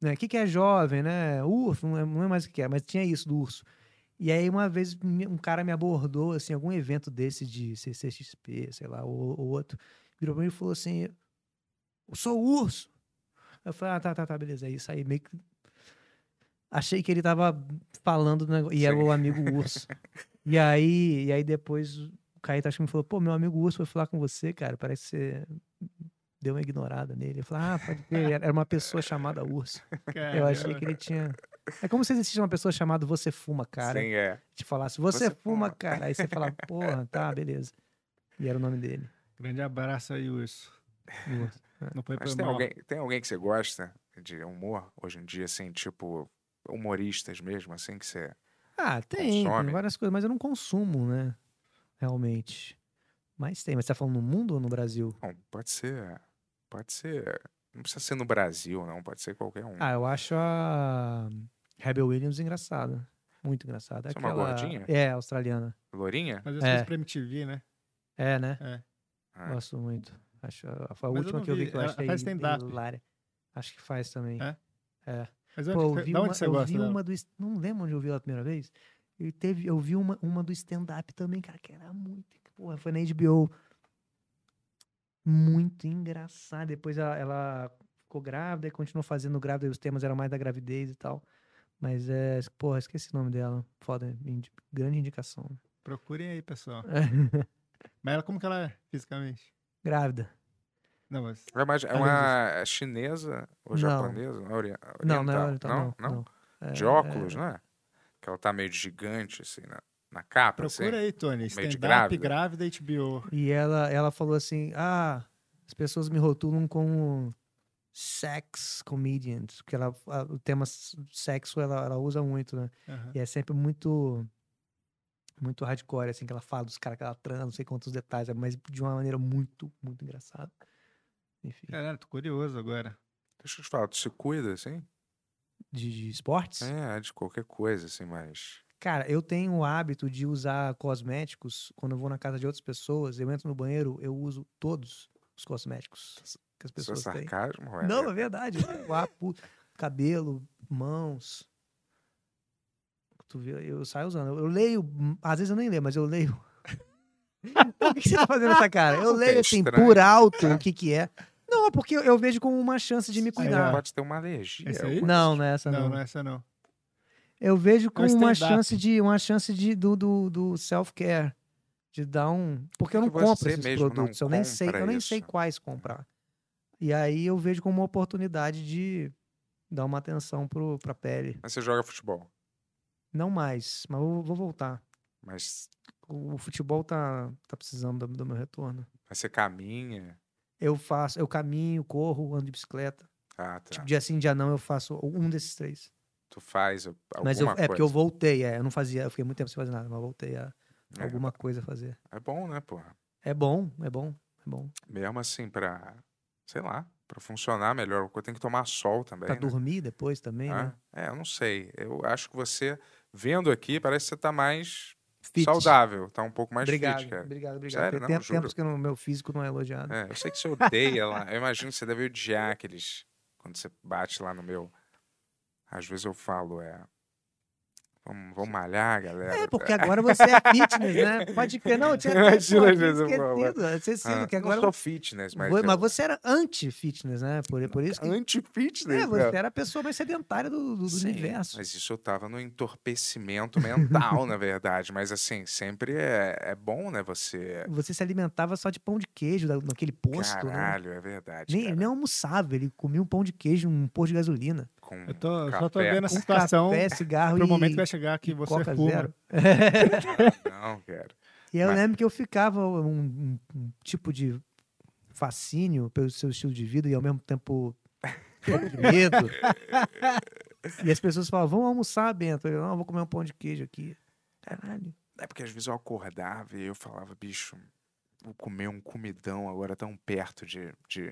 né? O que, que é jovem, né? Urso, não é, não é mais o que é, mas tinha isso do urso. E aí, uma vez, me- um cara me abordou, assim, algum evento desse de CCXP, sei lá, ou, ou outro, virou pra mim e falou assim: Eu sou urso. Eu falei: Ah, tá, tá, tá, beleza. É isso aí, meio que. Achei que ele tava falando do negócio, e era Sim. o amigo urso. e, aí, e aí, depois, o Caíto acho que me falou: Pô, meu amigo urso foi falar com você, cara, parece que você. Deu uma ignorada nele. Eu falei, ah, pode crer, era uma pessoa chamada urso. Eu achei que ele tinha. É como se existisse uma pessoa chamada Você Fuma, cara Sim, é. te falasse, você, Você fuma, fuma." cara. Aí você fala, porra, tá, beleza. E era o nome dele. Grande abraço aí, Urso. Urso, Não foi É. Mas por tem mal. alguém, tem alguém que você gosta de humor hoje em dia, assim, tipo humoristas mesmo, assim, que você. Ah, tem, tem Consome. várias coisas, mas eu não consumo, né? Realmente. Mas tem, mas você tá falando no mundo ou no Brasil? Não, pode ser. Pode ser. Não precisa ser no Brasil, não. Pode ser qualquer um. Ah, eu acho a Rebel Williams engraçada. Muito engraçada. Você é uma Aquela- gordinha? É, australiana. Lourinha? Mas essas É. é. pra MTV, né? É, né? É. Ah. Gosto muito. Acho, foi a Mas eu última não que eu vi vi, que eu ela achei faz stand-up. hilária. Acho que faz também. É? É. Mas Pô, onde, eu vi da onde uma, você eu gosta? né? vi dela? uma do. es- Não lembro onde eu vi ela a primeira vez. E teve, eu vi uma, uma do stand-up também, cara, que era muito. Porra, foi na HBO. Muito engraçada. Depois ela, ela ficou grávida e continuou fazendo grávida, e os temas eram mais da gravidez e tal. Mas é. Porra, esqueci o nome dela. Foda, indi- grande indicação. Procurem aí, pessoal. Mas ela, como que ela é fisicamente? grávida. Não, mas É, mais, é Além uma é chinesa ou Não. japonesa? Não, ori- Não, não é oriental. oriental, não. não, É, De óculos, não é? Que ela tá meio gigante, assim, na, na capa, procura assim. aí, Tony. de Stand-up, grávida. grávida HBO. E ela, ela falou assim: ah, as pessoas me rotulam como sex comedians, porque ela, a- o tema s- sexo ela, ela usa muito, né? Aham. E é sempre muito muito hardcore, assim, que ela fala dos caras que ela transa, não sei quantos detalhes, é, mas de uma maneira muito, muito engraçada. Enfim, Caralho, tô curioso agora. Deixa eu te falar, tu se cuida, assim? de, de esportes. É, de qualquer coisa, assim, mas... Cara, eu tenho o hábito de usar cosméticos quando eu vou na casa de outras pessoas, eu entro no banheiro, eu uso todos os cosméticos que as Isso é pessoas têm. sarcasmo, ué. Não, é verdade. Eu apo- cabelo, mãos. Tu vê, eu saio usando. Eu leio, hum, às vezes eu nem leio, mas eu leio. Por que que você tá fazendo essa cara? Eu Que é leio assim, estranho. por alto, o que que é. Não, é porque eu- eu vejo como uma chance de me Aí Cuidado. cuidar. pode ter é uma alergia. Esse aí? alguma Não, não é essa Não, não. não é essa não. Eu vejo como uma stand-up. chance de, uma chance de, do, do, do self-care. De dar um. Porque eu não Porque compro você esses mesmo não produtos. Eu nem sei, compra eu nem sei isso. quais comprar. E aí eu vejo como uma oportunidade de dar uma atenção pro, pra pele. Mas você joga futebol. Não mais, mas eu vou voltar. Mas, O, o futebol tá, tá precisando do, do meu retorno. mas você caminha. Eu faço, eu caminho, corro, ando de bicicleta. Ah, tá. Tipo, dia sim, dia não, eu faço um desses três. Tu faz al- alguma Mas eu, coisa. é porque eu voltei, é, eu não fazia, eu fiquei muito tempo sem fazer nada, mas voltei a É. alguma coisa a fazer. É bom, né, porra? É bom, é bom, é bom. Mesmo assim, pra... Sei lá. Pra funcionar melhor. Porque tem que tomar sol também, Pra né? dormir depois também, Ah, Tá né? É, eu não sei. Eu acho que você, vendo aqui, parece que você tá mais Fit. saudável, tá um pouco mais obrigado, fit, cara. obrigado, obrigado. Sério, Tem não, tempo- juro. tempos que o meu físico não é elogiado. É, eu sei que você odeia lá. Eu imagino que você deve odiar aqueles. Quando você bate lá no meu. Às vezes eu falo, é. Vamos, vamos malhar, galera. É, porque agora você é fitness, né? Pode crer. Não, eu tinha até Imagina, pô, às vezes eu falo, esquecido. É, Você Ah, sim, que eu agora... não sou fitness, mas. é Vo- eu- Mas você era anti-fitness, né? Por, por isso que... Anti-fitness, É, cara. você era a pessoa mais sedentária do, do- do Sim, é, universo. Mas isso eu tava no entorpecimento mental, na verdade. Mas assim, sempre é, é bom, né? Você. Você se alimentava só de pão de queijo, da- naquele posto, né? Caralho, é verdade. Nem, cara. ele nem almoçava, ele comia um pão de queijo, um pão de gasolina. Com Eu tô, eu só tô café. vendo a Um situação café, cigarro pro e, momento que vai chegar que e você né? Coca fuma. Zero. Não, cara. E aí eu Mas- lembro que eu ficava um, um- um tipo de fascínio pelo seu estilo de vida e ao mesmo tempo de medo. e as pessoas falavam, vamos almoçar, Bento. Eu, não, eu vou comer um pão de queijo aqui. Caralho. É porque às vezes eu acordava e eu falava, bicho, vou comer um comidão agora tão perto de, de,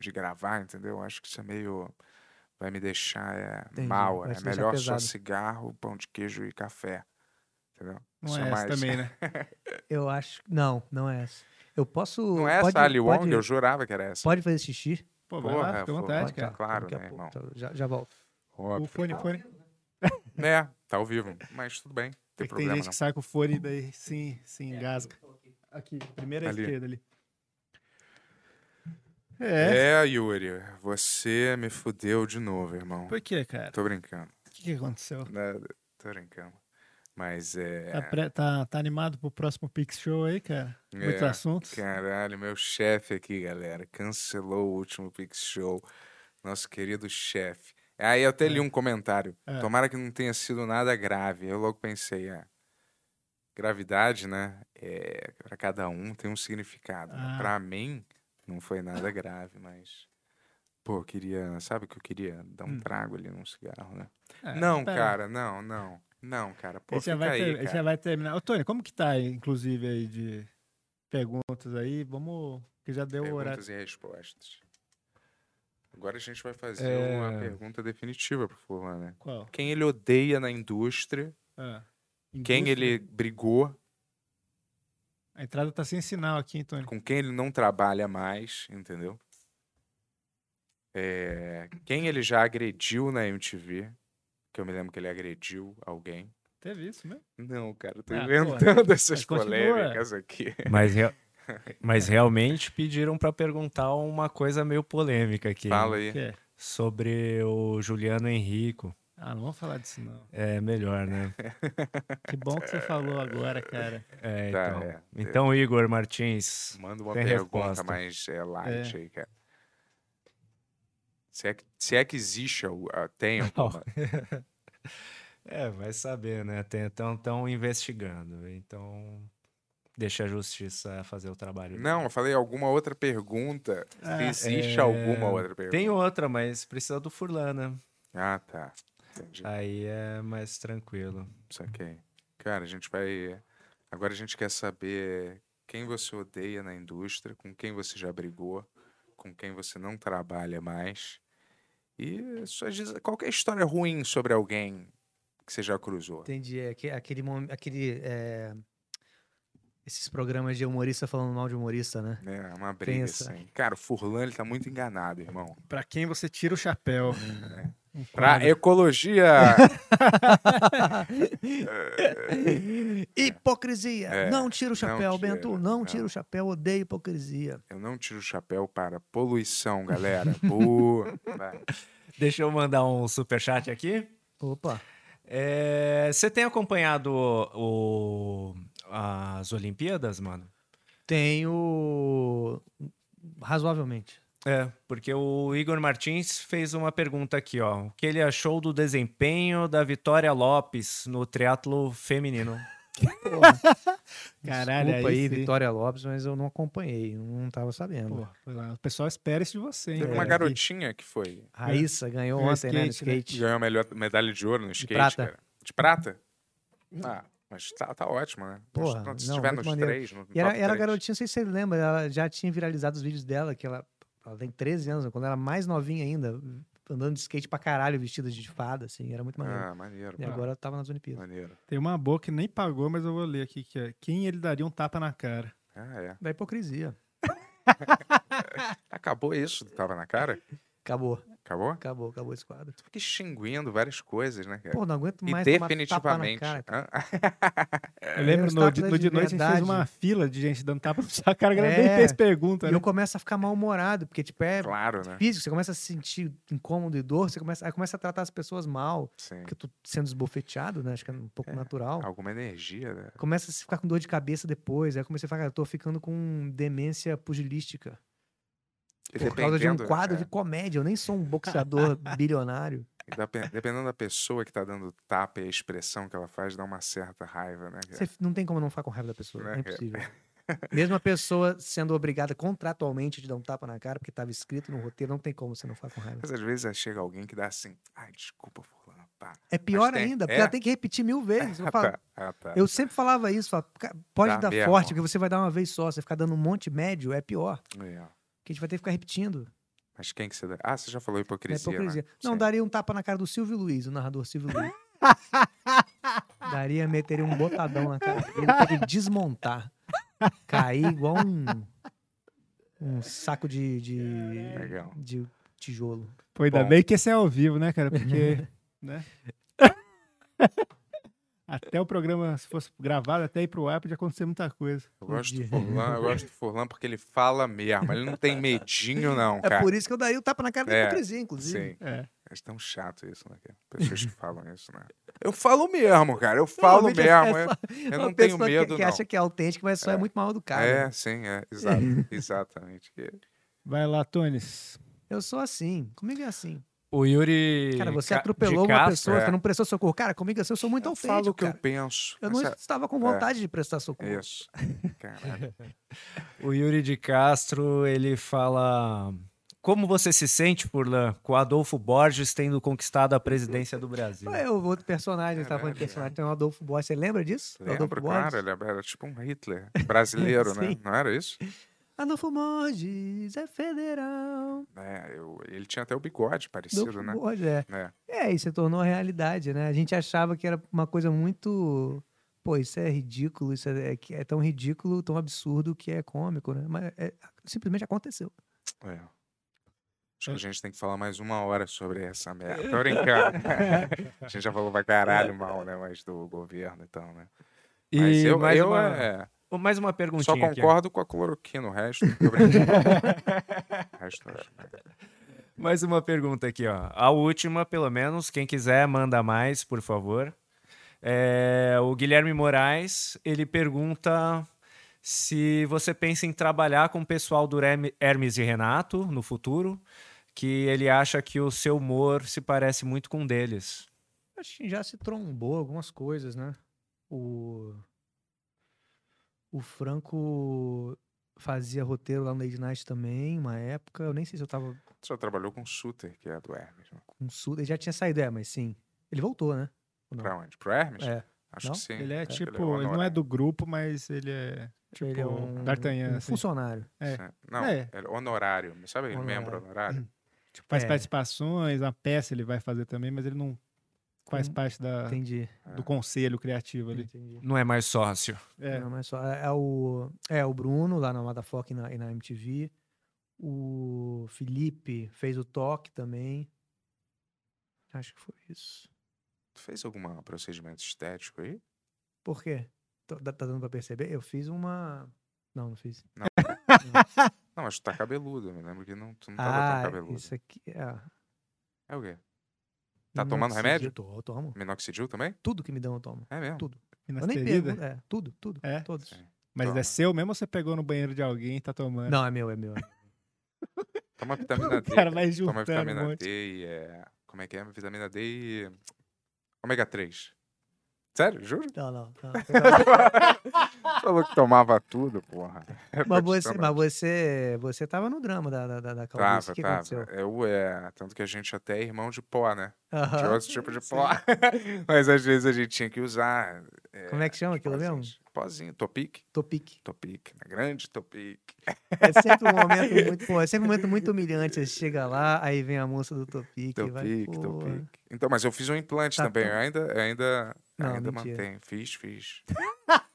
de gravar, entendeu? Acho que isso é meio. Vai me deixar é, Entendi, mal. vai É te deixar melhor só pesado. cigarro, pão de queijo e café. Entendeu? Não Isso é essa mais- também, né? Eu acho... Não, não é essa. Eu posso... Não é essa pode, Ali Wong, pode, eu jurava que era essa. pode fazer xixi? Pô, vai lá, fica à Porra, vontade, foi- cara. Claro, Daqui a né, pouco, irmão? tá, já, já volto. Óbvio. O fone, fone. É, tá ao vivo. Mas tudo bem, não tem É que tem problema gente não. É. que sai com o fone e daí se, se engasga. Aqui, primeira Ali. esquerda ali. É, É, Yuri, você me fudeu de novo, irmão. por que, cara? Tô brincando. O que, que aconteceu? né? Tô brincando. Mas é. Tá, pre- tá- tá animado pro próximo Pix Show aí, cara? Muitos É, assuntos. Caralho, meu chefe aqui, galera. Cancelou o último Pix Show. Nosso querido chefe. Aí eu até li um comentário. É. Tomara que não tenha sido nada grave. Eu logo pensei, ah, gravidade, né? É, para cada um tem um significado. né? Ah. Pra mim, não foi nada grave, mas. Pô, eu queria. Sabe o que eu queria? Dar um trago ali num cigarro, né? Hum. É, não, pera aí. cara, não, não. Não, cara. Pô, Ele já, fica vai aí, ter- ele cara. já vai terminar. Ô, Tony, como que tá, inclusive, aí de perguntas aí? Vamos. Que já deu o horário. Perguntas e respostas. Agora a gente vai fazer É. uma pergunta definitiva pro Fulano, né? Qual? Quem ele odeia na indústria, Ah, quem indústria. ele brigou, A entrada tá sem sinal aqui, hein, Tony? com quem ele não trabalha mais, entendeu? É, quem ele já agrediu na MTV, que eu me lembro que ele agrediu alguém. Teve isso mesmo? Não, cara, eu tô Ah, porra. inventando essas Mas continua. polêmicas aqui. Mas, rea- mas realmente pediram para perguntar uma coisa meio polêmica aqui. Fala aí. Que é? Sobre o Juliano Henrico. Ah, não vamos falar disso, não. É melhor, né? Que bom que você falou agora, cara. É, Tá, então. é. Então, Igor Martins. Manda uma Tem pergunta resposta. mais é, light aí, cara. Se é, que- se é que existe, al- ah, tem alguma. É, vai saber, né? Estão investigando. Então, deixa a justiça fazer o trabalho. Não, eu falei alguma outra pergunta. Ah, se existe alguma outra pergunta. Tem um outra, mas precisa do Furlana. Ah, tá. Entendi. Aí é mais tranquilo. Saquei. Cara, a gente vai. Agora a gente quer saber quem você odeia na indústria, com quem você já brigou, com quem você não trabalha mais. E suas... qualquer história ruim sobre alguém que você já cruzou. Entendi. É aque- aquele. mom- aquele é, esses programas de humorista falando mal de humorista, né? É uma briga, Pensa. assim. Cara, o Furlan, ele tá muito enganado, irmão. Pra quem você tira o chapéu? É. Pra ecologia... eh, Hipocrisia! É, não tira o chapéu, tira, Bento. Não não. tira o chapéu, odeio hipocrisia. eu não tiro o chapéu para poluição, galera. Boa. Vai. Deixa eu mandar um superchat aqui. Opa, É, Você tem acompanhado o- o- as Olimpíadas, mano? tenho. razoavelmente. É, porque o Igor Martins fez uma pergunta aqui, ó. O que ele achou do desempenho da Vitória Lopes no triatlo feminino? Caralho, Desculpa aí, sim. aí, Vitória Lopes, mas eu não acompanhei, não tava sabendo. Pô, foi lá. O pessoal espera isso de você, hein? Teve uma É. cara. garotinha que foi... Raíssa ganhou Ganhou ontem, né? No skate, né? que skate. Ganhou a melhor medalha de ouro no skate, prata. cara. De prata? Ah, mas tá, tá ótimo, né? Mas Porra, pronto, se não, tiver nos muito maneiro. três, no E era, top era três. garotinha, não sei se você lembra, ela já tinha viralizado os vídeos dela, que ela, ela tem 13 anos, né, quando ela era mais novinha ainda, andando de skate pra caralho, vestida de fada, assim, era muito maneiro. Ah, maneiro. e pô, agora ela tava nas Olimpíadas. Maneiro. Tem uma boa que nem pagou, mas eu vou ler aqui que é quem ele daria um tapa na cara. Ah, é. Da hipocrisia. Acabou isso? Tava na cara? Acabou, Acabou? acabou, acabou esse quadro. Tu fica extinguindo várias coisas, né, cara? Pô, não aguento e mais tomar tapa na definitivamente. Ah, cara. cara. Hã? Eu lembro os no, tapas de- é no de de noite a gente fez verdade. uma fila de gente dando tapa na sua cara, a galera É. nem fez pergunta, E né? eu começo a ficar mal-humorado, porque, tipo, é Claro, né? físico, você começa a se sentir incômodo e dor, você começa, aí começa a tratar as pessoas mal, Sim. porque tu sendo esbofeteado, né? Acho que é um pouco natural. Alguma energia, né? Começa a se ficar com dor de cabeça depois. Aí eu comecei a falar, cara, eu tô ficando com demência pugilística. E Por causa de um dependendo, quadro é, de comédia. Eu nem sou um boxeador bilionário. e depe- Dependendo da pessoa que tá dando tapa e a expressão que ela faz, dá uma certa raiva, né? cara? Você não tem como não ficar com raiva da pessoa. Né, É cara? impossível. Mesmo a pessoa sendo obrigada contratualmente de dar um tapa na cara, porque tava escrito no roteiro, não tem como você não ficar com raiva. Mas às vezes aí chega alguém que dá assim, ai, desculpa, fulano, pá. É pior tem- ainda, porque é? ela tem que repetir mil vezes. Eu, Ah, falo- tá. Ah, tá. eu sempre falava isso, falava, "Ca- pode Dá dar mesmo. forte, porque você vai dar uma vez só. Você ficar dando um monte médio, é pior. É, ó. Porque a gente vai ter que ficar repetindo. Mas quem que você dá? Ah, você já falou Na hipocrisia. É hipocrisia. Né? Não, Sim. daria um tapa na cara do Silvio Luiz, o narrador Silvio Luiz. daria, meteria um botadão na cara dele pra ele desmontar. Cair igual um. um saco de, de, Legal. de tijolo. Pô, ainda Bom. bem que esse é ao vivo, né, cara? Porque, né? Até o programa, se fosse gravado, até ir pro ar, podia acontecer muita coisa. Eu gosto do Podia. Furlan, eu gosto do Furlan porque ele fala mesmo. Ele não tem medinho, não, É cara. por isso que eu daria o tapa na cara da É, hipocrisia, inclusive. Sim. É. É tão chato isso, né? cara? Pessoas que falam isso, né? Eu falo mesmo, cara. Eu falo mesmo. É, eu não tenho medo, que, que não. acha que é autêntico, mas só é, muito mal educado. é, sim, é. Exato, exatamente. É. Vai lá, Tones. Eu sou assim. Comigo é assim. O Yuri. Cara, você Ca- atropelou de uma Castro, pessoa, é. você não prestou socorro. Cara, comigo é assim, eu sou muito Eu autêntico, falo o que eu cara. pensa. Eu não Essa- é. estava com vontade de prestar socorro. Isso. Caralho. O Yuri de Castro, ele fala. Como você se sente, Furlan, com Adolfo Borges tendo conquistado a presidência do Brasil? É o outro personagem, estava falando de Caralho, é. personagem, tem o Adolfo Borges. Você lembra disso? Do Adolfo Lembro, claro, Borges? ele era tipo um Hitler brasileiro, né? Sim. Não era isso? Adolfo Borges é federal. É, eu- ele tinha até o bigode Adolfo parecido, né? Borges, é. É. É, isso se tornou a realidade, né? A gente achava que era uma coisa muito. Pô, isso é ridículo, isso é, é que é tão ridículo, tão absurdo que é cômico, né? Mas é- simplesmente aconteceu. É. Acho que a gente tem que falar mais uma hora sobre essa merda. Tô brincando. a gente já falou pra caralho mal, né? Mas do governo e tal, né? E Mas eu, mais, eu, uma, é, mais uma perguntinha. só aqui, ó. concordo com a cloroquina, o resto. tô brincando. o resto Mais uma pergunta aqui, ó. A última, pelo menos. Quem quiser, manda mais, por favor. É, o Guilherme Moraes, ele pergunta se você pensa em trabalhar com o pessoal do Herme- Hermes e Renato no futuro, que ele acha que o seu humor se parece muito com o deles. Acho que já se trombou algumas coisas, né? O. O Franco fazia roteiro lá no Lady Night também, uma época. Eu nem sei se eu tava Só trabalhou com o Suter, que é do Hermes. né? com surdo. Ele já tinha saído, é, mas sim. Ele voltou, né? Não. Pra onde? Pro Hermes? É. Acho Não? que sim. Ele é Acho que tipo, o ele não é honorário. do grupo, mas ele é tipo ele é um, D'Artagnan, um assim. funcionário. é. Sim. Não, É. ele é honorário. Sabe, Honorário. membro honorário? Faz É. participações, a peça ele vai fazer também, mas ele não faz Hum, parte da, Entendi. do conselho criativo ali. Entendi. Não é mais sócio. É. Não, mas só. É é o, é o Bruno, lá na Madafoc e na, e na MTV. O Felipe fez o toque também. Acho que foi isso. Tu fez algum procedimento estético aí? Por quê? Tô- dá- Tá dando pra perceber? Eu fiz uma. Não, não fiz. Não, acho que É. tá cabeludo. Eu me lembro que não, tu não tava tão Ah, cabeludo. isso aqui. ah, É o quê? Tá minoxidil- tomando remédio? Tô, eu tomo. Minoxidil também? Tudo que me dão, eu tomo. É mesmo? Tudo. Eu nem Finasterida. pergunto. É, tudo, tudo. É? Todos. Sim. Mas Toma. é seu mesmo ou você pegou no banheiro de alguém e tá tomando? Não, é meu, é meu. Toma vitamina D. cara vai Toma juntando um vitamina monte. D e é... Como é que é? Vitamina D e... Ômega 3. Sério? Juro? Não, não. não. Falou que tomava tudo, porra. mas você, mas você, você tava no drama da, da, da, da Tava, calvície. O que tava. aconteceu? Eu, é... Tanto que a gente até é irmão de pó, né? De Aham. outro tipo de pó. Mas às vezes a gente tinha que usar... Como é que chama aquilo mesmo? pozinhos. Pozinho, topic. Topic. Topic, né? Grande topic. É sempre um momento muito, pô, é sempre um momento muito humilhante. Você chega lá, aí vem a moça do Topic. e vai, Topic, pô, topic. Então, mas eu fiz um implante Tá também. tão- Eu ainda, eu ainda, Não, ainda mentira. mantenho. Fiz, fiz,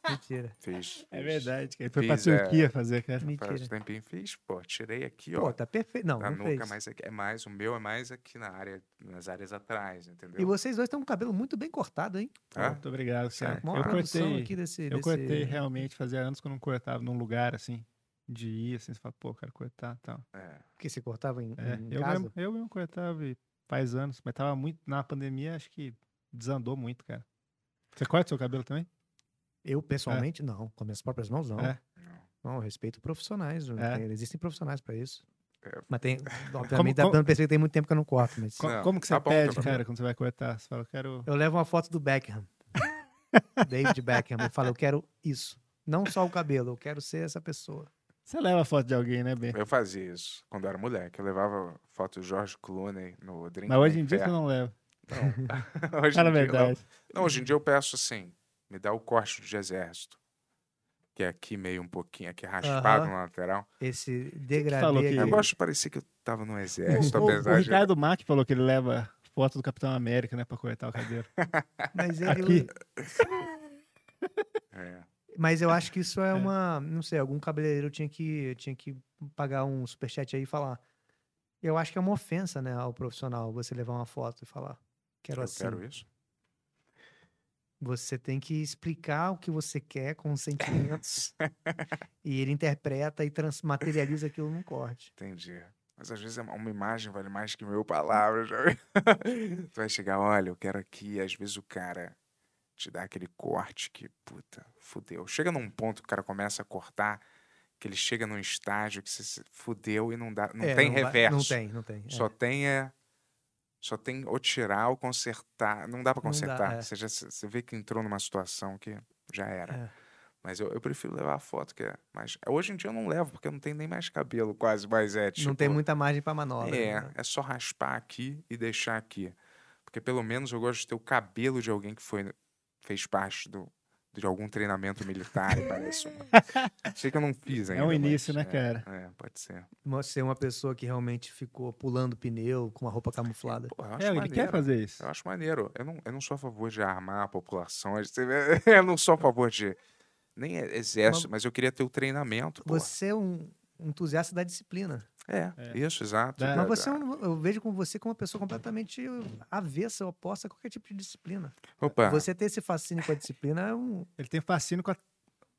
Mentira. fiz. É fiz. verdade, cara. Ele foi pra Fiz, é. Turquia fazer, cara. Faz Mentira. um tempinho fiz, pô. Tirei aqui, Pô, ó. tá perfeito. Não, Na não nuca, fez. mais aqui. É mais, o meu é mais aqui na área, nas áreas atrás, entendeu? E vocês dois têm um cabelo muito bem cortado, hein? Hã? Muito obrigado, cara. Certo. Mó É, Eu produção cortei. aqui desse... Eu desse- cortei realmente, fazia anos que eu não cortava num lugar assim, de ir assim, você fala, pô, quero cortar e tal. É. Que você cortava em, É, Hum, em eu, casa? mesmo, eu mesmo cortava e faz anos, mas tava muito, na pandemia acho que desandou muito, cara. Você corta seu cabelo também? Eu, pessoalmente, não. Com minhas próprias mãos, não. É. Não, eu respeito profissionais. eu- É. tem- Existem profissionais pra isso. É. Mas tem... Obviamente, dá como- dando perceber que tem muito tempo que eu não corto, mas... Co- Não, Como que você tá bom, tá pede, bom. cara, quando você vai cortar? Você fala, eu quero... Eu levo uma foto do Beckham. David Beckham. Eu falo, eu quero isso. Não só o cabelo, eu quero ser essa pessoa. Você leva a foto de alguém, né, Ben? Eu fazia isso quando eu era moleque. Eu levava foto do George Clooney no Drink. Mas no hoje em dia você Inferno. não leva. Hoje em Fala a dia, não. verdade. Não, hoje em dia eu peço assim, me dá o corte de exército. Que é aqui meio um pouquinho, aqui raspado Aham. na lateral. Esse degradê. falou que- aqui. Eu Sim. gosto de parecer que eu tava no exército, O, o- o apesar de... Ricardo Mack falou que ele leva foto do Capitão América, né, pra cortar o cabelo. Mas, Aqui. ele, É. é É. mas eu acho que isso é uma. Não sei, algum cabeleireiro tinha que, tinha que pagar um superchat aí e falar. Eu acho que é uma ofensa, né, ao profissional você levar uma foto e falar. Quero eu assim. quero isso. Você tem que explicar o que você quer É. com os sentimentos. e ele interpreta e trans- materializa aquilo num corte. Entendi. Mas às vezes é uma uma imagem vale mais que mil palavras. sabe? tu vai chegar, olha, eu quero aqui. Às vezes o cara te dá aquele corte que, puta, fudeu. Chega num ponto que o cara começa a cortar, que ele chega num estágio que você se fudeu e não dá. Não É, tem vai- reverso. Não tem, não tem. é. Só tem é. Só tem ou tirar ou consertar. Não dá pra Não dá, consertar. é. Você, já, você vê que entrou numa situação que já era. É. Mas eu, eu prefiro levar a foto, que é mais. Hoje em dia eu não levo, porque eu não tenho nem mais cabelo, quase, mas é tipo. não tem muita margem pra manobra. É, né? é só raspar aqui e deixar aqui. Porque pelo menos eu gosto de ter o cabelo de alguém que foi, fez parte do, de algum treinamento militar, parece. Uma... Sei que eu não fiz É ainda. um início, mas, né, cara? É, pode ser. Mas Ser uma pessoa que realmente ficou pulando pneu com uma roupa camuflada. Pô, eu acho É, ele maneiro. né? quer fazer isso. Eu acho maneiro. Eu não, eu não sou a favor de armar a população. Eu não sou a favor de. Nem é exército, mas eu queria ter o treinamento. pô. Você é um entusiasta da disciplina. É, É. isso, exato. Dá- É, Mas tá. você é um- eu vejo com você como uma pessoa completamente avessa, oposta a qualquer tipo de disciplina. Opa, Você ter esse fascínio com a disciplina é um. Ele tem fascínio com a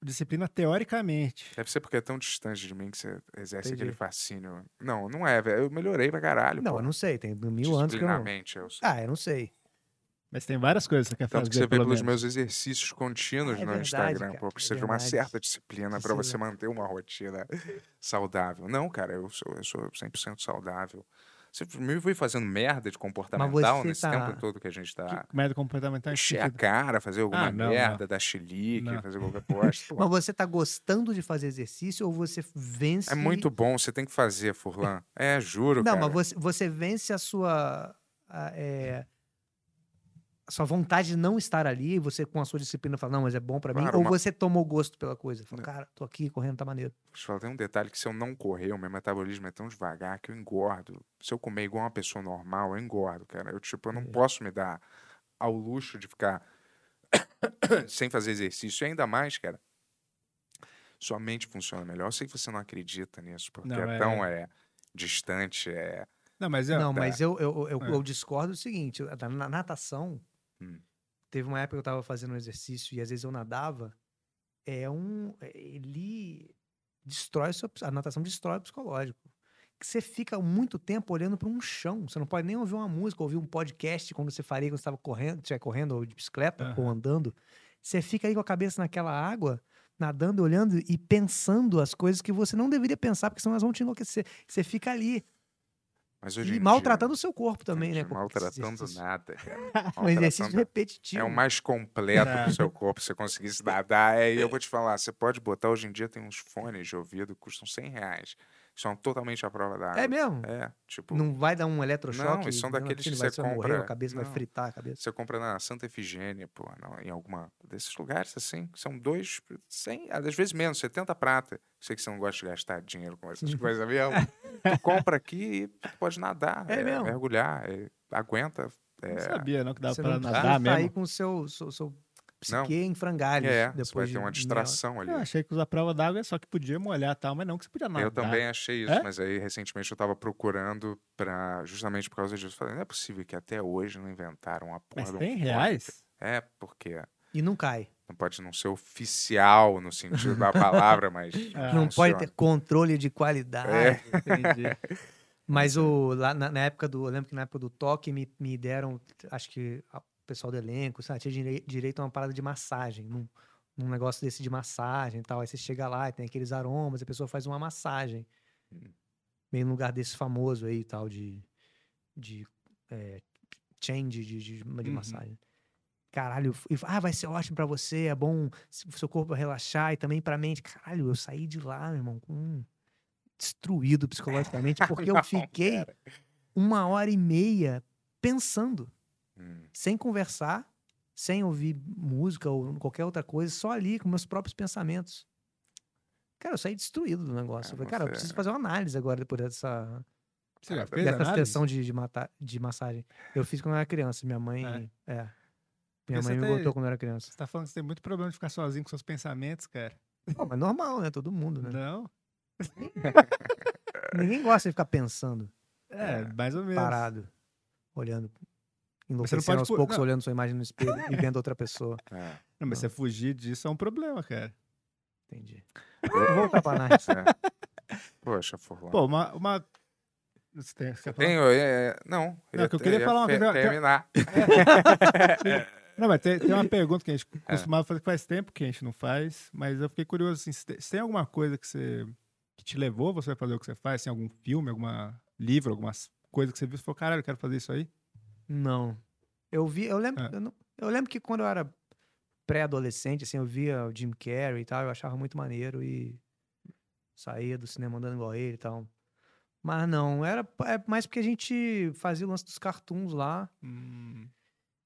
disciplina teoricamente. deve ser porque é tão distante de mim que você exerce Entendi. aquele fascínio. Não, não é, velho. Eu melhorei pra caralho. Não, pô. eu não sei, tem mil anos que eu não. Disciplinarmente, eu sei. Ah, eu não sei. Mas tem várias coisas que você quer Tanto fazer, que você vê pelo pelos menos. meus exercícios contínuos É no verdade, Instagram, cara, pô, é precisa de uma verdade. certa disciplina para Precisa. você manter uma rotina saudável. Não, cara, eu sou, eu sou 100% saudável. Você me foi fazendo merda de comportamental você nesse tá- tempo todo que a gente tá. Que é merda comportamental em que Encher a sentido? cara, fazer alguma Ah, não, merda, não. dar chilique, Não. fazer qualquer bosta. Mas Pô, você tá gostando de fazer exercício ou você vence. É muito bom, você tem que fazer, Furlan. É, juro, Não, cara. mas você, você vence a sua. a- é, a sua vontade de não estar ali, você com a sua disciplina fala, não, mas é bom pra mim. Claro, Ou uma- Né. você tomou gosto pela coisa. Fala, Não. cara, tô aqui correndo, tá maneiro. Deixa eu falar, tem um detalhe que se eu não correr, o meu metabolismo é tão devagar que eu engordo. Se eu comer igual uma pessoa normal, eu engordo, cara. Eu, tipo, eu não posso me dar ao luxo de ficar sem fazer exercício. E ainda mais, cara, sua mente funciona melhor. Eu sei que você não acredita nisso, porque Não, é, é- tão é, distante, é... Não, mas eu, não, mas eu, eu, eu, É. eu discordo do seguinte: eu- na- na natação, Hum. teve uma época que eu tava fazendo um exercício e às vezes eu nadava. É um. é- Ele destrói o seu, ps- a natação destrói o psicológico. Que você fica muito tempo olhando para um chão. Você não pode nem ouvir uma música, ouvir um podcast quando você faria, quando você estava correndo, estiver correndo, ou de bicicleta, ou Aham. andando. Você fica aí com a cabeça naquela água, nadando, olhando e pensando as coisas que você não deveria pensar, porque senão elas vão te enlouquecer. Você fica ali Mas hoje em e dia- maltratando o seu corpo também, Entendi, né? com esses Maltratando exercícios. nada, cara. Um exercício Maltratando- repetitivo. É o mais completo É. pro seu corpo, se você conseguir se nadar. É, E eu vou te falar, você pode botar, hoje em dia tem uns fones de ouvido que custam 100 reais. São totalmente à prova da água. É mesmo? É, tipo, Não vai dar um eletrochoque? Não, e são né? daqueles Aquilo que vai- você Vai morrer, a compra- cabeça vai não. fritar a cabeça. você compra na Santa Efigênia, pô, não, em alguma desses lugares, assim, que são dois, 100, às vezes menos, 70 prata. Sei que você não gosta de gastar dinheiro com essas coisas mesmo. Tu compra aqui e tu pode nadar, É mesmo? mergulhar, é, aguenta. não sabia não que dava você pra tá não nadar precisa sair mesmo. com o seu, seu, seu Não. psique em frangalhos. É, depois você vai de ter uma meia hora. distração ali. Eu achei que usar prova d'água é só que podia molhar e tal, mas não que você podia nadar. Eu também achei isso, É? mas aí recentemente eu tava procurando para justamente por causa disso. Falei, não é possível que até hoje não inventaram a porra Mas de um tem fone. reais? É, porque E não cai. não pode não ser oficial no sentido da palavra, mas. Ah, É. não pode funciona. ter controle de qualidade. Entendi. Mas o, lá na, na época do. Eu lembro que na época do toque me, me deram, acho que a- o pessoal do elenco, sabe, tinha direi- direito a uma parada de massagem, num, num negócio desse de massagem e tal. Aí você chega lá e tem aqueles aromas, a pessoa faz uma massagem. Meio num lugar desse famoso aí e tal, de. de é, change de, de, de Uhum. massagem. Caralho, f- e fa- ah, vai ser ótimo pra você, é bom se- seu corpo relaxar e também pra mente. Caralho, eu saí de lá, meu irmão, com destruído psicologicamente, porque eu Não, fiquei cara. uma hora e meia pensando, Hum, sem conversar, sem ouvir música ou qualquer outra coisa, só ali com meus próprios pensamentos. Cara, eu saí destruído do negócio. É, Eu falei, cara, eu você- preciso fazer uma análise agora depois dessa, Você já fez dessa análise? sessão de, de, mata- de massagem. Eu fiz quando eu era criança. Minha mãe. É. Minha Porque mãe você tá me tem- botou quando eu era criança. Você tá falando que você tem muito problema de ficar sozinho com seus pensamentos, cara. Pô, mas normal, né? Todo mundo, né? Não? Ninguém gosta de ficar pensando, É, mais ou menos. parado, olhando, você não enlouquecendo pode aos pu- poucos, não. olhando sua imagem no espelho e vendo outra pessoa. É, Não, mas você fugir disso é um problema, cara. Entendi. Vou voltar pra análise. é. Poxa, Furlan. Pô, uma. uma... Você tem, você quer falar? Tenho, é, é, não. Não, que eu queria ia falar uma fe- coisa- Terminar. Não, mas tem, tem uma pergunta que a gente É. costumava fazer que faz tempo que a gente não faz, mas eu fiquei curioso assim, se te- se tem alguma coisa que você que te levou você a fazer o que você faz, tem algum filme, alguma livro, alguma coisa que você viu, você falou, caralho, eu quero fazer isso aí. Não. Eu vi, eu lembro, Ah. eu, não- eu lembro que quando eu era pré-adolescente, assim, eu via o Jim Carrey e tal, eu achava muito maneiro e saía do cinema andando igual ele e tal. Mas não, era é mais porque a gente fazia o lance dos cartoons lá. Hum,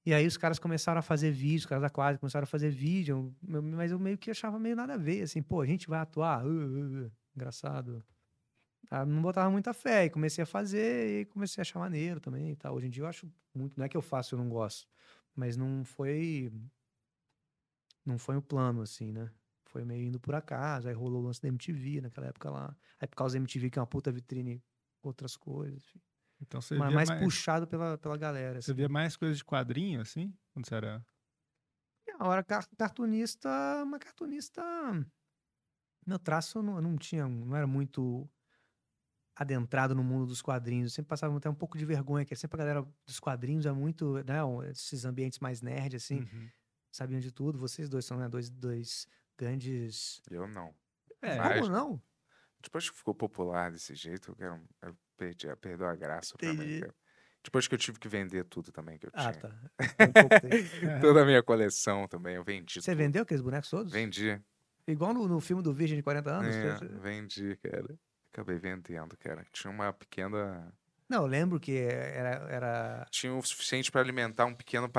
E aí os caras começaram a fazer vídeo, os caras da quadra começaram a fazer vídeo, eu- mas eu meio que achava meio nada a ver, assim, pô, a gente vai atuar, uh, uh, uh, engraçado. Ah, não botava muita fé, e comecei a fazer, e comecei a achar maneiro também e tal. Hoje em dia eu acho muito, não é que eu faço, eu não gosto, mas não foi, não foi o plano, assim, né? Foi meio indo por acaso, aí rolou o lance da MTV naquela época lá, aí por causa da MTV que é uma puta vitrine, outras coisas, enfim. então você mas via mais, mais, puxado pela, pela galera, você assim. via mais coisas de quadrinho assim, quando você era Não, eu era car- cartunista, uma cartunista. Meu traço não, não tinha, não era muito adentrado no mundo dos quadrinhos. Eu sempre passava até um pouco de vergonha, que sempre a galera dos quadrinhos é muito, né, um- esses ambientes mais nerd Hum. assim, Uhum. sabiam de tudo. Vocês dois são né, dois, dois grandes. Eu não. É, Mas- Como não? Depois que ficou popular desse jeito, eu, quero- eu perdi, eu perdeu a graça pra mim. Entendi. cara. Depois que eu tive que vender tudo também que eu tinha. Ah, tá. Um pouco tem. tá. Toda a minha coleção também, eu vendi Você tudo. vendeu aqueles bonecos todos? Vendi. Igual no, no filme do Virgem de 40 anos? é, que- vendi, cara. Acabei vendendo, cara. Tinha uma pequena. Não, eu lembro que era, era Tinha o suficiente para alimentar um pequeno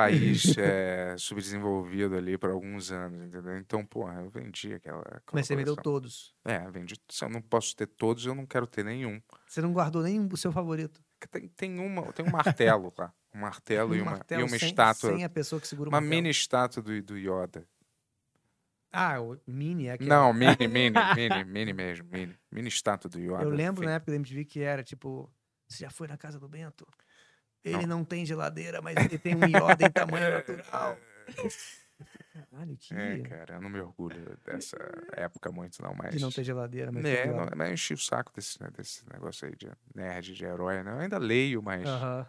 país é, subdesenvolvido ali por alguns anos, entendeu? Então, porra, eu vendi aquela. aquela Mas você vendeu coleção. todos. É, vendi. Se eu não posso ter todos, eu não quero ter nenhum. Você não guardou nem o seu favorito. Que Tem, tem, uma, tem um martelo lá. Um martelo, e Um uma, martelo e uma sem- estátua. Sem a pessoa que segura o uma martelo. mini estátua do, do Yoda. Ah, o mini é que Não, mini, mini, mini, mini mesmo, mini. Mini estátua do Yoda. Eu lembro feita- né, na época da MTV que era tipo: você já foi na casa do Bento? Ele não, tem geladeira, mas ele tem um Yoda em tamanho natural. Caralho, que. É, cara, eu não me orgulho dessa época muito, não, mas. de não ter geladeira, mas. É, tem não, Yoda. mas eu enchi o saco desse, né, desse negócio aí de nerd, de herói, né? Eu ainda leio, mas Aham.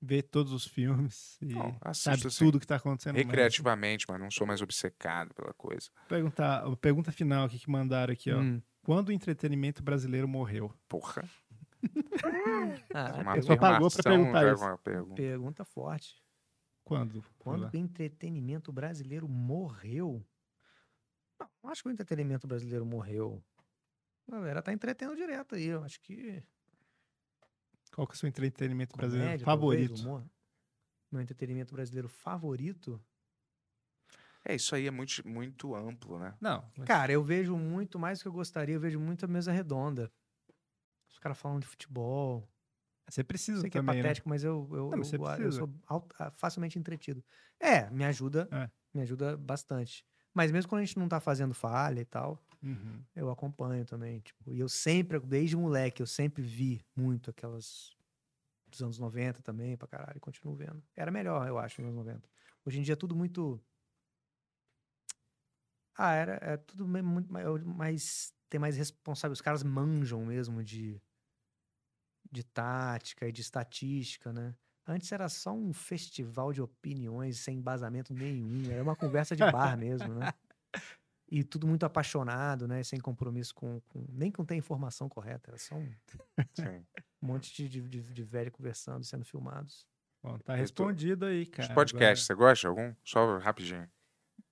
ver todos os filmes e Não, assisto, sabe assim, tudo que tá acontecendo. mas- recreativamente, mas não sou mais obcecado pela coisa. Perguntar, a pergunta final aqui que mandaram aqui, ó. Hum. Quando o entretenimento brasileiro morreu? Porra. Ah, é uma pergunta, pessoa pagou afirmação, pra perguntar já isso. uma pergunta. pergunta forte. Quando? Quando Furlan? que o entretenimento brasileiro morreu? Não, não acho que o entretenimento brasileiro morreu. A galera tá entretendo direto aí. Eu acho que. Qual que é o seu entretenimento brasileiro comédia, talvez, favorito? humor. Meu entretenimento brasileiro favorito? É, isso aí é muito, muito amplo, né? Não. mas- Cara, eu vejo muito mais do que eu gostaria, eu vejo muita mesa redonda. Os caras falando de futebol. você precisa Sei que é também, né? patético, mas eu, eu, Não, mas você eu- eu precisa. sou au- ah, facilmente entretido. É, me ajuda. É. Me ajuda bastante. Mas mesmo quando a gente não tá fazendo falha e tal, Uhum. eu acompanho também. Tipo, e eu sempre, desde moleque, eu sempre vi muito aquelas dos anos 90 também, pra caralho, e continuo vendo. Era melhor, eu acho, nos anos 90. Hoje em dia é tudo muito. Ah, era, é tudo me- muito maior, mais. Tem mais responsável. Os caras manjam mesmo de, de tática e de estatística, né? Antes era só um festival de opiniões sem embasamento nenhum. Era uma conversa de bar mesmo, né? E tudo muito apaixonado, né? Sem compromisso com. com nem com ter informação correta. Era só um Sim. um monte de, de, de- de velho conversando, sendo filmados. Bom, tá respondido aí, cara. Os podcasts, você gosta de algum? Só rapidinho.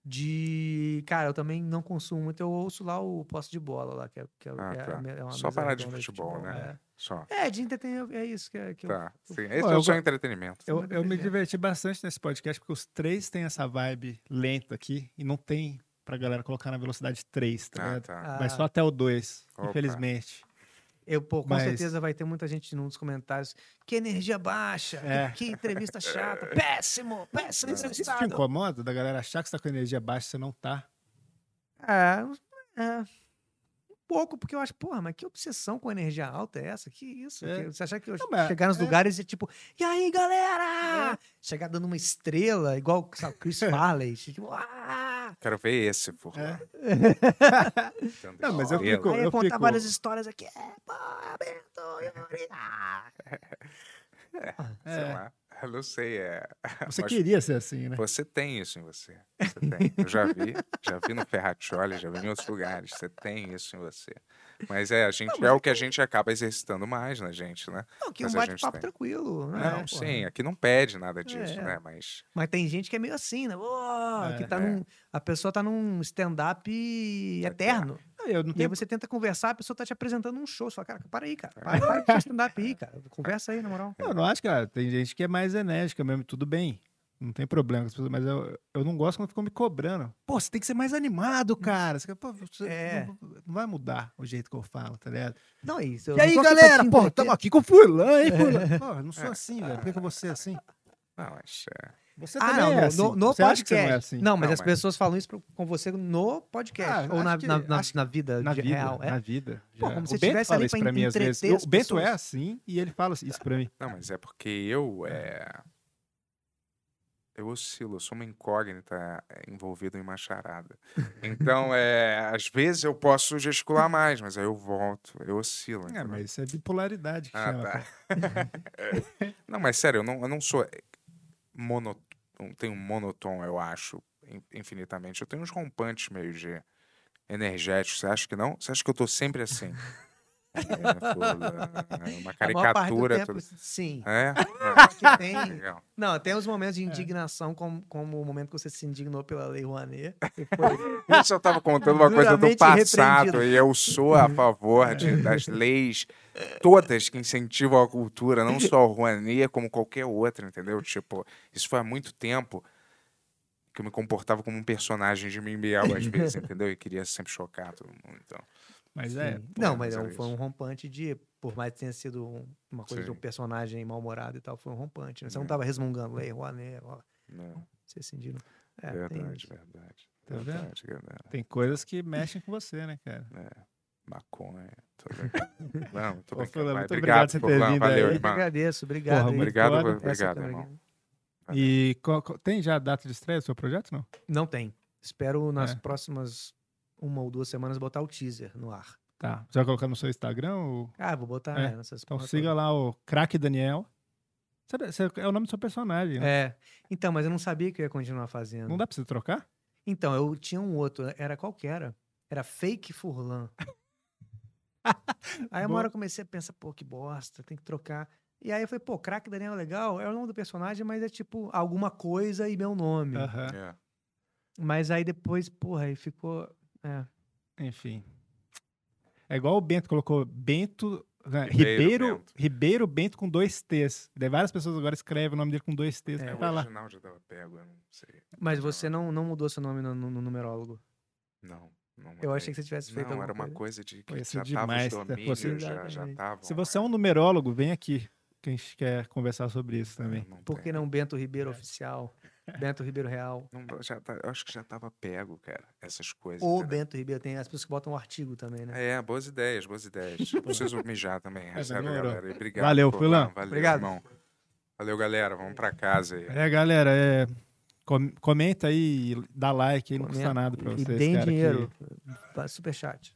De. Cara, eu também não consumo muito, eu ouço lá o posto de bola lá, que é, que é, Ah, é a tá. me- é uma Só mesa parar de redonda futebol, né? Só. É. É, de entretenimento, é isso que, é- que Tá. eu. Sim, Esse Pô, é eu o seu go- entretenimento. Eu, Muito eu me obrigado. diverti bastante nesse podcast, porque os três têm essa vibe lenta aqui e não tem pra galera colocar na velocidade 3, tá Ah, ligado? tá. Ah, Vai só até o 2, Opa. infelizmente. eu pô, com mas- certeza vai ter muita gente num dos comentários. Que energia baixa! É. Que, que entrevista chata! Péssimo! Péssimo Isso te entrevistado! incomoda da galera achar que você tá com energia baixa e você não tá? Ah, é, Um pouco, porque eu acho, porra, mas que obsessão com energia alta é essa? Que isso? É. Que- Você achar que eu Não, mas chegar nos é- lugares e tipo, e aí, galera? Chegar dando uma estrela, igual sabe, Chris Farley. Tipo, ah! Quero ver esse, por É. lá. Dando Não, mas eu estrela. fico- Aí eu contar fico- várias histórias aqui. É, pô, Bento, Yuri, ah. Sei é. lá. Eu não sei, é... Você Mas- queria ser assim, né? Você tem isso em você. Você tem. Eu já vi, já vi no Ferraccioli, já vi em outros lugares. Você tem isso em você. Mas é, a gente é o que a gente acaba exercitando mais na gente, né? Não, aqui é um Mas a gente bate-papo tem. tranquilo. né? Não, Porra. sim, aqui não pede nada disso, É. né? Mas Mas tem gente que é meio assim, né? Ó, É. que tá É. num, a pessoa tá num stand-up eterno. Ah, Eu não E aí tenho você tenta conversar, a pessoa tá te apresentando um show. Você fala, cara, para aí, cara. Para, para de fazer stand-up aí, cara. Conversa aí, na moral. Não, eu não acho que ah, tem gente que é mais enérgica mesmo, tudo bem. Não tem problema com as pessoas, mas eu, eu não gosto quando ficam me cobrando. Pô, você tem que ser mais animado, cara. Você, pô, você É. não, não vai mudar o jeito que eu falo, tá ligado? Não, é isso. eu e não aí, tô aqui pra galera, te pô, entreter. tamo aqui com o Furlan, É. hein, Furlan? Pô, eu não sou assim, velho. Por que, que eu vou ser assim? não, mas é, Você Ah, também não, é no, assim. no- no você podcast. acha que você não é assim? Não, mas Não, as mas- pessoas falam isso pro- com você no podcast. Ah, ou na, acho que- na, na, acho na vida Na de vida, real. é. na vida. Pô, já. como se o Bento tivesse fala ali isso pra pra mim às vezes. entreter as O Bento é pessoas. assim e ele fala isso pra mim. não, mas é porque eu é, eu oscilo, eu sou uma incógnita é, envolvida em uma charada. Então, é, às vezes eu posso gesticular mais, mas aí eu volto, eu oscilo. É, Ah, entendeu? mas isso é bipolaridade que Ah, chama. tá. cara. Não, mas sério, eu não, eu não sou eh, mono, não tenho um monotom, eu acho, in- infinitamente. Eu tenho uns rompantes meio de energéticos. Você acha que não? Você acha que eu tô sempre assim? É, pô, uma A maior parte do caricatura. tempo, Tudo... Sim. É? que tem- É, legal. Não, tem os momentos É. de indignação, como, como o momento que você se indignou pela Lei Rouanet. e foi- Isso eu tava contando uma coisa do Duramente passado repreendido. e eu sou a favor de- das leis todas que incentivam a cultura, não só o Rouanet, como qualquer outra, entendeu? Tipo, isso foi há muito tempo que eu me comportava como um personagem de mim mesmo, às vezes, entendeu? E queria sempre chocar todo mundo, então. Mas é. Sim. não, mas mas é é um- foi isso. um rompante de. Por mais que tenha sido um- uma coisa de um Sim. personagem mal-humorado e tal, foi um rompante. Né? Você não É. tava resmungando Lei Rouanet, ó, Não, você se indignou. É, tem né? verdade, isso. verdade. Tá vendo? verdade, verdade. Tem coisas que mexem com você, né, cara? Maconha. Tô brincando. não, tô Ô, brincando. Fulano, vai. obrigado, muito obrigado por ter Fulano, vindo Valeu, aí. Eu que irmão. agradeço, obrigado. Porra, aí. muito Obrigado, foda. obrigado, Essa eu também- irmão. Valeu. E qual- qual- tem já a data de estreia do seu projeto, não? Não tem. Espero nas É. próximas uma ou duas semanas botar o teaser no ar. Tá. Você vai colocar no seu Instagram? Ou... Ah, vou botar É. é, nessas Então porra siga toda. lá o Crack Daniel. Sabe- você- é o nome do seu personagem, né? É. Então, mas eu não sabia que eu ia continuar fazendo. Não dá pra você trocar? Então, eu tinha um outro. Era qual que era? Era fake Furlan. aí uma Boa. hora eu comecei a pensar, pô, que bosta, tem que trocar. E aí eu falei, pô, craque Daniel é legal, é o nome do personagem, mas é tipo alguma coisa e meu nome. Aham. É. Mas aí depois, porra, aí ficou. É. Enfim. É igual o Bento colocou Bento. né, Ribeiro Ribeiro, Bento. Ribeiro Bento com dois T's. Daí várias pessoas agora escrevem o nome dele com dois T's. É, É, o tá lá. original já tava pego, eu não sei. Mas você não, não mudou seu nome no, no- no numerólogo. Não, não Eu mudei. achei que você tivesse feito Não, alguma era uma coisa. coisa de Pô, que ia já ser tava os demais, tá? domínios, Você- já, já Exatamente. estavam. Se você é um numerólogo, vem aqui. Que a gente quer conversar sobre isso lá. também. Não, não Por que tem. não Bento Ribeiro Oficial? Bento Ribeiro Real. Não, já tá- eu acho que já tava pego, cara, essas coisas. Ou entendeu? Bento Ribeiro, tem as pessoas que botam o artigo também, né? É, boas ideias, boas ideias. Preciso mijar também, Mas sabe, demorou. galera? E Obrigado. Valeu, Fulano, Fulano. Valeu, Obrigado. irmão. Valeu, galera. Vamos pra casa aí. É, galera, é, com- comenta aí, dá like aí, não custa Comenta. nada pra e vocês. deem cara, que- dinheiro. Fa- Superchat.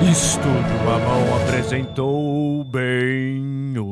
Estúdio Mamão apresentou bem o